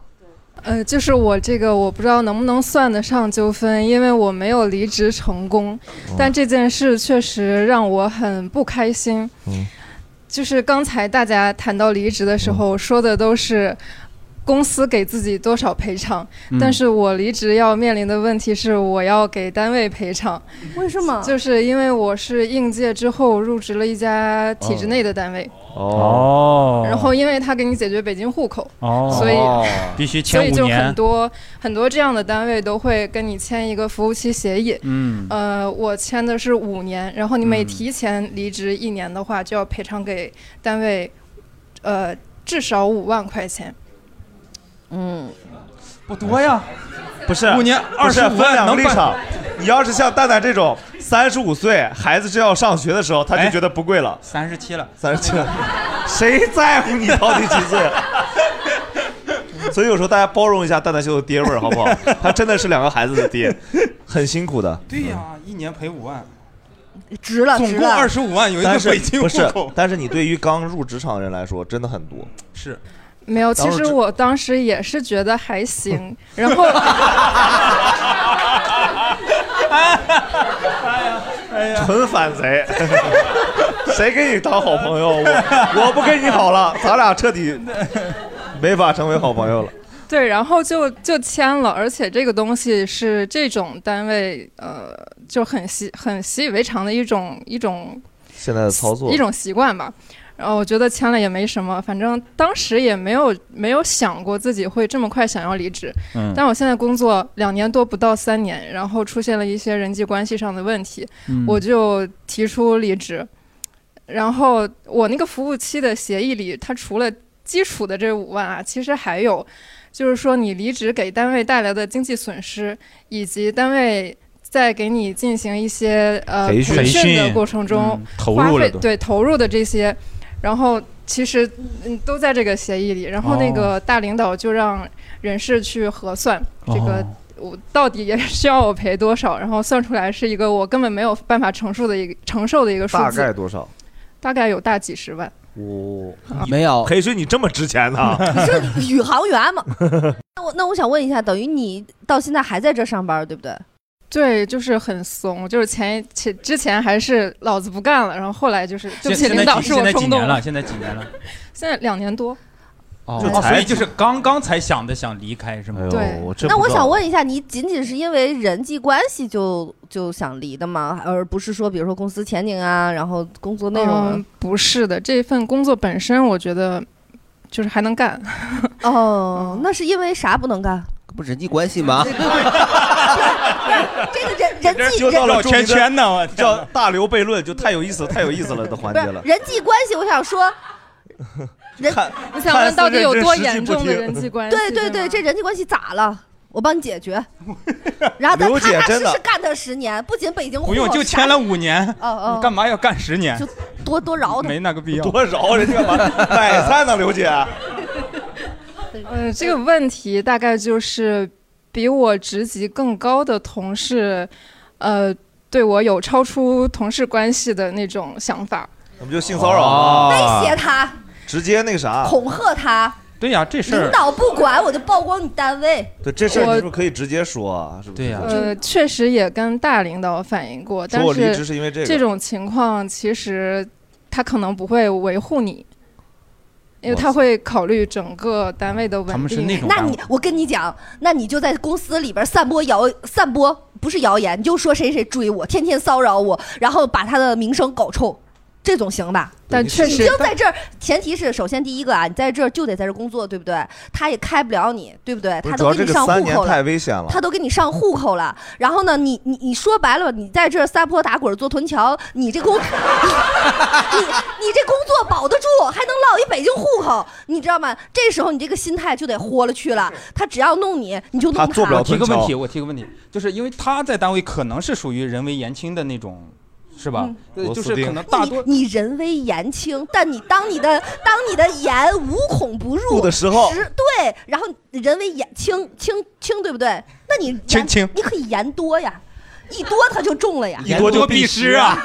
N: 呃，就是我这个我不知道能不能算得上纠纷，因为我没有离职成功，但这件事确实让我很不开心。就是刚才大家谈到离职的时候，说的都是公司给自己多少赔偿，
O: 嗯
N: 但是我离职要面临的问题是我要给单位赔偿。
D: 为什么？
N: 就是因为我是应届之后入职了一家体制内的单位，
E: 哦
N: 然后因为他给你解决北京户口，
E: 哦，
N: 所以
E: 必须
N: 所
E: 前
N: 以
E: 五
N: 就很
E: 年，
N: 多很多这样的单位都会跟你签一个服务期协议。
E: 嗯
N: 呃，我签的是五年，然后你每提前离职一年的话，就要赔偿给单位，呃，至少五万块钱。
D: 嗯，
E: 不多呀，
C: 不是
E: 五年
C: 不是
E: 25万
C: 分两个
E: 能
C: 立
E: 办
C: 场。你要是像蛋蛋这种三十五岁孩子正要上学的时候，他
H: 哎
C: 就觉得不贵了，
E: 三十七了，
C: 三十七了，谁在乎你到底几岁？ 所以有时候大家包容一下蛋蛋秀的爹味儿，好不好？他真的是两个孩子的爹，很辛苦的。
H: 对呀，啊一年赔五万，
D: 值了，
H: 总
D: 值
H: 共
D: 了
H: 二十五万，有一个
C: 但是
H: 北京户
C: 不是
H: 口，，
C: 但是 你对于刚入职场人来说，真的很多。
H: 是，
N: 没有，其
C: 当时
N: 实
C: 只
N: 我当时也是觉得 还行，然后
C: 纯反 贼，谁跟你当好朋友？ 我我不跟你好了，咱俩彻底没法成为好朋友了。
N: 对，然后就就签了，而且这个东西是这种单位呃就很习很习以为常的一种一种
C: 现在的操作，
N: 一种习惯吧。然后我觉得签了也没什么，反正当时也没有没有想过自己会这么快想要离职。
P: 嗯
N: 但我现在工作两年多不到三年，然后出现了一些人际关系上的问题，
P: 嗯
N: 我就提出离职。然后我那个服务期的协议里，它除了基础的这五万啊，其实还有，就是说你离职给单位带来的经济损失，以及单位在给你进行一些呃
E: 培训
N: 培
E: 培
N: 训的
E: 训
N: 过程中
E: 嗯，投
N: 花
E: 入了
N: 费
E: 都
N: 对投入的这些，然后其实嗯都在这个协议里。然后那个呃大领导就让人事去核算、这个
P: 哦
N: 我到底也需要我赔多少，然后算出来是一个我根本没有办法承受的一个承受的一个数
C: 大
N: 字，
C: 概多少？
N: 大概有大几十万。
C: 哦，
B: 没有
C: 培训你这么值钱啊呢？
D: 宇航员嘛。那我那我想问一下，等于你到现在还在这上班，对不对？
N: 对，就是很怂，就是前前之前还是老子不干了，然后后来就是对不
H: 现
N: 起
H: 现在
N: 领导，
H: 几
N: 是
H: 现
N: 我
H: 在几
N: 冲动
H: 年了？现在几年了？
N: 现在两年多，
H: 哦，所以就是刚刚才想的想离开是吗？
N: 对
C: 哎我
D: 那我想问一下，你仅仅是因为人际关系就就想离的吗？而不是说，比如说公司前景啊，然后工作内容啊
N: 嗯？，不是的，这份工作本身我觉得就是还能干。嗯
D: 哦，那是因为啥不能干？
B: 不人际关系吗？
D: 这个人人际
C: 就到了
D: 人
C: 著名的
H: 圈圈呢我
C: 叫大刘悖论，就太有意思，太有意思了的环
D: 不
C: 节
D: 是
C: 了。
D: 人际关系，我想说。人，
C: 看
N: 我想问到底有多严重的人际关系
D: 对对对，这人际关系咋了？我帮你解决。然后他
H: 刘姐
D: 踏踏
H: 真
D: 实
H: 的
D: 实干他十年，不仅北京户
H: 不用
D: 口
H: 就
D: 啥
H: 签了五年，
D: 哦哦
H: 你干嘛要干十年？
D: 多多饶他。
H: 没那个必要，
C: 多饶人 家嘛，买菜呢，刘姐。
N: 呃，这个问题大概就是比我职级更高的同事，呃，对我有超出同事关系的那种想法。
C: 那不就性骚扰吗？
D: 威胁他，
C: 啊直接那个啥，
D: 恐吓他，
H: 对呀，这
D: 领导不管我就曝光你单位。
C: 对这事儿
N: 我
C: 你是不是可以直接说啊？是不是？对呀
N: 呃，确实也跟大领导反映过，但
C: 说我离
N: 是
C: 职是因为这个
N: 种情况其实他可能不会维护你，因为他会考虑整个单位的稳定。
D: 那你我跟你讲，那你就在公司里边散播谣，散播不是谣言，你就说谁谁追我，天天骚扰我，然后把他的名声搞臭，这总行吧？
N: 但确实
D: 你就在这儿，前提是首先第一个啊，你在这儿就得在这儿工作，对不对？他也开不了你，对不对？
C: 不
D: 他
C: 是
D: 都给
C: 主要这
D: 你
C: 个
D: 上
C: 三
D: 户
C: 年
D: 口了，
C: 太危险了
D: 他都给你上户口了。然后呢，你你你说白了，你在这儿撒泼打滚做臀桥，你这工，你 你这工作保得住，还能落一北京户口，你知道吗？这时候你这个心态就得豁了去了。他只要弄你，你就弄
H: 我提个问题，我提个问题，就是因为他在单位可能是属于人微言轻的那种，是吧？
D: 嗯
H: 呃就是可能大多
D: 你你人微言轻，但你当你的当你的言无孔不入
H: 入的时候
D: 时对，然后人微言轻轻轻，对不对？那你言
H: 轻轻
D: 你可以言多呀，一多他就中了呀，
H: 一多就必失啊！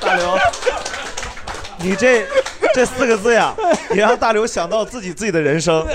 C: 大刘，你这这四个字呀，也让大刘想到自己自己的人生。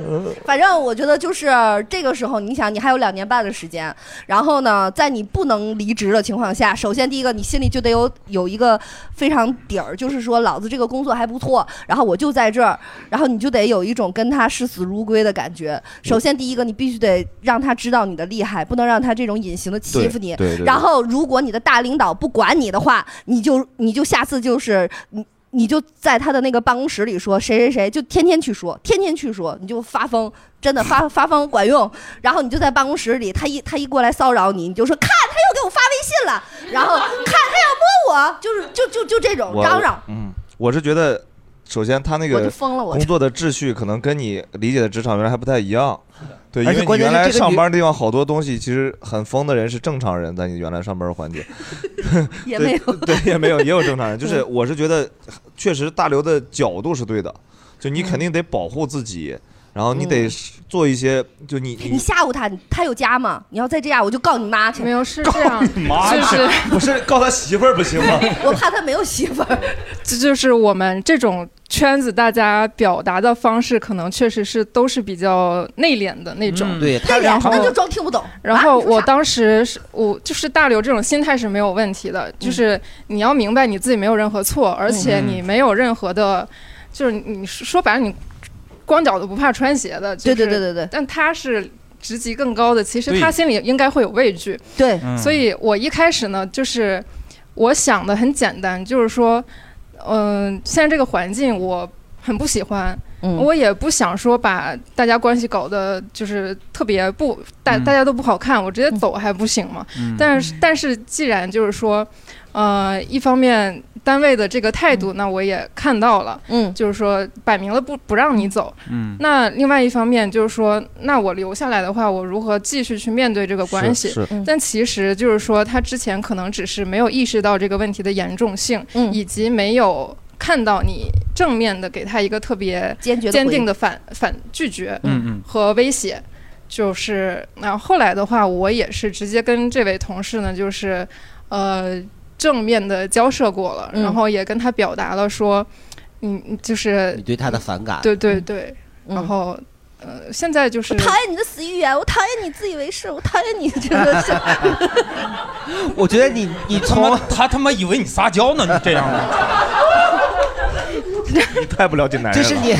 C: 嗯
D: 反正我觉得就是这个时候，你想，你还有两年半的时间，然后呢，在你不能离职的情况下，首先第一个，你心里就得有有一个非常底儿，就是说，老子这个工作还不错，然后我就在这儿，然后你就得有一种跟他视死如归的感觉。首先第一个，你必须得让他知道你的厉害，不能让他这种隐形的欺负你
O: 对对对。
D: 然后，如果你的大领导不管你的话，你就你就下次就是你。你就在他的那个办公室里说谁谁谁，就天天去说，天天去说，你就发疯，真的发发疯管用。然后你就在办公室里，他一他一过来骚扰你，你就说看他又给我发微信了，然后看他要摸我，就是就就就这种
C: 我
D: 嚷嚷。
C: 嗯，我是觉得，首先他那
D: 我
C: 个
D: 就疯了我
C: 工作的秩序可能跟你理解的职场原来还不太一样。对，因
B: 而且
C: 为你
B: 关键
C: 原
B: 是
C: 来
B: 这个
C: 上
B: 女
C: 班的地方好多东西，其实很疯的人是正常人，在你原来上班的环境，
D: 也
C: 对
D: 没有。
C: 对，也没有，也有正常人。就是我是觉得，确实大刘的角度是对的，就你肯定得保护自己，然后你得做一些，就你
D: 你吓唬他，你他有家吗？你要再这样，我就告你妈去。没
N: 有，是这样，
C: 去
N: 就是
C: 不是告他媳妇儿不行吗？
D: 我怕他没有媳妇儿。
N: 这就是我们这种圈子大家表达的方式，可能确实是都是比较内敛的那种。
B: 嗯对他
N: 内
B: 内敛然
D: 那就装听不懂。啊
N: 然后我当时是我就是大刘这种心态是没有问题的，
D: 嗯
N: 就是你要明白你自己没有任何错，而且
B: 嗯
N: 你没有任何的，就是你说白了你光脚的不怕穿鞋的，
D: 对对对对
N: 对。但他是职级更高的，其实他
D: 对
N: 心里应该会有畏惧。
D: 对
O: 嗯
N: 所以我一开始呢，就是我想的很简单，就是说，嗯、现在这个环境我很不喜欢。
O: 嗯
N: 我也不想说把大家关系搞得就是特别不大，大家都不好看，我直接走还不行吗？
O: 嗯
N: 但是但是既然就是说，呃，一方面单位的这个态
O: 嗯
N: 度，那我也看到了，
D: 嗯，
N: 就是说摆明了不不让你走，
O: 嗯
N: 那另外一方面就是说，那我留下来的话，我如何继续去面对这个关系？
O: 是嗯
N: 但其实就是说，他之前可能只是没有意识到这个问题的严重性，
D: 嗯
N: 以及没有看到你正面的给他一个特别
D: 坚决的回应
N: 坚定的反反拒绝，
O: 嗯嗯
N: 和威胁。就是那后来的话，我也是直接跟这位同事呢，就是呃正面的交涉过了，
B: 嗯
N: 然后也跟他表达了说，嗯，你就是
B: 你对他的反
D: 啊
B: 感，
N: 对
D: 嗯
N: 对对，然后呃，现在就是
D: 讨厌你的死语言，我讨厌你自以为是，我讨厌你这个是。
B: 我觉得你你
H: 从他他妈以为你撒娇呢，你这样的，
C: 你太不了解男
N: 了这
H: 人
N: 是你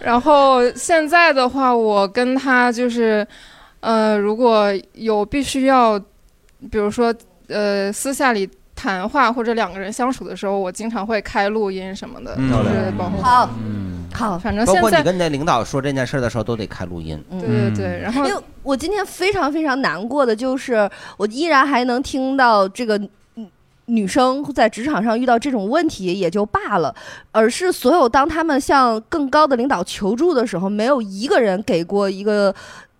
N: 然后现在的话，我跟他就是，呃，如果有必须要，比如说呃，私下里谈话或者两个人相处的时候，我经常会开录音什么的，
B: 嗯
N: 就是保护
D: 好，
H: 嗯
N: 好，反正
B: 包
N: 现
B: 括你
N: 在
B: 跟你的领导说这件事的时候，都得开录音。
N: 对对对，然后
D: 因为我今天非常非常难过的就是，我依然还能听到这个。嗯女生在职场上遇到这种问题也就罢了，而是所有当他们向更高的领导求助的时候，没有一个人给过一个。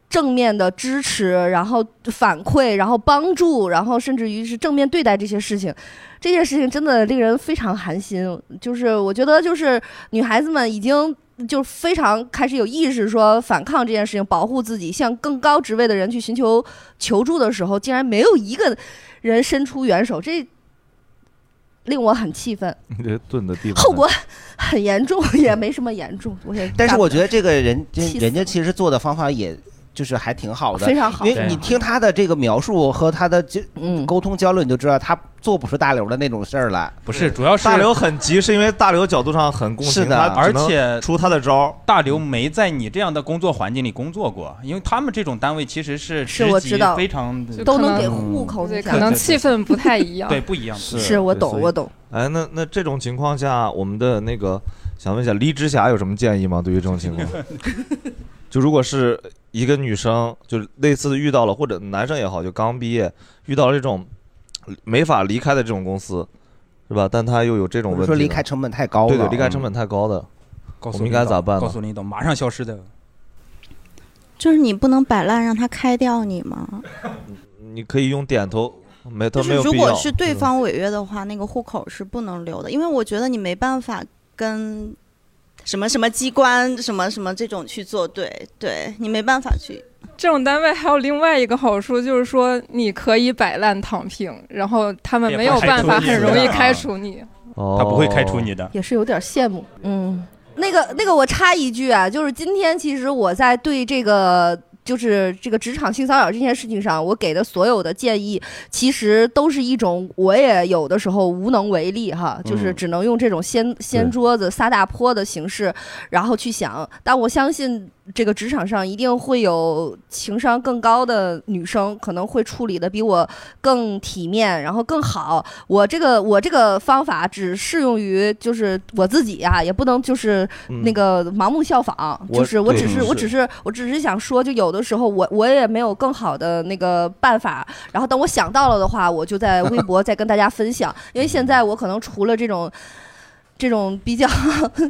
D: 正面的支持，然后反馈，然后帮助，然后甚至于是正面对待这些事情，这件事情真的令人非常寒心。就是我觉得，就是女孩子们已经就是非常开始有意识说反抗这件事情，保护自己，向更高职位的人去寻求求助的时候，竟然没有一个人伸出援手，这令我很气愤。
C: 你这炖的地方
D: 后果很严重， 也没什么严重，我也。
B: 但是我觉得这个人人
D: 气死
B: 人家其实做的方法也。就是还挺好的，
D: 非常好
B: 因为你听他的这个描述和他的这沟通交流，你就知道他做不出大刘的那种事儿来。
H: 不是主要是
C: 大刘很急，是因为大刘角度上很共情，
H: 是的，
C: 他
H: 而
C: 只能
H: 且
C: 出他的招。
H: 大刘没在你这样的工作环境里工作过，因为他们这种单位其实是
D: 是
H: 职
D: 我
H: 级
D: 知道
H: 非常
N: 就
D: 都
N: 可
D: 能
N: 能
D: 给户口，
N: 对，
D: 你想
N: 可能气氛不太一样。
H: 对不一样是
D: 是我
C: 对
D: 懂
C: 所以
D: 我懂。
C: 哎，那那这种情况下，我们的那个想问一下，黎之霞有什么建议吗？对于这种情 况， 就如果是一个女生，就类似的遇到了，或者男生也好，就刚毕业遇到这种没法离开的这种公司，是吧？但他又有这种问题呢，
B: 说离开成本太高了，
C: 对对，离开成本太高的，
H: 告诉
C: 我们应该
H: 领导
C: 咋办呢？
H: 告诉领导，马上消失的。
M: 就是你不能摆烂让他开掉你吗？
C: 你可以用点头，没他
M: 就是
C: 没有
M: 如
C: 必
M: 果
C: 要。嗯
M: 是对
C: 吧
M: 方违约的话，那个户口是不能留的，因为我觉得你没办法跟什么什么机关、什么什么这种去作对，对你没办法去。
N: 这种单位还有另外一个好处，就是说你可以摆烂躺平，然后他们
H: 也不
N: 没有
H: 开
N: 办
H: 除
N: 法，
H: 你
N: 很
H: 是
N: 容易
H: 吧
N: 开除你。
H: 他不会开除你的。
D: 也是有点羡慕。嗯，那个那个，我插一句啊，就是今天其实我在对这个。就是这个职场性骚扰这件事情上，我给的所有的建议，其实都是一种我也有的时候无能为力哈，就是
O: 嗯
D: 只能用这种掀掀桌子、撒大泼的形式，然后去想。但我相信这个职场上一定会有情商更高的女生，可能会处理的比我更体面，然后更好。我这个我这个方法只适用于就是我自己啊，也不能就是
O: 嗯
D: 那个盲目效仿，
O: 我
D: 就是我
O: 对
D: 只是我
O: 是
D: 只是我只是想说，就有的时候我我也没有更好的那个办法，然后等我想到了的话，我就在微博再跟大家分享，因为现在我可能除了这种。这种比较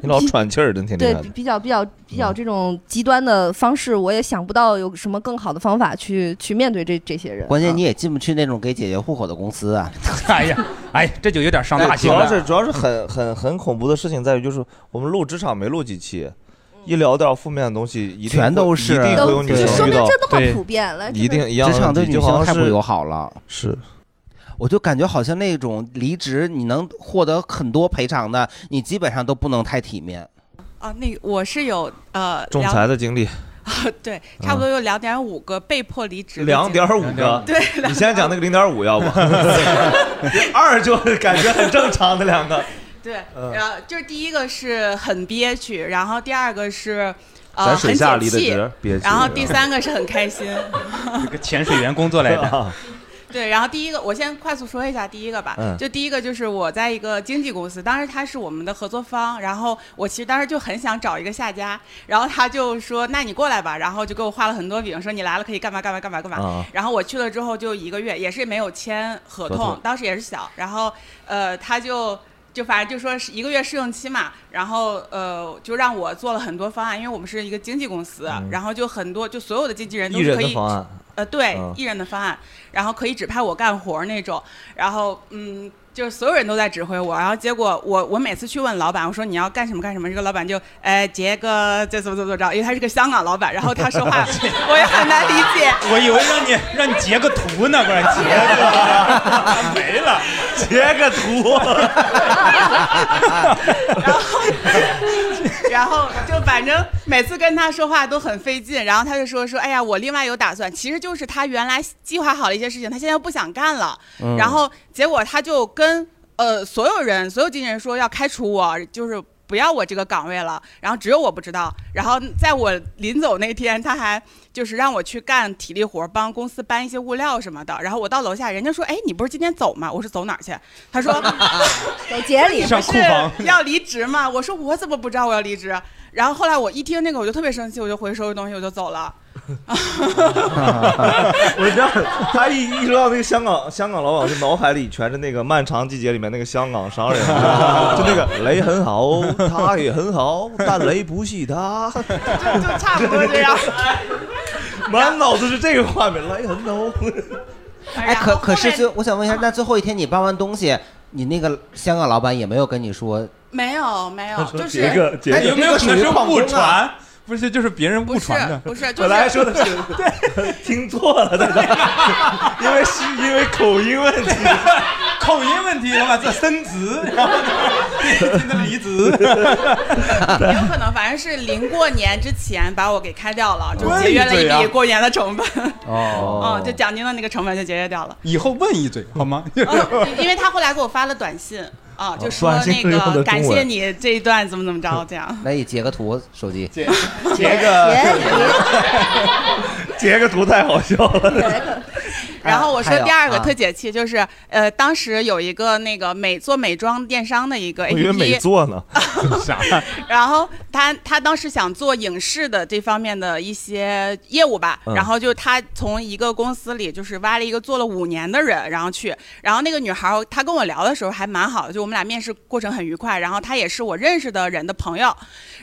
C: 你 老喘气儿，真挺厉
D: 对
C: 害的
D: 比。比较比较比
C: 嗯
D: 较这种极端的方式，我也想不到有什么更好的方法去去面对这这些人。嗯
B: 关键你也进不去那种给解决户口的公司啊。
H: 哎呀，哎，这就有点伤大
C: 主
H: 心
C: 要
H: 了。
C: 是主要是很很很恐怖的事情在于，就是我们录职场没录几期，一聊到负面的东西，一定会
B: 全都是
C: 一定会有女
B: 对
C: 生遇到
B: 就说明这，
D: 这么普遍了，
C: 一定一样的问题。
B: 职场对女
C: 就好像
B: 性太不
C: 是
B: 友好了。
C: 是，
B: 我就感觉好像那种离职你能获得很多赔偿的，你基本上都不能太体面。
P: 啊，那个我是有呃
C: 仲
P: 两
C: 裁的经历，
P: 对，差不多有两点五个被迫离职的
C: 两
P: 经历，
C: 点五个，
P: 对，
C: 你先讲那个零点五，要不二就是感觉很正常的两个，
P: 对，
C: 嗯
P: 然后就是第一个是很憋屈，然后第二个是呃
C: 咱水
P: 很
C: 下
P: 解
C: 离的
P: 气
C: 职憋屈嗯
P: 然后
C: 是
P: 第
C: 吧
P: 三个是很开心。
H: 这个潜水员工作来 的，
P: 对，然后第一个，我先快速说一下第一个吧。
H: 嗯
P: 就第一个就是我在一个经纪公司，当时他是我们的合作方，然后我其实当时就很想找一个下家，然后他就说：“那你过来吧。”然后就给我画了很多饼，说你来了可以干嘛干嘛干嘛干嘛。
O: 啊
P: 然后我去了之后就一个月，也是没有签合
O: 合
P: 同，
O: 同
P: 当时也是小，然后呃他就。就反正就说是一个月试用期嘛，然后呃，就让我做了很多方案，因为我们是一个经纪公司，
C: 嗯
P: 然后就很多就所有的经纪人都
C: 一
P: 是
C: 人
P: 可
C: 的
P: 以
C: 方案，
P: 呃，对
C: 嗯，
P: 艺人的方案，然后可以指派我干活儿那种，然后嗯，就是所有人都在指挥我，然后结果我我每次去问老板，我说你要干什么干什么，这个老板就哎杰哥这怎么怎么怎么着，因为他是个香港老板，然后他说话我也很难理解，
H: 我以为让你让你截个图呢，不然截个没了，
C: 截个图。
P: 然后就反正每次跟他说话都很费劲，然后他就说说，哎呀，我另外有打算，其实就是他原来计划好了一些事情，他现在不想干了，
O: 嗯
P: 然后结果他就跟呃所有人所有经纪人说要开除我，就是。不要我这个岗位了，然后只有我不知道。然后在我临走那天，他还就是让我去干体力活，帮公司搬一些物料什么的。然后我到楼下，人家说：“哎，你不是今天走吗？”我说：“走哪儿去？”他说：“
D: 走节
P: 你
D: 里
P: 不是要离职吗？我说我怎么不知道我要离职？然后后来我一听那个，我就特别生气，我就回收拾东西，我就走了。
C: 我这样，他一一说到那个香港香港老板，我就脑海里全是那个《漫长季节》里面那个香港商人， 就那个雷很好，他也很好，但雷不是他，
P: 就差不多这样。
C: 满脑子是这个画面，雷很好。
B: 哎，可可是最，我想问一下，那最后一天你搬完东西，你那个香港老板也没有跟你说，
P: 没有没有，就是
B: 那
E: 有
B: 你
E: 没有
B: 这个
E: 可能
B: 属于
E: 是
B: 旷
E: 误
B: 工啊
E: 传？不是，就是别人误传的。
P: 不 是，就是
C: 本来说的是 对，听错了，大家， 因为是因为口音问题，
E: 口音问题，老板这生子，然后现在离职，
P: 有 可能，反正是临过年之前把我给开掉了，就节约了
E: 对
P: 一
E: 呀
P: 笔过年的成本。
E: 哦
P: 嗯，就奖金的那个成本就节约 掉了。
E: 以后问一嘴好吗？
P: 嗯，因为他后来给我发了短信啊，就说
B: 短信
P: 那
B: 是用的中
P: 个
B: 文
P: 感谢你这一段怎么怎么着这 样。
B: 那你截个图手机，
P: 截
C: 截 个截个图太好笑了。
P: 然后我说第二个特
C: 解，
P: 解气就是，呃，当时有一个那个美做美妆电商的一个 APP，
C: 我以为美作 呢，啥？
P: 然后他他当时想做影视的这方面的一些业务吧，
C: 嗯
P: 然后就他从一个公司里就是挖了一个做了五年的人，然后去，然后那个女孩儿她跟我聊的时候还蛮好的，就我们俩面试过程很愉快，然后她也是我认识的人的朋友，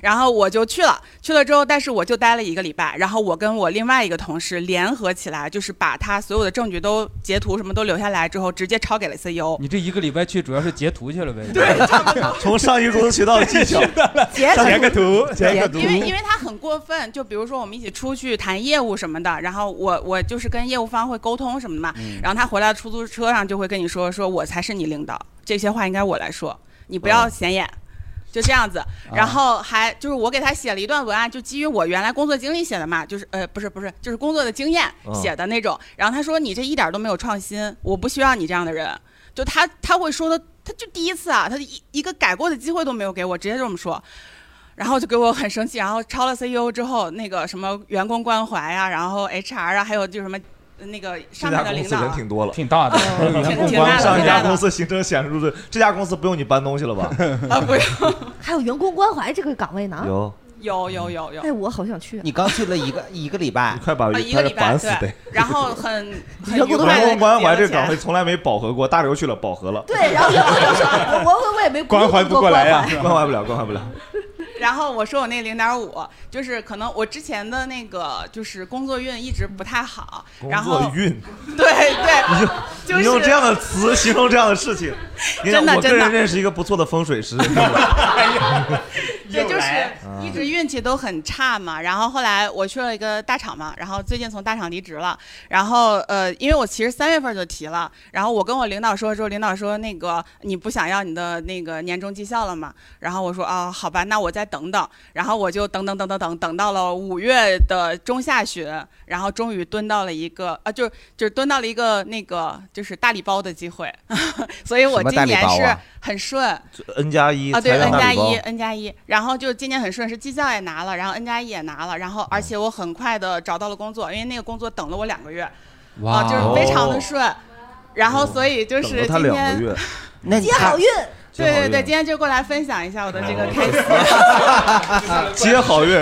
P: 然后我就去了，去了之后，但是我就待了一个礼拜，然后我跟我另外一个同事联合起来，就是把他所有的证据都截图什么都留下来之后，直接抄给了 E CEO。
E: 你这一个礼拜去主要是截图去了呗？
C: 对， 从上一公学到的技巧，
P: 截
E: 截个图，
C: 截个图
P: 因为因为他很过分，就比如说我们一起出去谈业务什么的，然后我我就是跟业务方会沟通什么的嘛，
C: 嗯
P: 然后他回来出租车上就会跟你说，说我才是你领导，这些话应该我来说，你不要显眼。就这样子，然后还就是我给他写了一段文案，就基于我原来工作经历写的嘛，就是呃不是不是，就是工作的经验
O: 嗯
P: 写的那种。然后他说你这一点都没有创新，我不需要你这样的人。就他他会说的，他就第一次啊，他一一个改过的机会都没有给我，直接这么说。然后就给我很生气，然后抄了 CEO 之后，那个什么员工关怀啊，然后 HR 啊，还有就是什么那个上面的领导啊，嗯
C: 多了，
E: 挺大的，嗯
P: 挺挺大的
C: 上一
P: 挺大
C: 家
P: 的
C: 公司形成显著的，这家公司不用你搬东西 了吧？
P: 啊
D: 还有员工关怀这个岗位呢？
C: 有，
P: 有有有有，
D: 哎，我好想去啊。
B: 你刚去了一个一个礼拜，
C: 快把
P: 啊一个礼拜对，然后 很很愉快
C: 员
P: 地
C: 工关怀这个
P: 结了
C: 岗位
P: 钱
C: 从来没饱和过，大刘去了饱和了，
D: 对，然后员工就说：“我我我也没
C: 呀
E: 啊
D: 呀，
C: 关怀不了，关怀不了。
P: 然后我说我那零点五，就是可能我之前的那个就是工作运一直不太好，
C: 工
P: 然
C: 作
P: 后
C: 运，
P: 对对，就是
C: 你用这样的词形容这样的事情，你看
P: 真的
C: 我个
P: 真的
C: 人认识一个不错的风水 师，
P: 对，就是
C: 啊
P: 一直运气都很差嘛。然后后来我去了一个大厂嘛，然后最近从大厂离职了。然后呃，因为我其实三月份就提了，然后我跟我领导说之后，领导说那个你不想要你的那个年终绩效了嘛？然后我说啊，好吧，那我再等等。然后我就等等等等等，等到了五月的中下旬，然后终于蹲到了一个啊，就就是蹲到了一个那个就是大礼包的机会， 所以我
C: 什么
P: 今
C: 大礼
P: 年
C: 包
P: 是
C: 啊
P: 很顺。
C: ，N 加一
P: 啊，对
C: 才能
P: ，N
C: 大
P: 加
C: 礼包
P: 一，N 加一，然后就今年很顺，是绩效也拿了，然后 N 加一也拿了，然后
C: 嗯
P: 而且我很快的找到了工作，因为那个工作等了我两个月，
I: 哦
B: 哇
P: 啊，就是非
C: 哦
P: 常的顺，然后所以就
B: 等了
P: 是
B: 他
P: 今
B: 两个
P: 天
B: 月那你
P: 接
B: 看
P: 好运，
C: 接好
P: 对对
C: 运哦
P: 对，今天就过来分享一下我的这个 case，
C: 接好运，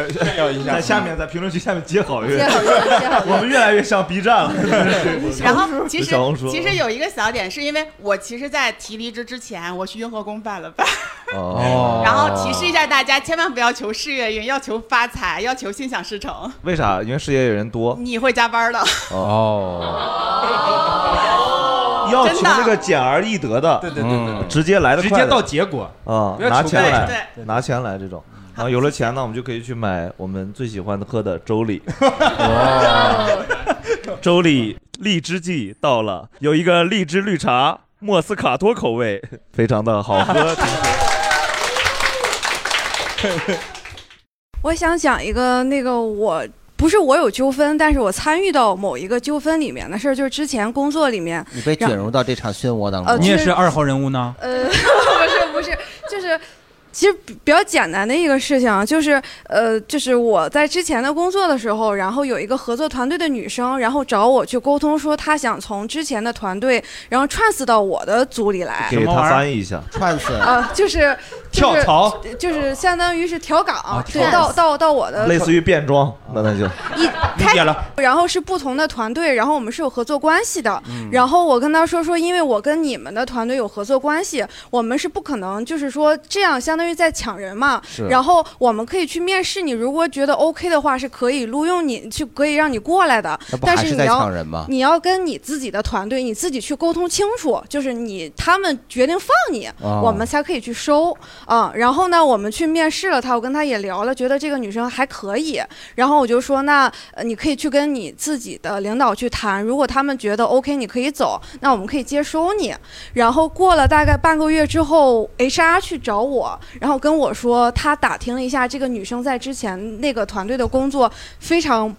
E: 下
C: 在下面在评论区下面接好运，
P: 接好运接好运
C: 我们越来越像 B 站了。
P: 然后其实
C: 小红书
P: 其实有一个小点，是因为我其实，在提离职之前，我去雍和宫办了办，
C: 哦
P: 然后提示一下大家，千万不要求事业运，要求发财，要求心想事成，
C: 为啥？因为事业人多
P: 你会加班的。
C: 哦，要求那个简而易得的，对对对，嗯直接来的，
E: 直接到结果
C: 啊，
E: 不要
C: 拿
E: 求
C: 钱
E: 快
C: 来，拿钱来这种。然后有了钱呢，我们就可以去买我们最喜欢喝的粥 里。粥里荔枝季到了，有一个荔枝绿茶，莫斯卡托口味，非常的好 喝。
O: 我想讲一个那个我。不是我有纠纷，但是我参与到某一个纠纷里面的事儿，就是之前工作里面，
B: 你被卷入到这场漩涡当
O: 呃
B: 中，
O: 你也是
E: 二号人物呢？
O: 呃，不是不是，就是其实比比较简单的一个事情啊，就是呃，就是我在之前的工作的时候，然后有一个合作团队的女生，然后找我去沟通，说她想从之前的团队，然后 trans 到我的组里来，
C: 给他翻译一下，
B: 串死
O: 呃，就是就
C: 跳
O: 是
C: 槽
O: 就是相当于是调岗，对，
C: 跳
O: 到到到我的
C: 类似于变装，那那就理解了。
O: 然后是不同的团队，然后我们是有合作关系的。
C: 嗯
O: 然后我跟他说说，因为我跟你们的团队有合作关系，我们是不可能就是说这样相当于在抢人嘛
Q: 是。
O: 然后我们可以去面试你，如果觉得 OK 的话，是可以录用你，去可以让你过来的
B: 那。不
O: 但
B: 还是
O: 你
B: 在
O: 要
B: 抢人吗
O: 你要跟你自己的团队，你自己去沟通清楚，就是你他们决定放你，
Q: 哦
O: 我们才可以去收啊、然后呢，我们去面试了她，我跟她也聊了，觉得这个女生还可以。然后我就说，那呃你可以去跟你自己的领导去谈，如果他们觉得 OK，你可以走，那我们可以接收你。然后过了大概半个月之后，HR 去找我，然后跟我说，他打听了一下这个女生在之前那个团队的工作非常。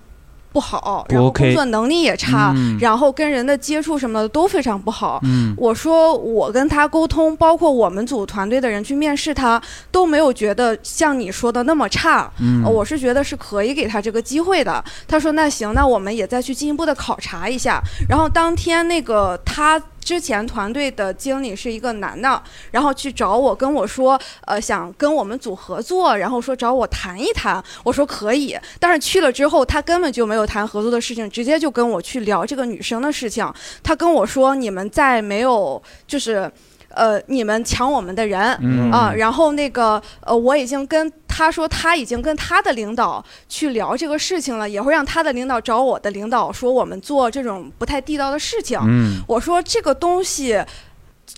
O: 不好，
Q: 不
O: 然后
Q: OK
O: 工作能力也差，
Q: 嗯
O: 然后跟人的接触什么的都非常不好。
Q: 嗯
O: 我说我跟他沟通，包括我们组团队的人去面试他，都没有觉得像你说的那么差。
Q: 嗯
O: 呃我是觉得是可以给他这个机会的。他说那行，那我们也再去进一步的考察一下。然后当天那个他。之前团队的经理是一个男的，然后去找我跟我说，呃，想跟我们组合作，然后说找我谈一谈，我说可以，但是去了之后，他根本就没有谈合作的事情，直接就跟我去聊这个女生的事情。他跟我说，你们在没有就是。呃，你们抢我们的人啊、
Q: 嗯
O: 然后那个呃，我已经跟他说，他已经跟他的领导去聊这个事情了，也会让他的领导找我的领导说我们做这种不太地道的事情。
Q: 嗯
O: 我说这个东西，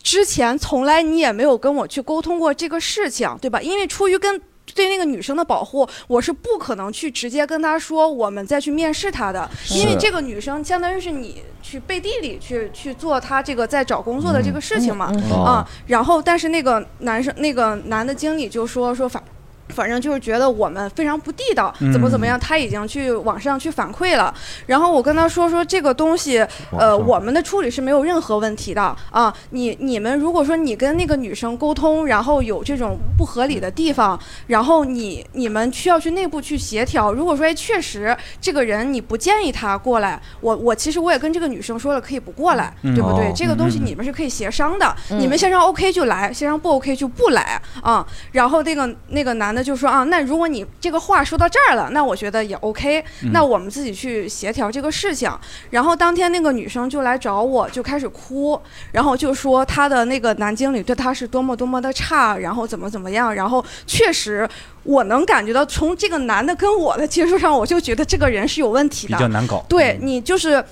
O: 之前从来你也没有跟我去沟通过这个事情，对吧？因为出于跟对那个女生的保护，我是不可能去直接跟她说我们再去面试她的，
Q: 是
O: 因为这个女生相当于是你去背地里去去做她这个在找工作的这个事情嘛，
Q: 嗯嗯嗯
O: 啊，然后但是那个男生那个男的经理就说说反。反正就是觉得我们非常不地道，怎么怎
Q: 嗯
O: 么样，他已经去网上去反馈了。然后我跟他说说这个东西，呃，我们的处理是没有任何问题的啊。你你们如果说你跟那个女生沟通，然后有这种不合理的地方，然后你你们需要去内部去协调。如果说哎确实这个人你不建议他过来，我我其实我也跟这个女生说了可以不过来，
Q: 嗯
O: 对不对？
Q: 哦
O: 这个东西
Q: 嗯嗯
O: 你们是可以协商的，
Q: 嗯
O: 你们线上 OK 就来，线上不 OK 就不来啊。然后那个那个男的就说啊，那如果你这个话说到这儿了，那我觉得也 OK，、
Q: 嗯
O: 那我们自己去协调这个事情。然后当天那个女生就来找我，就开始哭，然后就说她的那个男经理对她是多么多么的差，然后怎么怎么样，然后确实。我能感觉到，从这个男的跟我的接触上，我就觉得这个人是有问题的，
H: 比较难搞嗯
O: 对你就是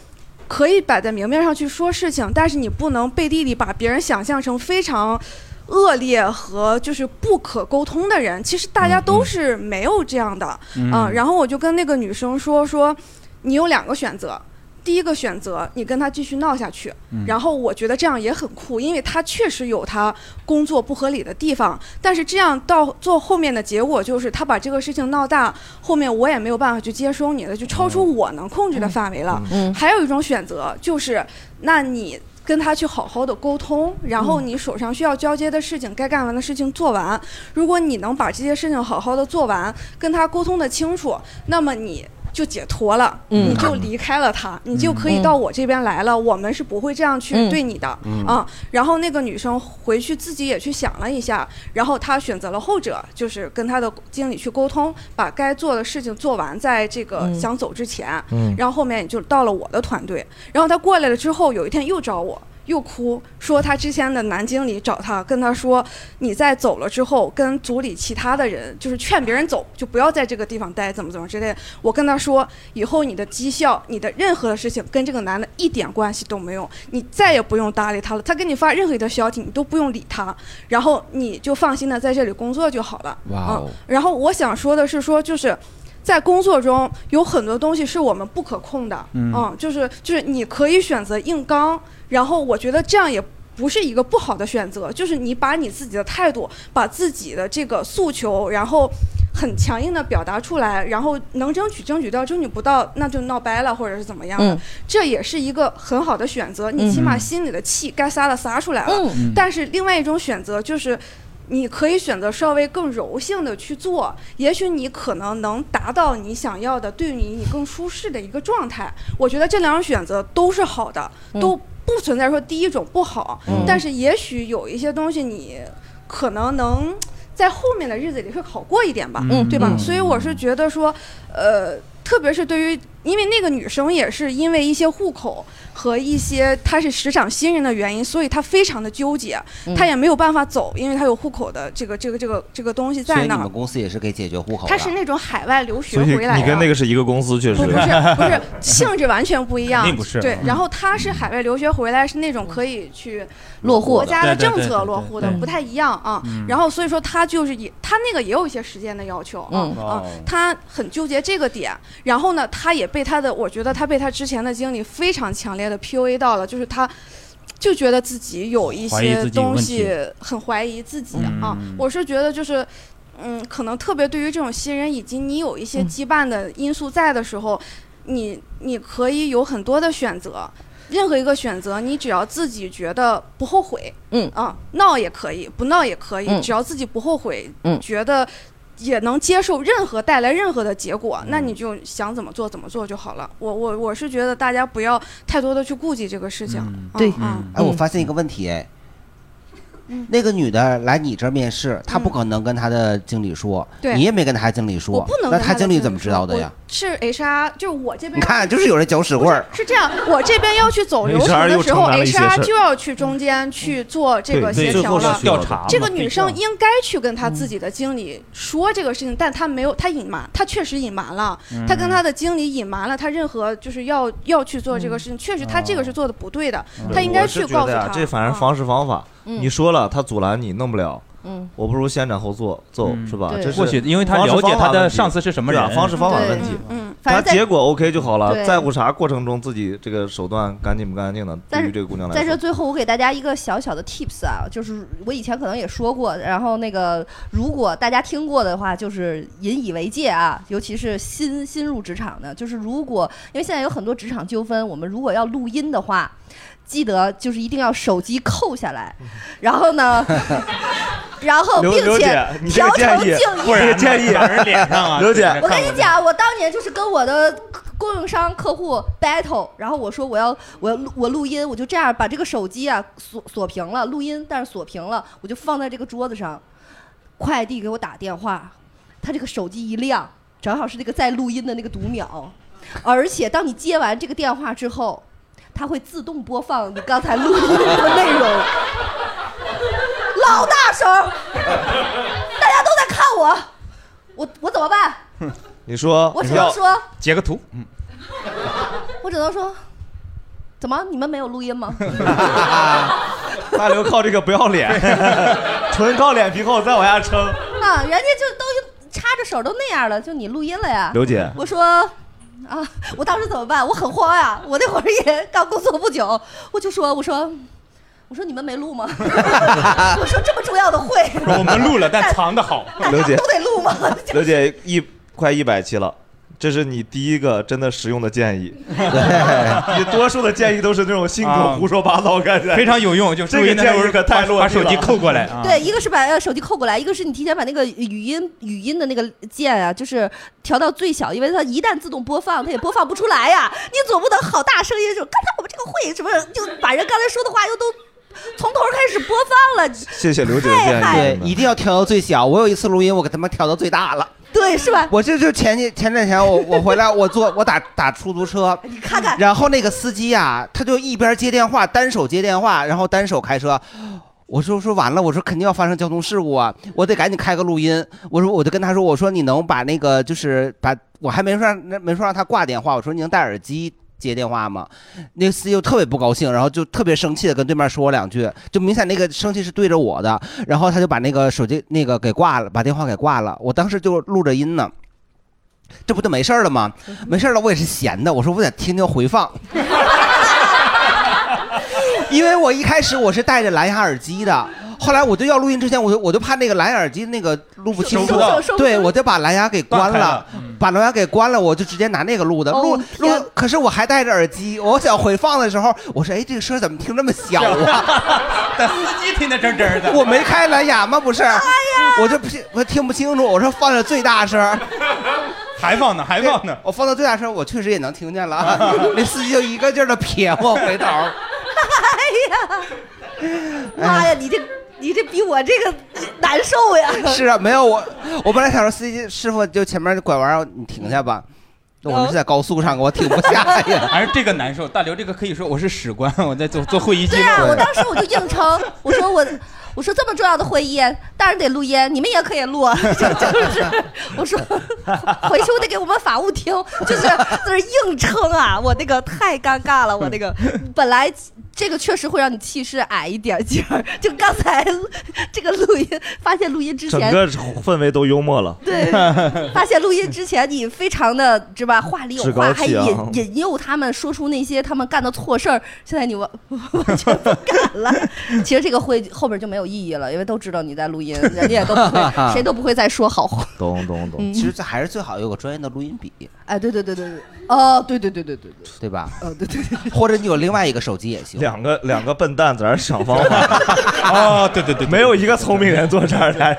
O: 可以摆在明面上去说事情，但是你不能背地里把别人想象成非常恶劣和就是不可沟通的人。其实大家
H: 嗯
O: 都是没有这样的，啊
Q: 嗯
O: 然后我就跟那个女生说说，你有两个选择。第一个选择，你跟他继续闹下去，
Q: 嗯
O: 然后我觉得这样也很酷，因为他确实有他工作不合理的地方，但是这样到做后面的结果就是他把这个事情闹大，后面我也没有办法去接收你了，就超出我能控制的范围了。
Q: 嗯嗯
O: 还有一种选择就是，那你跟他去好好的沟通，然后你手上需要交接的事情、该干完的事情做完。如果你能把这些事情好好的做完，跟他沟通的清楚，那么你。就解脱了，
Q: 嗯
O: 你就离开了他，你就可以
Q: 嗯
O: 到我这边来了。我们是不会这样去
Q: 嗯
O: 对你的、
Q: 嗯
O: 啊。然后那个女生回去自己也去想了一下，然后她选择了后者，就是跟她的经理去沟通，把该做的事情做完，在这个
Q: 嗯
O: 想走之前，
Q: 嗯
O: 然后后面也就到了我的团队。然后她过来了之后，有一天又找我。又哭，说她之前的男经理找她，跟她说，你在走了之后，跟组里其他的人就是劝别人走，就不要在这个地方待，怎么怎么之类的。我跟她说，以后你的绩效，你的任何的事情跟这个男的一点关系都没有，你再也不用搭理他了。他给你发任何的消息，你都不用理他，然后你就放心的在这里工作就好了。
Q: 哇哦
O: 嗯然后我想说的是说，就是在工作中有很多东西是我们不可控的，
Q: 嗯
O: 就是就是你可以选择硬刚，然后我觉得这样也。不是一个不好的选择，就是你把你自己的态度，把自己的这个诉求，然后很强硬的表达出来，然后能争取争取到，争取不到那就闹掰了，或者是怎么样的，
Q: 嗯
O: 这也是一个很好的选择。你起码
Q: 嗯
O: 心里的气该撒的撒出来了，
Q: 嗯
O: 但是另外一种选择就是，你可以选择稍微更柔性的去做，也许你可能能达到你想要的，对你你更舒适的一个状态。我觉得这两种选择都是好的，
Q: 嗯
O: 都不存在说第一种不好，
Q: 嗯
O: 但是也许有一些东西你可能能。在后面的日子里会好过一点吧，
Q: 嗯
O: 对吧？
Q: 嗯
O: 所以我是觉得说，呃，特别是对于，因为那个女生也是因为一些户口和一些她是职场新人的原因，所以她非常的纠结，
B: 嗯
O: 她也没有办法走，因为她有户口的这个这个这个这个东西
B: 所以
O: 在
B: 你
O: 那
B: 们
O: 儿。
B: 公司也是给解决户口的
O: 她。是那种海外留学
C: 所以
O: 回来的，
C: 你跟那个是一个公司，确实
O: 不不是 不是嗯性质完全不一样，
C: 肯定不是
O: 对，
C: 嗯
O: 然后他是海外留学回来，是那种可以去
D: 落户
O: 国
D: 的
O: 家的
D: 对对
O: 政
D: 对
O: 策
D: 对
O: 落
D: 对
O: 户的，
D: 对
O: 不太一样啊
D: 嗯。
O: 然后所以说他就是也他那个也有一些时间的要求啊
D: 嗯
O: 啊
D: 哦，
O: 他很纠结这个点。然后呢，他也被他的，我觉得他被他之前的经理非常强烈的 PUA 到了，就是他。就觉得自己有一
Q: 怀疑自
O: 些
Q: 己有
O: 东
Q: 问
O: 西
Q: 题
O: 很怀疑自己啊
Q: 嗯，
O: 我是觉得就是嗯，可能特别对于这种新人以及你有一些羁绊的因素在的时候，你你可以有很多的选择，任何一个选择，你只要自己觉得不后悔，
D: 嗯
O: 啊，闹也可以，不闹也可以，
D: 嗯
O: 只要自己不后悔，
D: 嗯
O: 觉得。也能接受任何带来任何的结果，那你就想怎么做怎么做就好了。我我我是觉得大家不要太多的去顾忌这个事情。啊
B: 对
O: 啊，
B: 哎，我发现一个问题，哎，
O: 嗯
B: 那个女的来你这儿面试，她不
O: 嗯
B: 可能跟她的经理说，
O: 对
B: 你也没跟她经理说，
O: 我不能
B: 那
O: 跟她的
B: 经理
O: 经
B: 怎
O: 理
B: 么知
O: 说
B: 道的
O: 我
B: 呀？
O: 是 HR，就是我这边
B: 你看，就是有人搅屎棍儿。
O: 是这样，我这边要去走流程
B: HR
O: 的
B: 又
O: 时候
B: 承担了一些事儿
O: ，HR 就要去中间去做这个
B: 对
O: 协
B: 对
O: 调
B: 最后
O: 了
B: 是。调查嘛
O: 这个女生应该去跟她自己的经理说这个事情，但她没有，她隐瞒，她确实隐瞒了
Q: 嗯，
O: 她跟她的经理隐瞒了，她任何就是要要去做这个事
B: 嗯
O: 情，确实她这个是做的不对的，她应该去告诉
D: 啊
O: 她。
C: 这反正方式方法，
O: 嗯
C: 你说了他阻拦你弄不了。
O: 嗯
C: 我不如先斩后奏，奏、是吧？
H: 对
C: 这是
H: 或许因为他
C: 方式
H: 了解
C: 方法
H: 他的
C: 问题
H: 上司是什么
C: 对啊
H: 人
C: 方式方法
H: 对
C: 问题。
O: 嗯嗯
D: 反
C: 他
D: 正在
C: 结果 OK 就好了，
D: 对
C: 在乎啥过程中自己这个手段干净不干净的，
D: 但
C: 对
D: 是
C: 于这个姑娘来
D: 在
C: 说，
D: 这最后，我给大家一个小小的 tips 啊，就是我以前可能也说过，然后那个如果大家听过的话，就是引以为戒啊，尤其是新新入职场的，就是如果因为现在有很多职场纠纷，我们如果要录音的话，记得就是一定要手机扣下来，然后 呢，然后
C: 嗯刘
D: 并
C: 刘
D: 且
C: 姐，你这个
D: 调成
C: 建
D: 静
C: 议，
D: 音，
C: 这个建议刘姐，
D: 我跟你讲，我当年就是跟我的供应商客户 battle，然后我说我要我要录我录音，我就这样把这个手机啊锁锁屏了，录音但是锁屏了，我就放在这个桌子上。快递给我打电话，他这个手机一亮，正好是那个在录音的那个读秒，而且当你接完这个电话之后，它会自动播放你刚才录音的内容。老大声，大家都在看我，我我怎么办？
C: 你说，
D: 我只能说，
C: 截个图，嗯，
D: 我只能说，怎么你们没有录音吗？
C: 大刘靠这个不要脸， 纯靠脸皮厚，再往下撑。
D: 啊，人家就都插着手都那样了，就你录音了呀？
C: 刘姐
D: 我说啊，我当时怎么办？我很慌呀、我那会儿也 刚工作不久，我就说，我说。我说你们没录吗？ 我说这么重要的会，
C: 我们录了，但藏的好。刘姐
D: 都得录吗？
C: 刘姐一快一百期了，这是你第一个真的实用的建 议。你多数的建议都是那种信口胡说八道，感觉
H: 非常有用就
C: 这
H: 注
C: 个
H: 意那
C: 建
H: 时
C: 议
H: 候
C: 可太落
H: 把
C: 地了
H: 把手机扣 过来啊
D: 对，一个是把呃手机扣过来，一个是你提前把那个语音语音的那个键啊，就是调到最小，因为它一旦自动播放，它也播放不出来呀、你总不能好大声音说，刚才我们这个会什么，就把人刚才说的话又都从头开始播放 了。
C: 谢谢刘姐
B: 的
C: 建议
B: 对，一定要调到最小。我有一次录音，我给他们调到最大了。
D: 对，是吧？
B: 我这就前几前两天我我回来，我坐 我打打出租车，
D: 你看看，
B: 然后那个司机啊，他就一边接电话，单手接电话，然后单手开车。我说说完了，我说肯定要发生交通事故啊，我得赶紧开个录音。我说我就跟他说，我说你能把那个就是把我还没说让那没说让他挂电话，我说你能戴耳机接电话吗？那个司机就特别不高兴，然后就特别生气的跟对面说两句，就明显那个生气是对着我的，然后他就把那个手机那个给挂了，把电话给挂了。我当时就录着音呢。这不就没事儿了吗？没事儿了，我也是闲的。我说我得听听回放，因为我一开始我是戴着蓝牙耳机的，后来我就要录音之前，我就我就怕那个蓝牙耳机那个录不清
Q: 收
B: 楚
Q: 不到收不到，
B: 对我就把蓝牙给关
Q: 断开
B: 了
Q: 了，嗯
B: 把蓝牙给关了，我就直接拿那个录的，
Q: 哦
B: 录录，可是我还戴着耳机，我想回放的时候，我说哎，这个声儿怎么听这么小啊？
H: 但司机听得
A: 啊
H: 真真的。
B: 我没开蓝牙吗？不是，我就不信我听不清楚，我说放着最大声。
H: 还放呢，还
B: 放呢！我放到最大声，我确实也能 听见了。那司机就一个劲儿的瞥我回头。
D: 哎呀，妈呀，你这你这比我这个难受呀！
B: 是啊，没有我，我本来想说司机师傅就前面拐弯儿，你停下吧。那我们是在高速上，我停不 下哎呀。
H: 还是这个难受，大刘这个可以说我是史官，我在做做会议记
D: 对
H: 录。
D: 呀、我当时我就硬撑，我说我我说这么重要的会议，当然得录音，你们也可以录，就就是我说 回去我得给我们法务听，就是 在这硬撑啊，我那个太尴尬了，我那个本来。这个确实会让你气势矮一点劲儿，就刚才这个录音，发现录音之
C: 整
D: 前
C: 个氛围都幽默了。
D: 对， 发现录音之前你非常的是吧，话里有
C: 嗯趾
D: 话，
C: 高
D: 还
C: 气
D: 引
C: 昂
D: 引诱他们说出那些他们干的错事儿。现在你完完全不敢了。 其实这个会后边就没有意义了，因为都知道你在录音，人家也都不 会，谁都不会再说好话。
B: 懂懂
D: 懂嗯
B: 其实这还是最好有个专业的录音笔，
D: 哎，对对对对对，哦，对对对对对对，
B: 对吧？
D: 呃，对对对，
B: 或者你有另外一个手机也行。
C: 两个两个笨蛋在那儿想方 法。啊，对对对，没有一个聪明人坐这儿 来，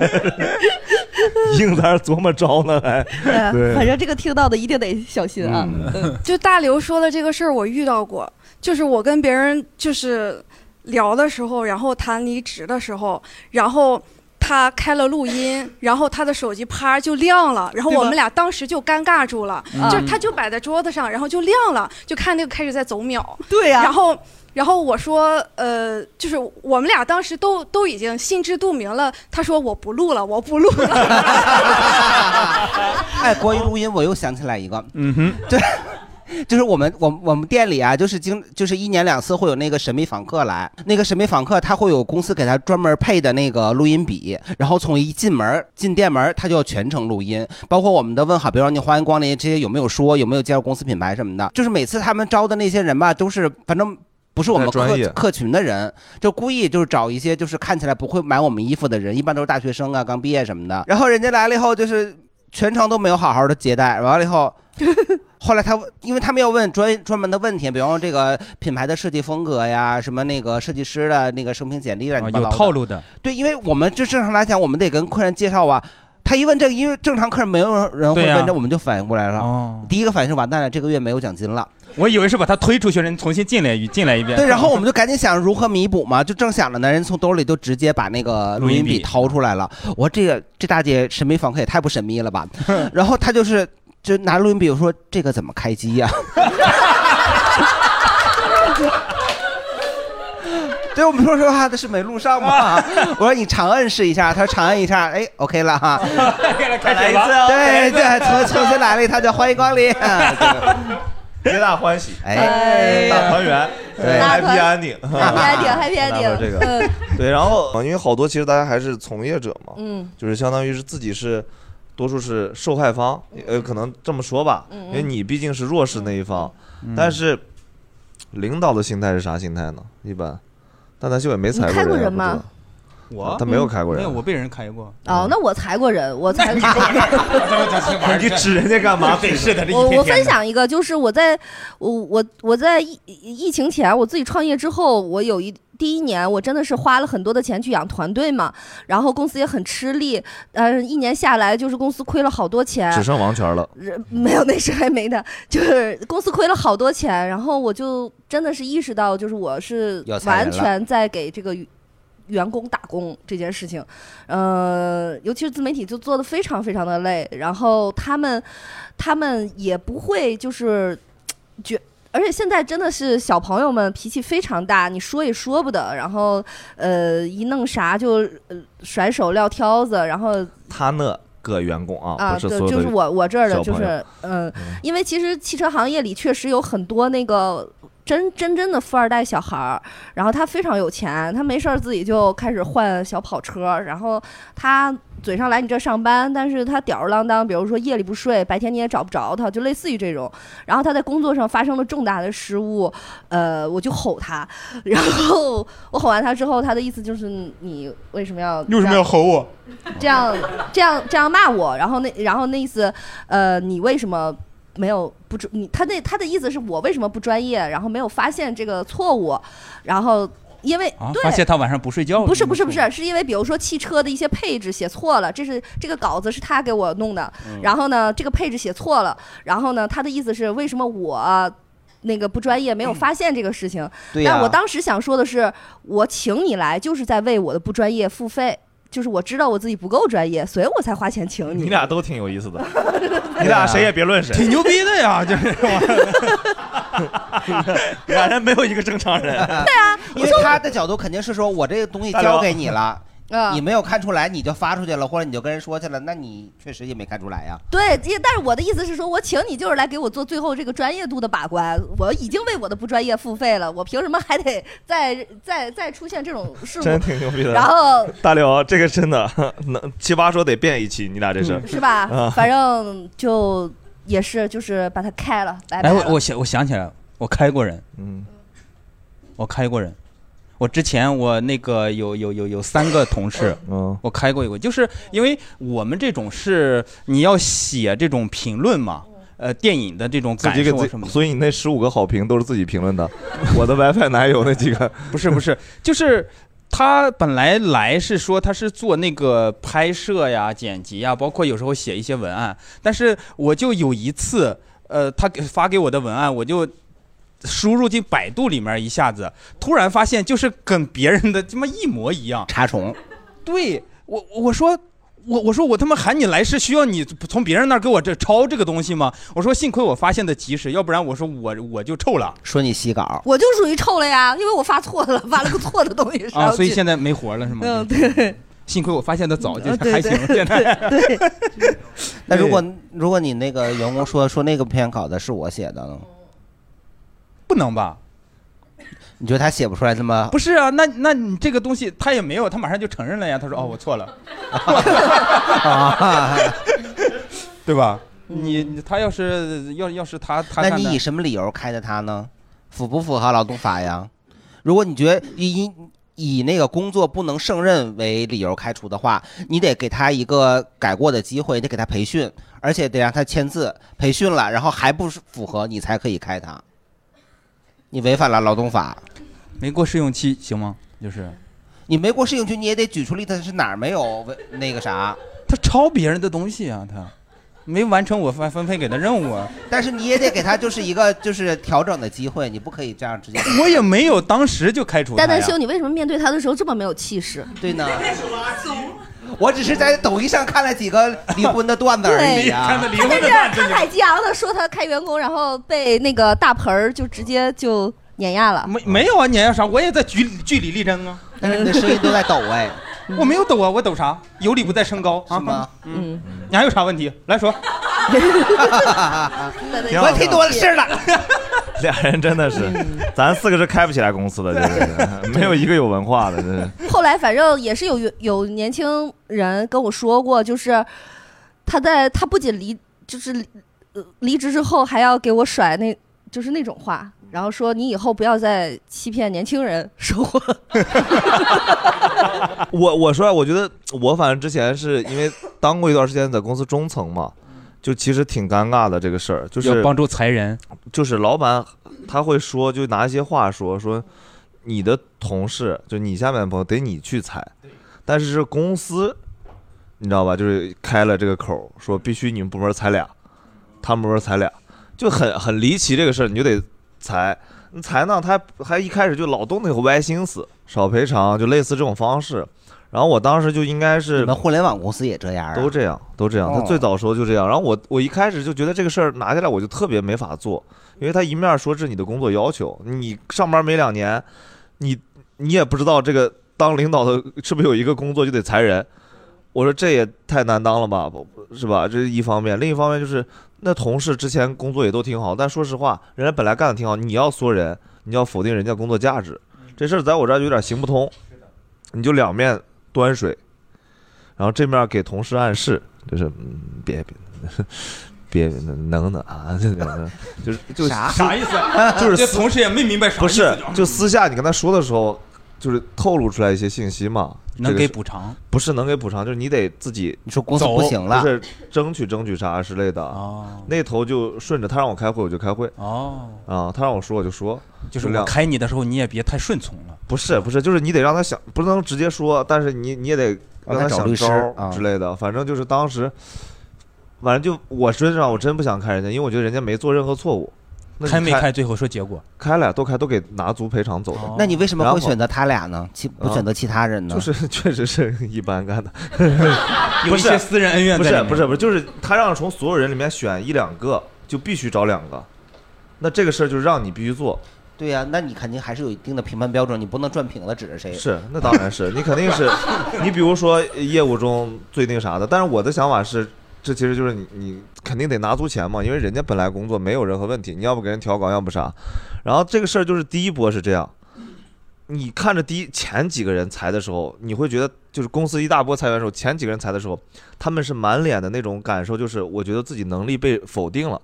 C: 硬在那儿琢磨招呢，还
D: 哎
C: 对。
D: 反正这个听到的一定得小心啊。嗯
O: 就大刘说的这个事儿，我遇到过，就是我跟别人就是聊的时候，然后谈离职的时候，然后他开了录音，然后他的手机啪就亮了，然后
D: 对吧
O: 我们俩当时就尴尬住了，
D: 嗯
O: 就是他就摆在桌子上，然后就亮了，就看那个开始在走秒，
D: 对呀
O: 然后。然后我说，呃，就是我们俩当时都都已经心知肚明了。他说我不录了，我不录了。
B: 哎，关于录音，我又想起来一个，
H: 嗯哼，
B: 对。就是我们我们我们店里啊，就是经就是一年两次会有那个神秘访客来，那个神秘访客他会有公司给他专门配的那个录音笔，然后从一进门进店门他就要全程录音，包括我们的问好，比如说你欢迎光临这些有没有说有没有介绍公司品牌什么的，就是每次他们招的那些人吧，都是反正。不是我们
C: 不太专业
B: 客客群的人，就故意就是找一些就是看起来不会买我们衣服的人，一般都是大学生啊，刚毕业什么的。然后人家来了以后，就是全程都没有好好的接待，完了以后，后来他，因为他们要问专专门的问题，比方说这个品牌的设计风格呀，什么那个设计师的那个生平简历啊，
H: 啊有套路的。
B: 对，因为我们就正常来讲，我们得跟客人介绍啊。他一问这个，因为正常客人没有人会
H: 对呀啊哦
B: 问，这我们就反应过来了。第一个反应是完蛋了，这个月没有奖金了。
H: 我以为是把他推出去，人重新进来一进来一遍。
B: 对，然后 我们就赶紧想如何弥补嘛，就正想着呢，人从兜里就直接把那个录音笔掏出来了。我说这个这大姐神秘访客也太不神秘 了吧？然后她就是就拿录音笔我说这个怎么开机呀、 对我们说实话，他是没录上嘛。啊我说你长按试一下，他说长按一下，哎，OK 了哈。
C: 来一次哦，
B: 哎对对，重重新
C: 来，
B: 来了一趟，叫欢迎光临。
C: 皆大欢喜，
B: 哎
C: 大团圆，
B: 对
D: 大
C: ，Happy
D: 团
C: Ending，
D: Happy ending，Happy
C: 大伙儿这
D: ending，
C: 个
D: 嗯，
C: 对，然后因为好多其实大家还是从业者嘛，
D: 嗯
C: 就是相当于是自己是。多数是受害方，呃，可能这么说吧，
D: 嗯嗯嗯
C: 因为你毕竟是弱势那一方，但是领导的心态是啥心态呢？一般，但咱秀也没
D: 你
C: 裁
D: 开过
C: 人
D: 人
C: 啊，
D: 吗？
C: 不知道他没有开过人
H: 没有，，我被人开过。
D: 哦，那我裁过人，我裁过。
C: 你指人家干 嘛？
H: 真是的，这一
D: 我
H: 天
D: 我
H: 天
D: 分
H: 的
D: 享一个，就是我在我我我在疫疫情前，我自己创业之后，我有一第一年，我真的是花了很多的钱去养团队嘛，然后公司也很吃力，呃，一年下来就是公司亏了好多钱，
C: 只剩王权了。
D: 人 没有，那时候还没的，就是公司亏了好多钱，然后我就真的是意识到，就是我是
M: 要裁人
D: 完
M: 了
D: 全在给这个员工打工这件事情，呃，尤其是自媒体就做的非常非常的累，然后他们他们也不会就是觉。而且现在真的是小朋友们脾气非常大，你说也说不得，然后呃一弄啥就呃甩手撂挑子，然后
C: 他那个员工啊，
D: 啊，
C: 不是
D: 对
C: 所，有的
D: 就是我我这儿的，
C: 小
D: 就
C: 朋友
D: 是嗯，因为其实汽车行业里确实有很多那个真真正的富二代小孩儿，然后他非常有钱，他没事儿自己就开始换小跑车，然后他嘴上来你这儿上班，但是他吊儿郎当，比如说夜里不睡，白天你也找不着他，就类似于这种。然后他在工作上发生了重大的失误，呃，我就吼他， 然后我吼完他之后，他的意思就是你为什么要
H: 你为什么要吼我？
D: 这样这样这样骂我，然后那然后那意思，呃，你为什么没有不专？你他那他的意思是我为什么不专业，然后没有发现这个错误，然后因为、
H: 啊，
D: 对。
H: 发现他晚上不睡觉了。
D: 不是不是不是，是因为比如说汽车的一些配置写错了，这是这个稿子是他给我弄的，
H: 嗯
D: 然后呢这个配置写错了，然后呢他的意思是为什么我那个不专业，没有发现这个事情。
B: 对呀
D: 但我当时想说的是，我请你来就是在为我的不专业付费，就是我知道我自己不够专业，所以我才花钱请
C: 你
D: 你。
C: 俩都挺有意思的，你俩谁也别论谁，
H: 挺牛逼的 呀，啊就是
C: 俩人没有一个正常人。
B: 对啊，因为他的角度肯定是说，我这个东西交给你
D: 大
B: 了
D: 刘，
B: 你没有看出来，你就发出去了，或者你就跟人说去了，那你确实也没看出来 呀。
D: 对，因但是我的意思是说，我请你就是来给我做最后这个专业度的把关。我已经为我的不专业付费了，我凭什么还得再再再出现这种事故？
C: 真挺牛逼的。
D: 然后
C: 大刘，这个真的能奇葩说得变一期，你俩这是
D: 嗯是吧？
C: 啊
D: 反正就也是，就是把它开了，拜拜
H: 哎，
D: 了。
H: 我我想我想起来了，我开过人，
C: 嗯，
H: 我开过人。我之前我那个有有有有三个同事，
C: 嗯，
H: 我开过一个，就是因为我们这种是你要写这种评论嘛，呃，电影的这种
C: 自
H: 感
C: 己给
H: 受
C: 自
H: 什么
C: 己，
H: 的，
C: 所以你 那十五个好评都是自己评论的。我的 WiFi 男友那几个，
H: 不是不是，就是他本来来是说他是做那个拍摄呀、剪辑呀，包括有时候写一些文案，但是我就有一次，呃，他给发给我的文案，我就。输入进百度里面，一下子突然发现，就是跟别人的他妈一模一样。
B: 查重，
H: 对我我说。我我说我他妈喊你来是需要你从别人那儿给我这抄这个东西吗？我说幸亏我发现的及时，要不然我说我我就臭了。
B: 说你洗稿，
D: 我就属于臭了呀，因为我发错了，发了个错的东西。
H: 啊，所以现
D: 在
H: 在没活了是吗？
D: 嗯， 对，
H: 幸亏我发现的早，就
D: 嗯对
H: 还行。
D: 对
H: 现在
B: 那如果如果你那个员工说说那个篇稿子是我写的呢？
H: 不能吧？
B: 你觉得他写不出来那么
H: 不是啊，那那你这个东西他也没有，他马上就承认了呀。他说哦，我 错了，
B: 啊？
H: 对吧？你你他要是要要是他他
B: 那
H: 干
B: 你
H: 的
B: 以什么理由开的他呢？符不符合劳动法呀？如果你觉得以以那个工作不能胜任为理由开除的话，你得给他一个改过的机会，得给他培训，而且得让他签字。培训了，然后还不符合，你才可以开他。你违反了劳动法。
H: 没过试用期行吗？就是
B: 你没过试用期，你也得举出例子是哪儿没有违那个啥。
H: 他抄别人的东西啊，他没完成我分分配给的任务啊。
B: 但是你也得给他就是一个就是调整的机会，你不可以这样直接。
H: 我也没有当时就开除他
D: 蛋
H: 呀。
D: 蛋兄，你为什么面对他的时候这么没有气势？
B: 对呢，我只是在抖音上看了几个离婚的段子而已啊。
D: 对 他在这儿慷慨激昂的说他开员工，然后被那个大盆儿就直接就碾压了。
H: 没没有啊，碾压啥？我也在据据理力争啊。
B: 嗯但是你的声音都在抖哎。
H: 我没有抖啊，我抖啥？有理不在声高啊。
B: 吗？
H: 嗯，你还有啥问题？来说。
C: 我听多
B: 了事儿
C: 嗯
B: 了。
C: 俩人真的是，咱四个是开不起来公司的，真是没有一个有文化的，真是。
D: 后来反正也是有有年轻人跟我说过，就是他在他不仅离就是离呃离职之后还要给我甩那就是那种话，然后说你以后不要再欺骗年轻人说我。
C: 我我说啊，我觉得我反正之前是因为当过一段时间在公司中层嘛，就其实挺尴尬的这个事儿，就是
H: 要帮助裁人，
C: 就是老板他会说，就拿一些话说说你的同事，就你下面的朋友得你去裁，但是是公司，你知道吧？就是开了这个口儿，说必须你们部门裁俩，他们部门裁俩，就很很离奇这个事儿，你就得裁。你裁呢，他还还一开始就老动那个歪心思，少赔偿，就类似这种方式。然后我当时就应该是你
B: 们互联网公司也这样、啊
C: 都这样，都这样。他
B: 哦
C: 最早时候就这样。然后我我一开始就觉得这个事儿拿下来我就特别没法做，因为他一面说这是你的工作要求，你上班没两年，你你也不知道这个当领导的是不是有一个工作就得裁人。我说这也太难当了吧，不是吧？这是一方面，另一方面就是那同事之前工作也都挺好，但说实话，人家本来干的挺好，你要缩人，你要否定人家工作价值，这事儿在我这儿就有点行不通。你就两面端水，然后这面给同事暗示，就是嗯，别别别能能啊，这个就是就
H: 啥
C: 私
H: 啥意思啊
C: 就是
H: 这
C: 私
H: 同事也没明白啥
C: 不
H: 意思
C: 是，就私下你跟他说的时候，就是透露出来一些信息嘛，
H: 能
C: 这个是
H: 给补偿？
C: 不是能给补偿，就是你得自己
B: 你说公司不行了
C: 不是争取争取啥之类的。哦，那头就顺着他让我开会，我就开会。
H: 哦，
C: 啊，他让我说我就说，
H: 就是
C: 两
H: 我开你的时候，你也别太顺从了。
C: 不是不是，就是你得让他想，不能直接说，但是你你也得
H: 让
C: 让
H: 他
C: 他
H: 找
C: 想
H: 律
C: 招
H: 师
C: 儿
H: 啊
C: 之类的。反正就是当时，反正就我身上我真不想看人家，因为我觉得人家没做任何错误。那你
H: 开没开？最后说结果。，
C: 开了，都开都给拿足赔偿走的。
B: 那你为什么会选择他俩
C: 然
B: 呢
C: 后？嗯
B: 其不选择其他人呢？
C: 就是 确实是一般 干的
H: 有一些私人恩怨
C: 不
H: 在
C: 是
H: 里面
C: 不是不是，就是他让从所有人里面选一两个，就必须找两个。那这个事儿就是让你必须做。
B: 对呀、那你肯定还是有一定的评判标准，你不能转评了指着谁。
C: 是，那当然是你肯定 是，你比如说呃业务中最那啥的，但是我的想法是，这其实就是你你肯定得拿足钱嘛，因为人家本来工作没有任何问题，你要不给人调岗，要不啥，然后这个事儿就是第一波是这样，你看着第一前几个人裁的时候，你会觉得就是公司一大波裁员的时候，前几个人裁的时候，他们是满脸的那种感受，就是我觉得自己能力被否定了。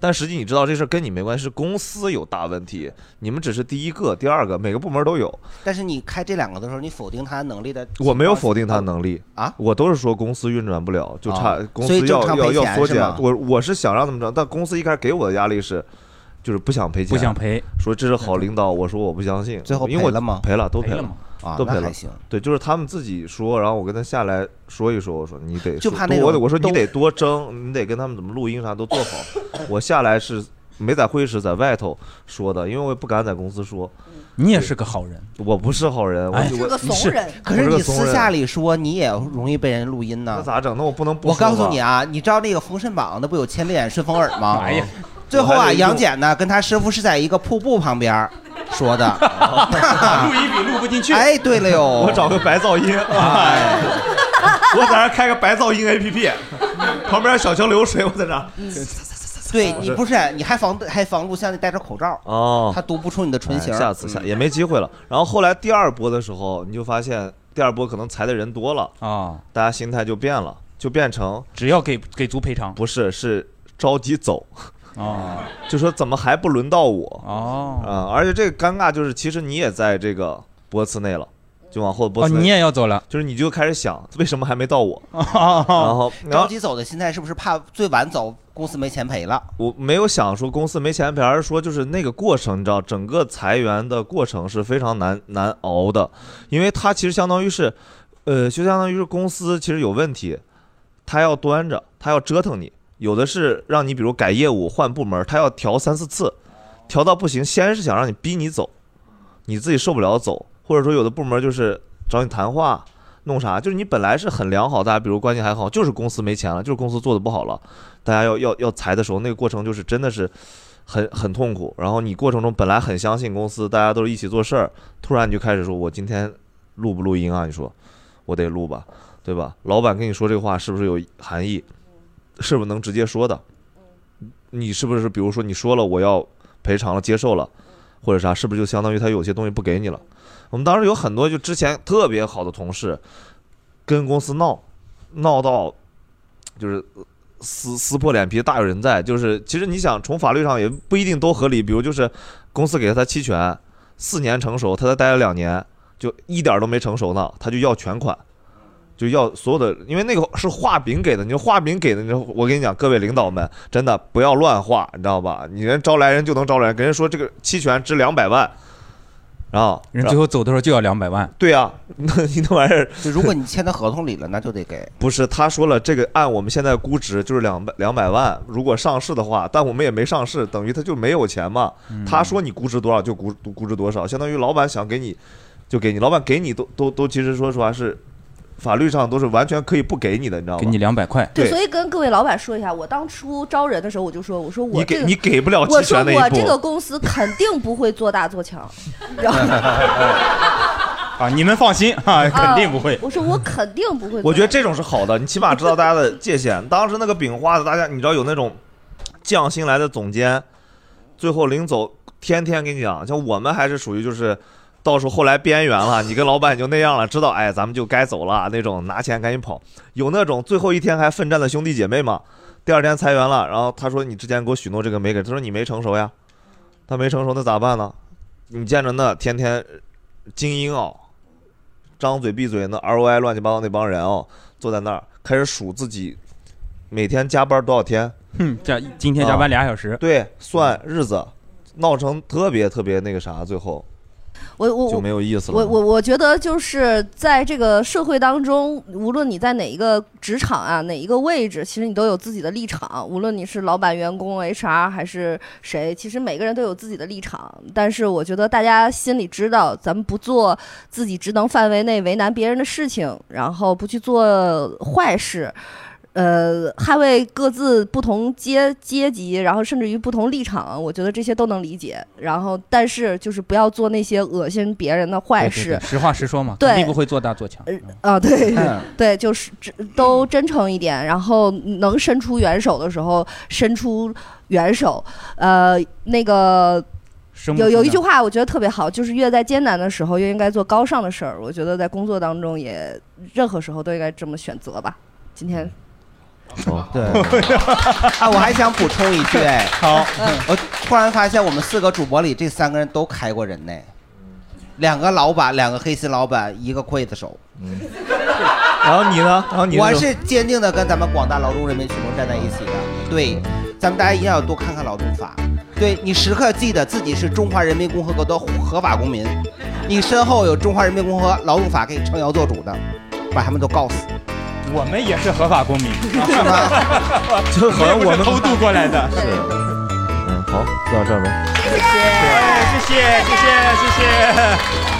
C: 但实际你知道这事儿跟你没关系，是公司有大问题，你们只是第一个、第二个，每个部门都有。
B: 但是你开这两个的时候，你否定他能力的，
C: 我没有否定他能力
B: 啊，
C: 我都是说公司运转不了，就差、
B: 啊
C: 公
B: 所以
C: 司
B: 正
C: 要
B: 常
C: 要
B: 赔
C: 要
B: 钱
C: 缩
B: 是
C: 减
B: 吗。
C: 我我是想让他们挣，但公司一开始给我的压力是，就是不想赔钱，
H: 不想赔，
C: 说这是好领导，我说我不相信。
B: 最后
C: 因为我
B: 赔了吗
C: 赔了，都
B: 赔
C: 赔了
B: 了吗啊
C: 都赔
B: 那
C: 了
B: 还行。
C: 对，就是他们自己说，然后我跟他下来说一说，我说你得
B: 就
C: 说
B: 怕
C: 多
B: 那种
C: 我得我说你
B: 都
C: 得多争，你得跟他们怎么录音啥都做好。 我下来是没在会议室，在外头说的，因为我也不敢在公司说。
H: 你也是个好人，
C: 我不是好人，我
B: 哎
C: 我
B: 是个
C: 你
B: 怂人可
C: 我
B: 是
C: 个
B: 你
C: 怂
B: 私
C: 人
B: 下里说，你也容易被人录音呢。
C: 那咋整？那我不能不
B: 我
C: 说
B: 告诉
C: 吧
B: 你啊，你知道那个《封神榜》那不有千里眼顺风耳吗？
C: 哎呀
B: 最后
C: 我还
B: 啊，
C: 以为
B: 杨
C: 就
B: 戬呢跟他师傅是在一个瀑布旁边儿说的。
H: 录一笔录不进去。
B: 哎，对了哟，
C: 我找个白噪音，哎、我在那开个白噪音 A P P，旁边小桥流水，我在那。
B: 对你不是，你还防还防录像，你戴着口罩，
C: 哦，
B: 他读不出你的唇形。
C: 哎下次下
B: 嗯
C: 也没机会了。然后后来第二波的时候，你就发现第二波可能裁的人多了
H: 啊，
C: 大家心态就变了，就变成
H: 只要给给足赔偿，
C: 不是是着急走。
H: 哦，
C: 就说怎么还不轮到我？
H: 哦，
C: 啊、而且这个尴尬就是，其实你也在这个波次内了，就往后波
H: 哦
C: 次内、
H: 你也要走了，
C: 就是你就开始想，为什么还没到我？然后然后
B: 着急走的心态是不是怕最晚走公司没钱 赔了？
C: 我没有想说公司没钱赔，而是说就是那个过程，你知道，整个裁员的过程是非常难难熬的，因为它其实相当于是，呃，就相当于是公司其实有问题，他要端着，他要折腾你，有的是让你比如改业务换部门，他要调三四次，调到不行，先是想让你逼你走，你自己受不了走，或者说有的部门就是找你谈话，弄啥，就是你本来是很良好，大家比如关系还好，就是公司没钱了，就是公司做的不好了，大家要要要裁的时候，那个过程就是真的是很很痛苦。然后你过程中本来很相信公司，大家都是一起做事儿，突然你就开始说，我今天录不录音啊？你说我得录吧，对吧？老板跟你说这话是不是有含义？是不是能直接说的？你是不是比如说你说了我要赔偿了，接受了，或者啥，是不是就相当于他有些东西不给你了？我们当时有很多就之前特别好的同事，跟公司闹，闹到就是撕撕破脸皮，大有人在。就是其实你想从法律上也不一定都合理，比如就是公司给了他期权，四年成熟，他才待了两年，就一点儿都没成熟呢，他就要全款。就要所有的，因为那个是画饼给的，你说画饼给的，你说我跟你讲，各位领导们，真的不要乱画，你知道吧？你人招来人就能招来人，跟人说这个期权值两百万，然后
H: 人最后走的时候就要两百万。
C: 对呀、 那你那玩意儿，
B: 就如果你签到合同里了，那就得给。
C: 不是，他说了，这个按我们现在估值就是两百两百万，如果上市的话，但我们也没上市，等于他就没有钱嘛。
H: 嗯
C: 他说你估值多少就估估值多少，相当于老板想给你就给你，老板给你都都都，其实说实话是法律上都是完全可以不给你的，你知道吗？给你
H: 两百块，
D: 对，所以跟各位老板说一下，我当初招人的时候，我就说，我说我
C: 你
D: 这
C: 给
D: 个
C: 你给不了
D: 我
C: 期
D: 说
C: 权那一步。
D: 我这个公司肯定不会做大做强，然后
C: 哎
H: 啊，你们放心啊，肯定不会
D: 啊。我说我肯定不会做大做强。
C: 我觉得这种是好的，你起码知道大家的界限。当时那个饼画的，大家你知道有那种降薪来的总监，最后临走天天跟你讲，像我们还是属于就是。到时候后来边缘了，你跟老板就那样了，知道哎，咱们就该走了那种，拿钱赶紧跑。有那种最后一天还奋战的兄弟姐妹嘛，第二天裁员了，然后他说你之前给我许诺这个没给，他说你没成熟呀，他没成熟那咋办呢？你见着那天天精英哦，张嘴闭嘴那 ROI 乱七八糟那帮人哦，坐在那儿开始数自己每天加班多少天，
H: 哼，嗯这今天加班
C: 啊
H: 俩小时，
C: 对，算日子，闹成特别特别那个啥，最后
D: 我我
C: 就
D: 我
C: 没有意思了
D: 我我我觉得就是在这个社会当中，无论你在哪一个职场啊，哪一个位置，其实你都有自己的立场。无论你是老板、员工、HR 还是谁，其实每个人都有自己的立场。但是我觉得大家心里知道，咱们不做自己职能范围内为难别人的事情，然后不去做坏事。呃，捍卫各自不同阶阶级，然后甚至于不同立场，我觉得这些都能理解。然后，但是就是不要做那些恶心别人的坏事。
H: 对对对实话实说嘛，
D: 对
H: 肯定不会做大做强。
D: 啊，对
H: 嗯
D: 对，就是只都真诚一点，然后能伸出援手的时候伸出援手。呃，那个
H: 生不
D: 有
H: 出
D: 有一
H: 呢
D: 句话我觉得特别好，就是越在艰难的时候越应该做高尚的事儿。我觉得在工作当中也任何时候都应该这么选择吧。今天
B: 对，啊，我还想补充一句，哎，
H: 好，
B: 我突然发现我们四个主播里这三个人都开过人呢，两个老板，两个黑心老板，一个刽子手。
I: 嗯
C: 然后你呢？然后你
B: 我是坚定的跟咱们广大劳动人民群众站在一起的。对，咱们大家一定要多看看劳动法。对你时刻记得自己是中华人民共和国的合法公民，你身后有中华人民共和国劳动法给你撑腰做主的，把他们都告死。
H: 我们也是合法公民，
B: 是吗？
C: 就好像我们
H: 偷渡过来的。
C: 是，嗯，好，就到这儿吧。
H: 谢谢谢谢谢谢谢谢。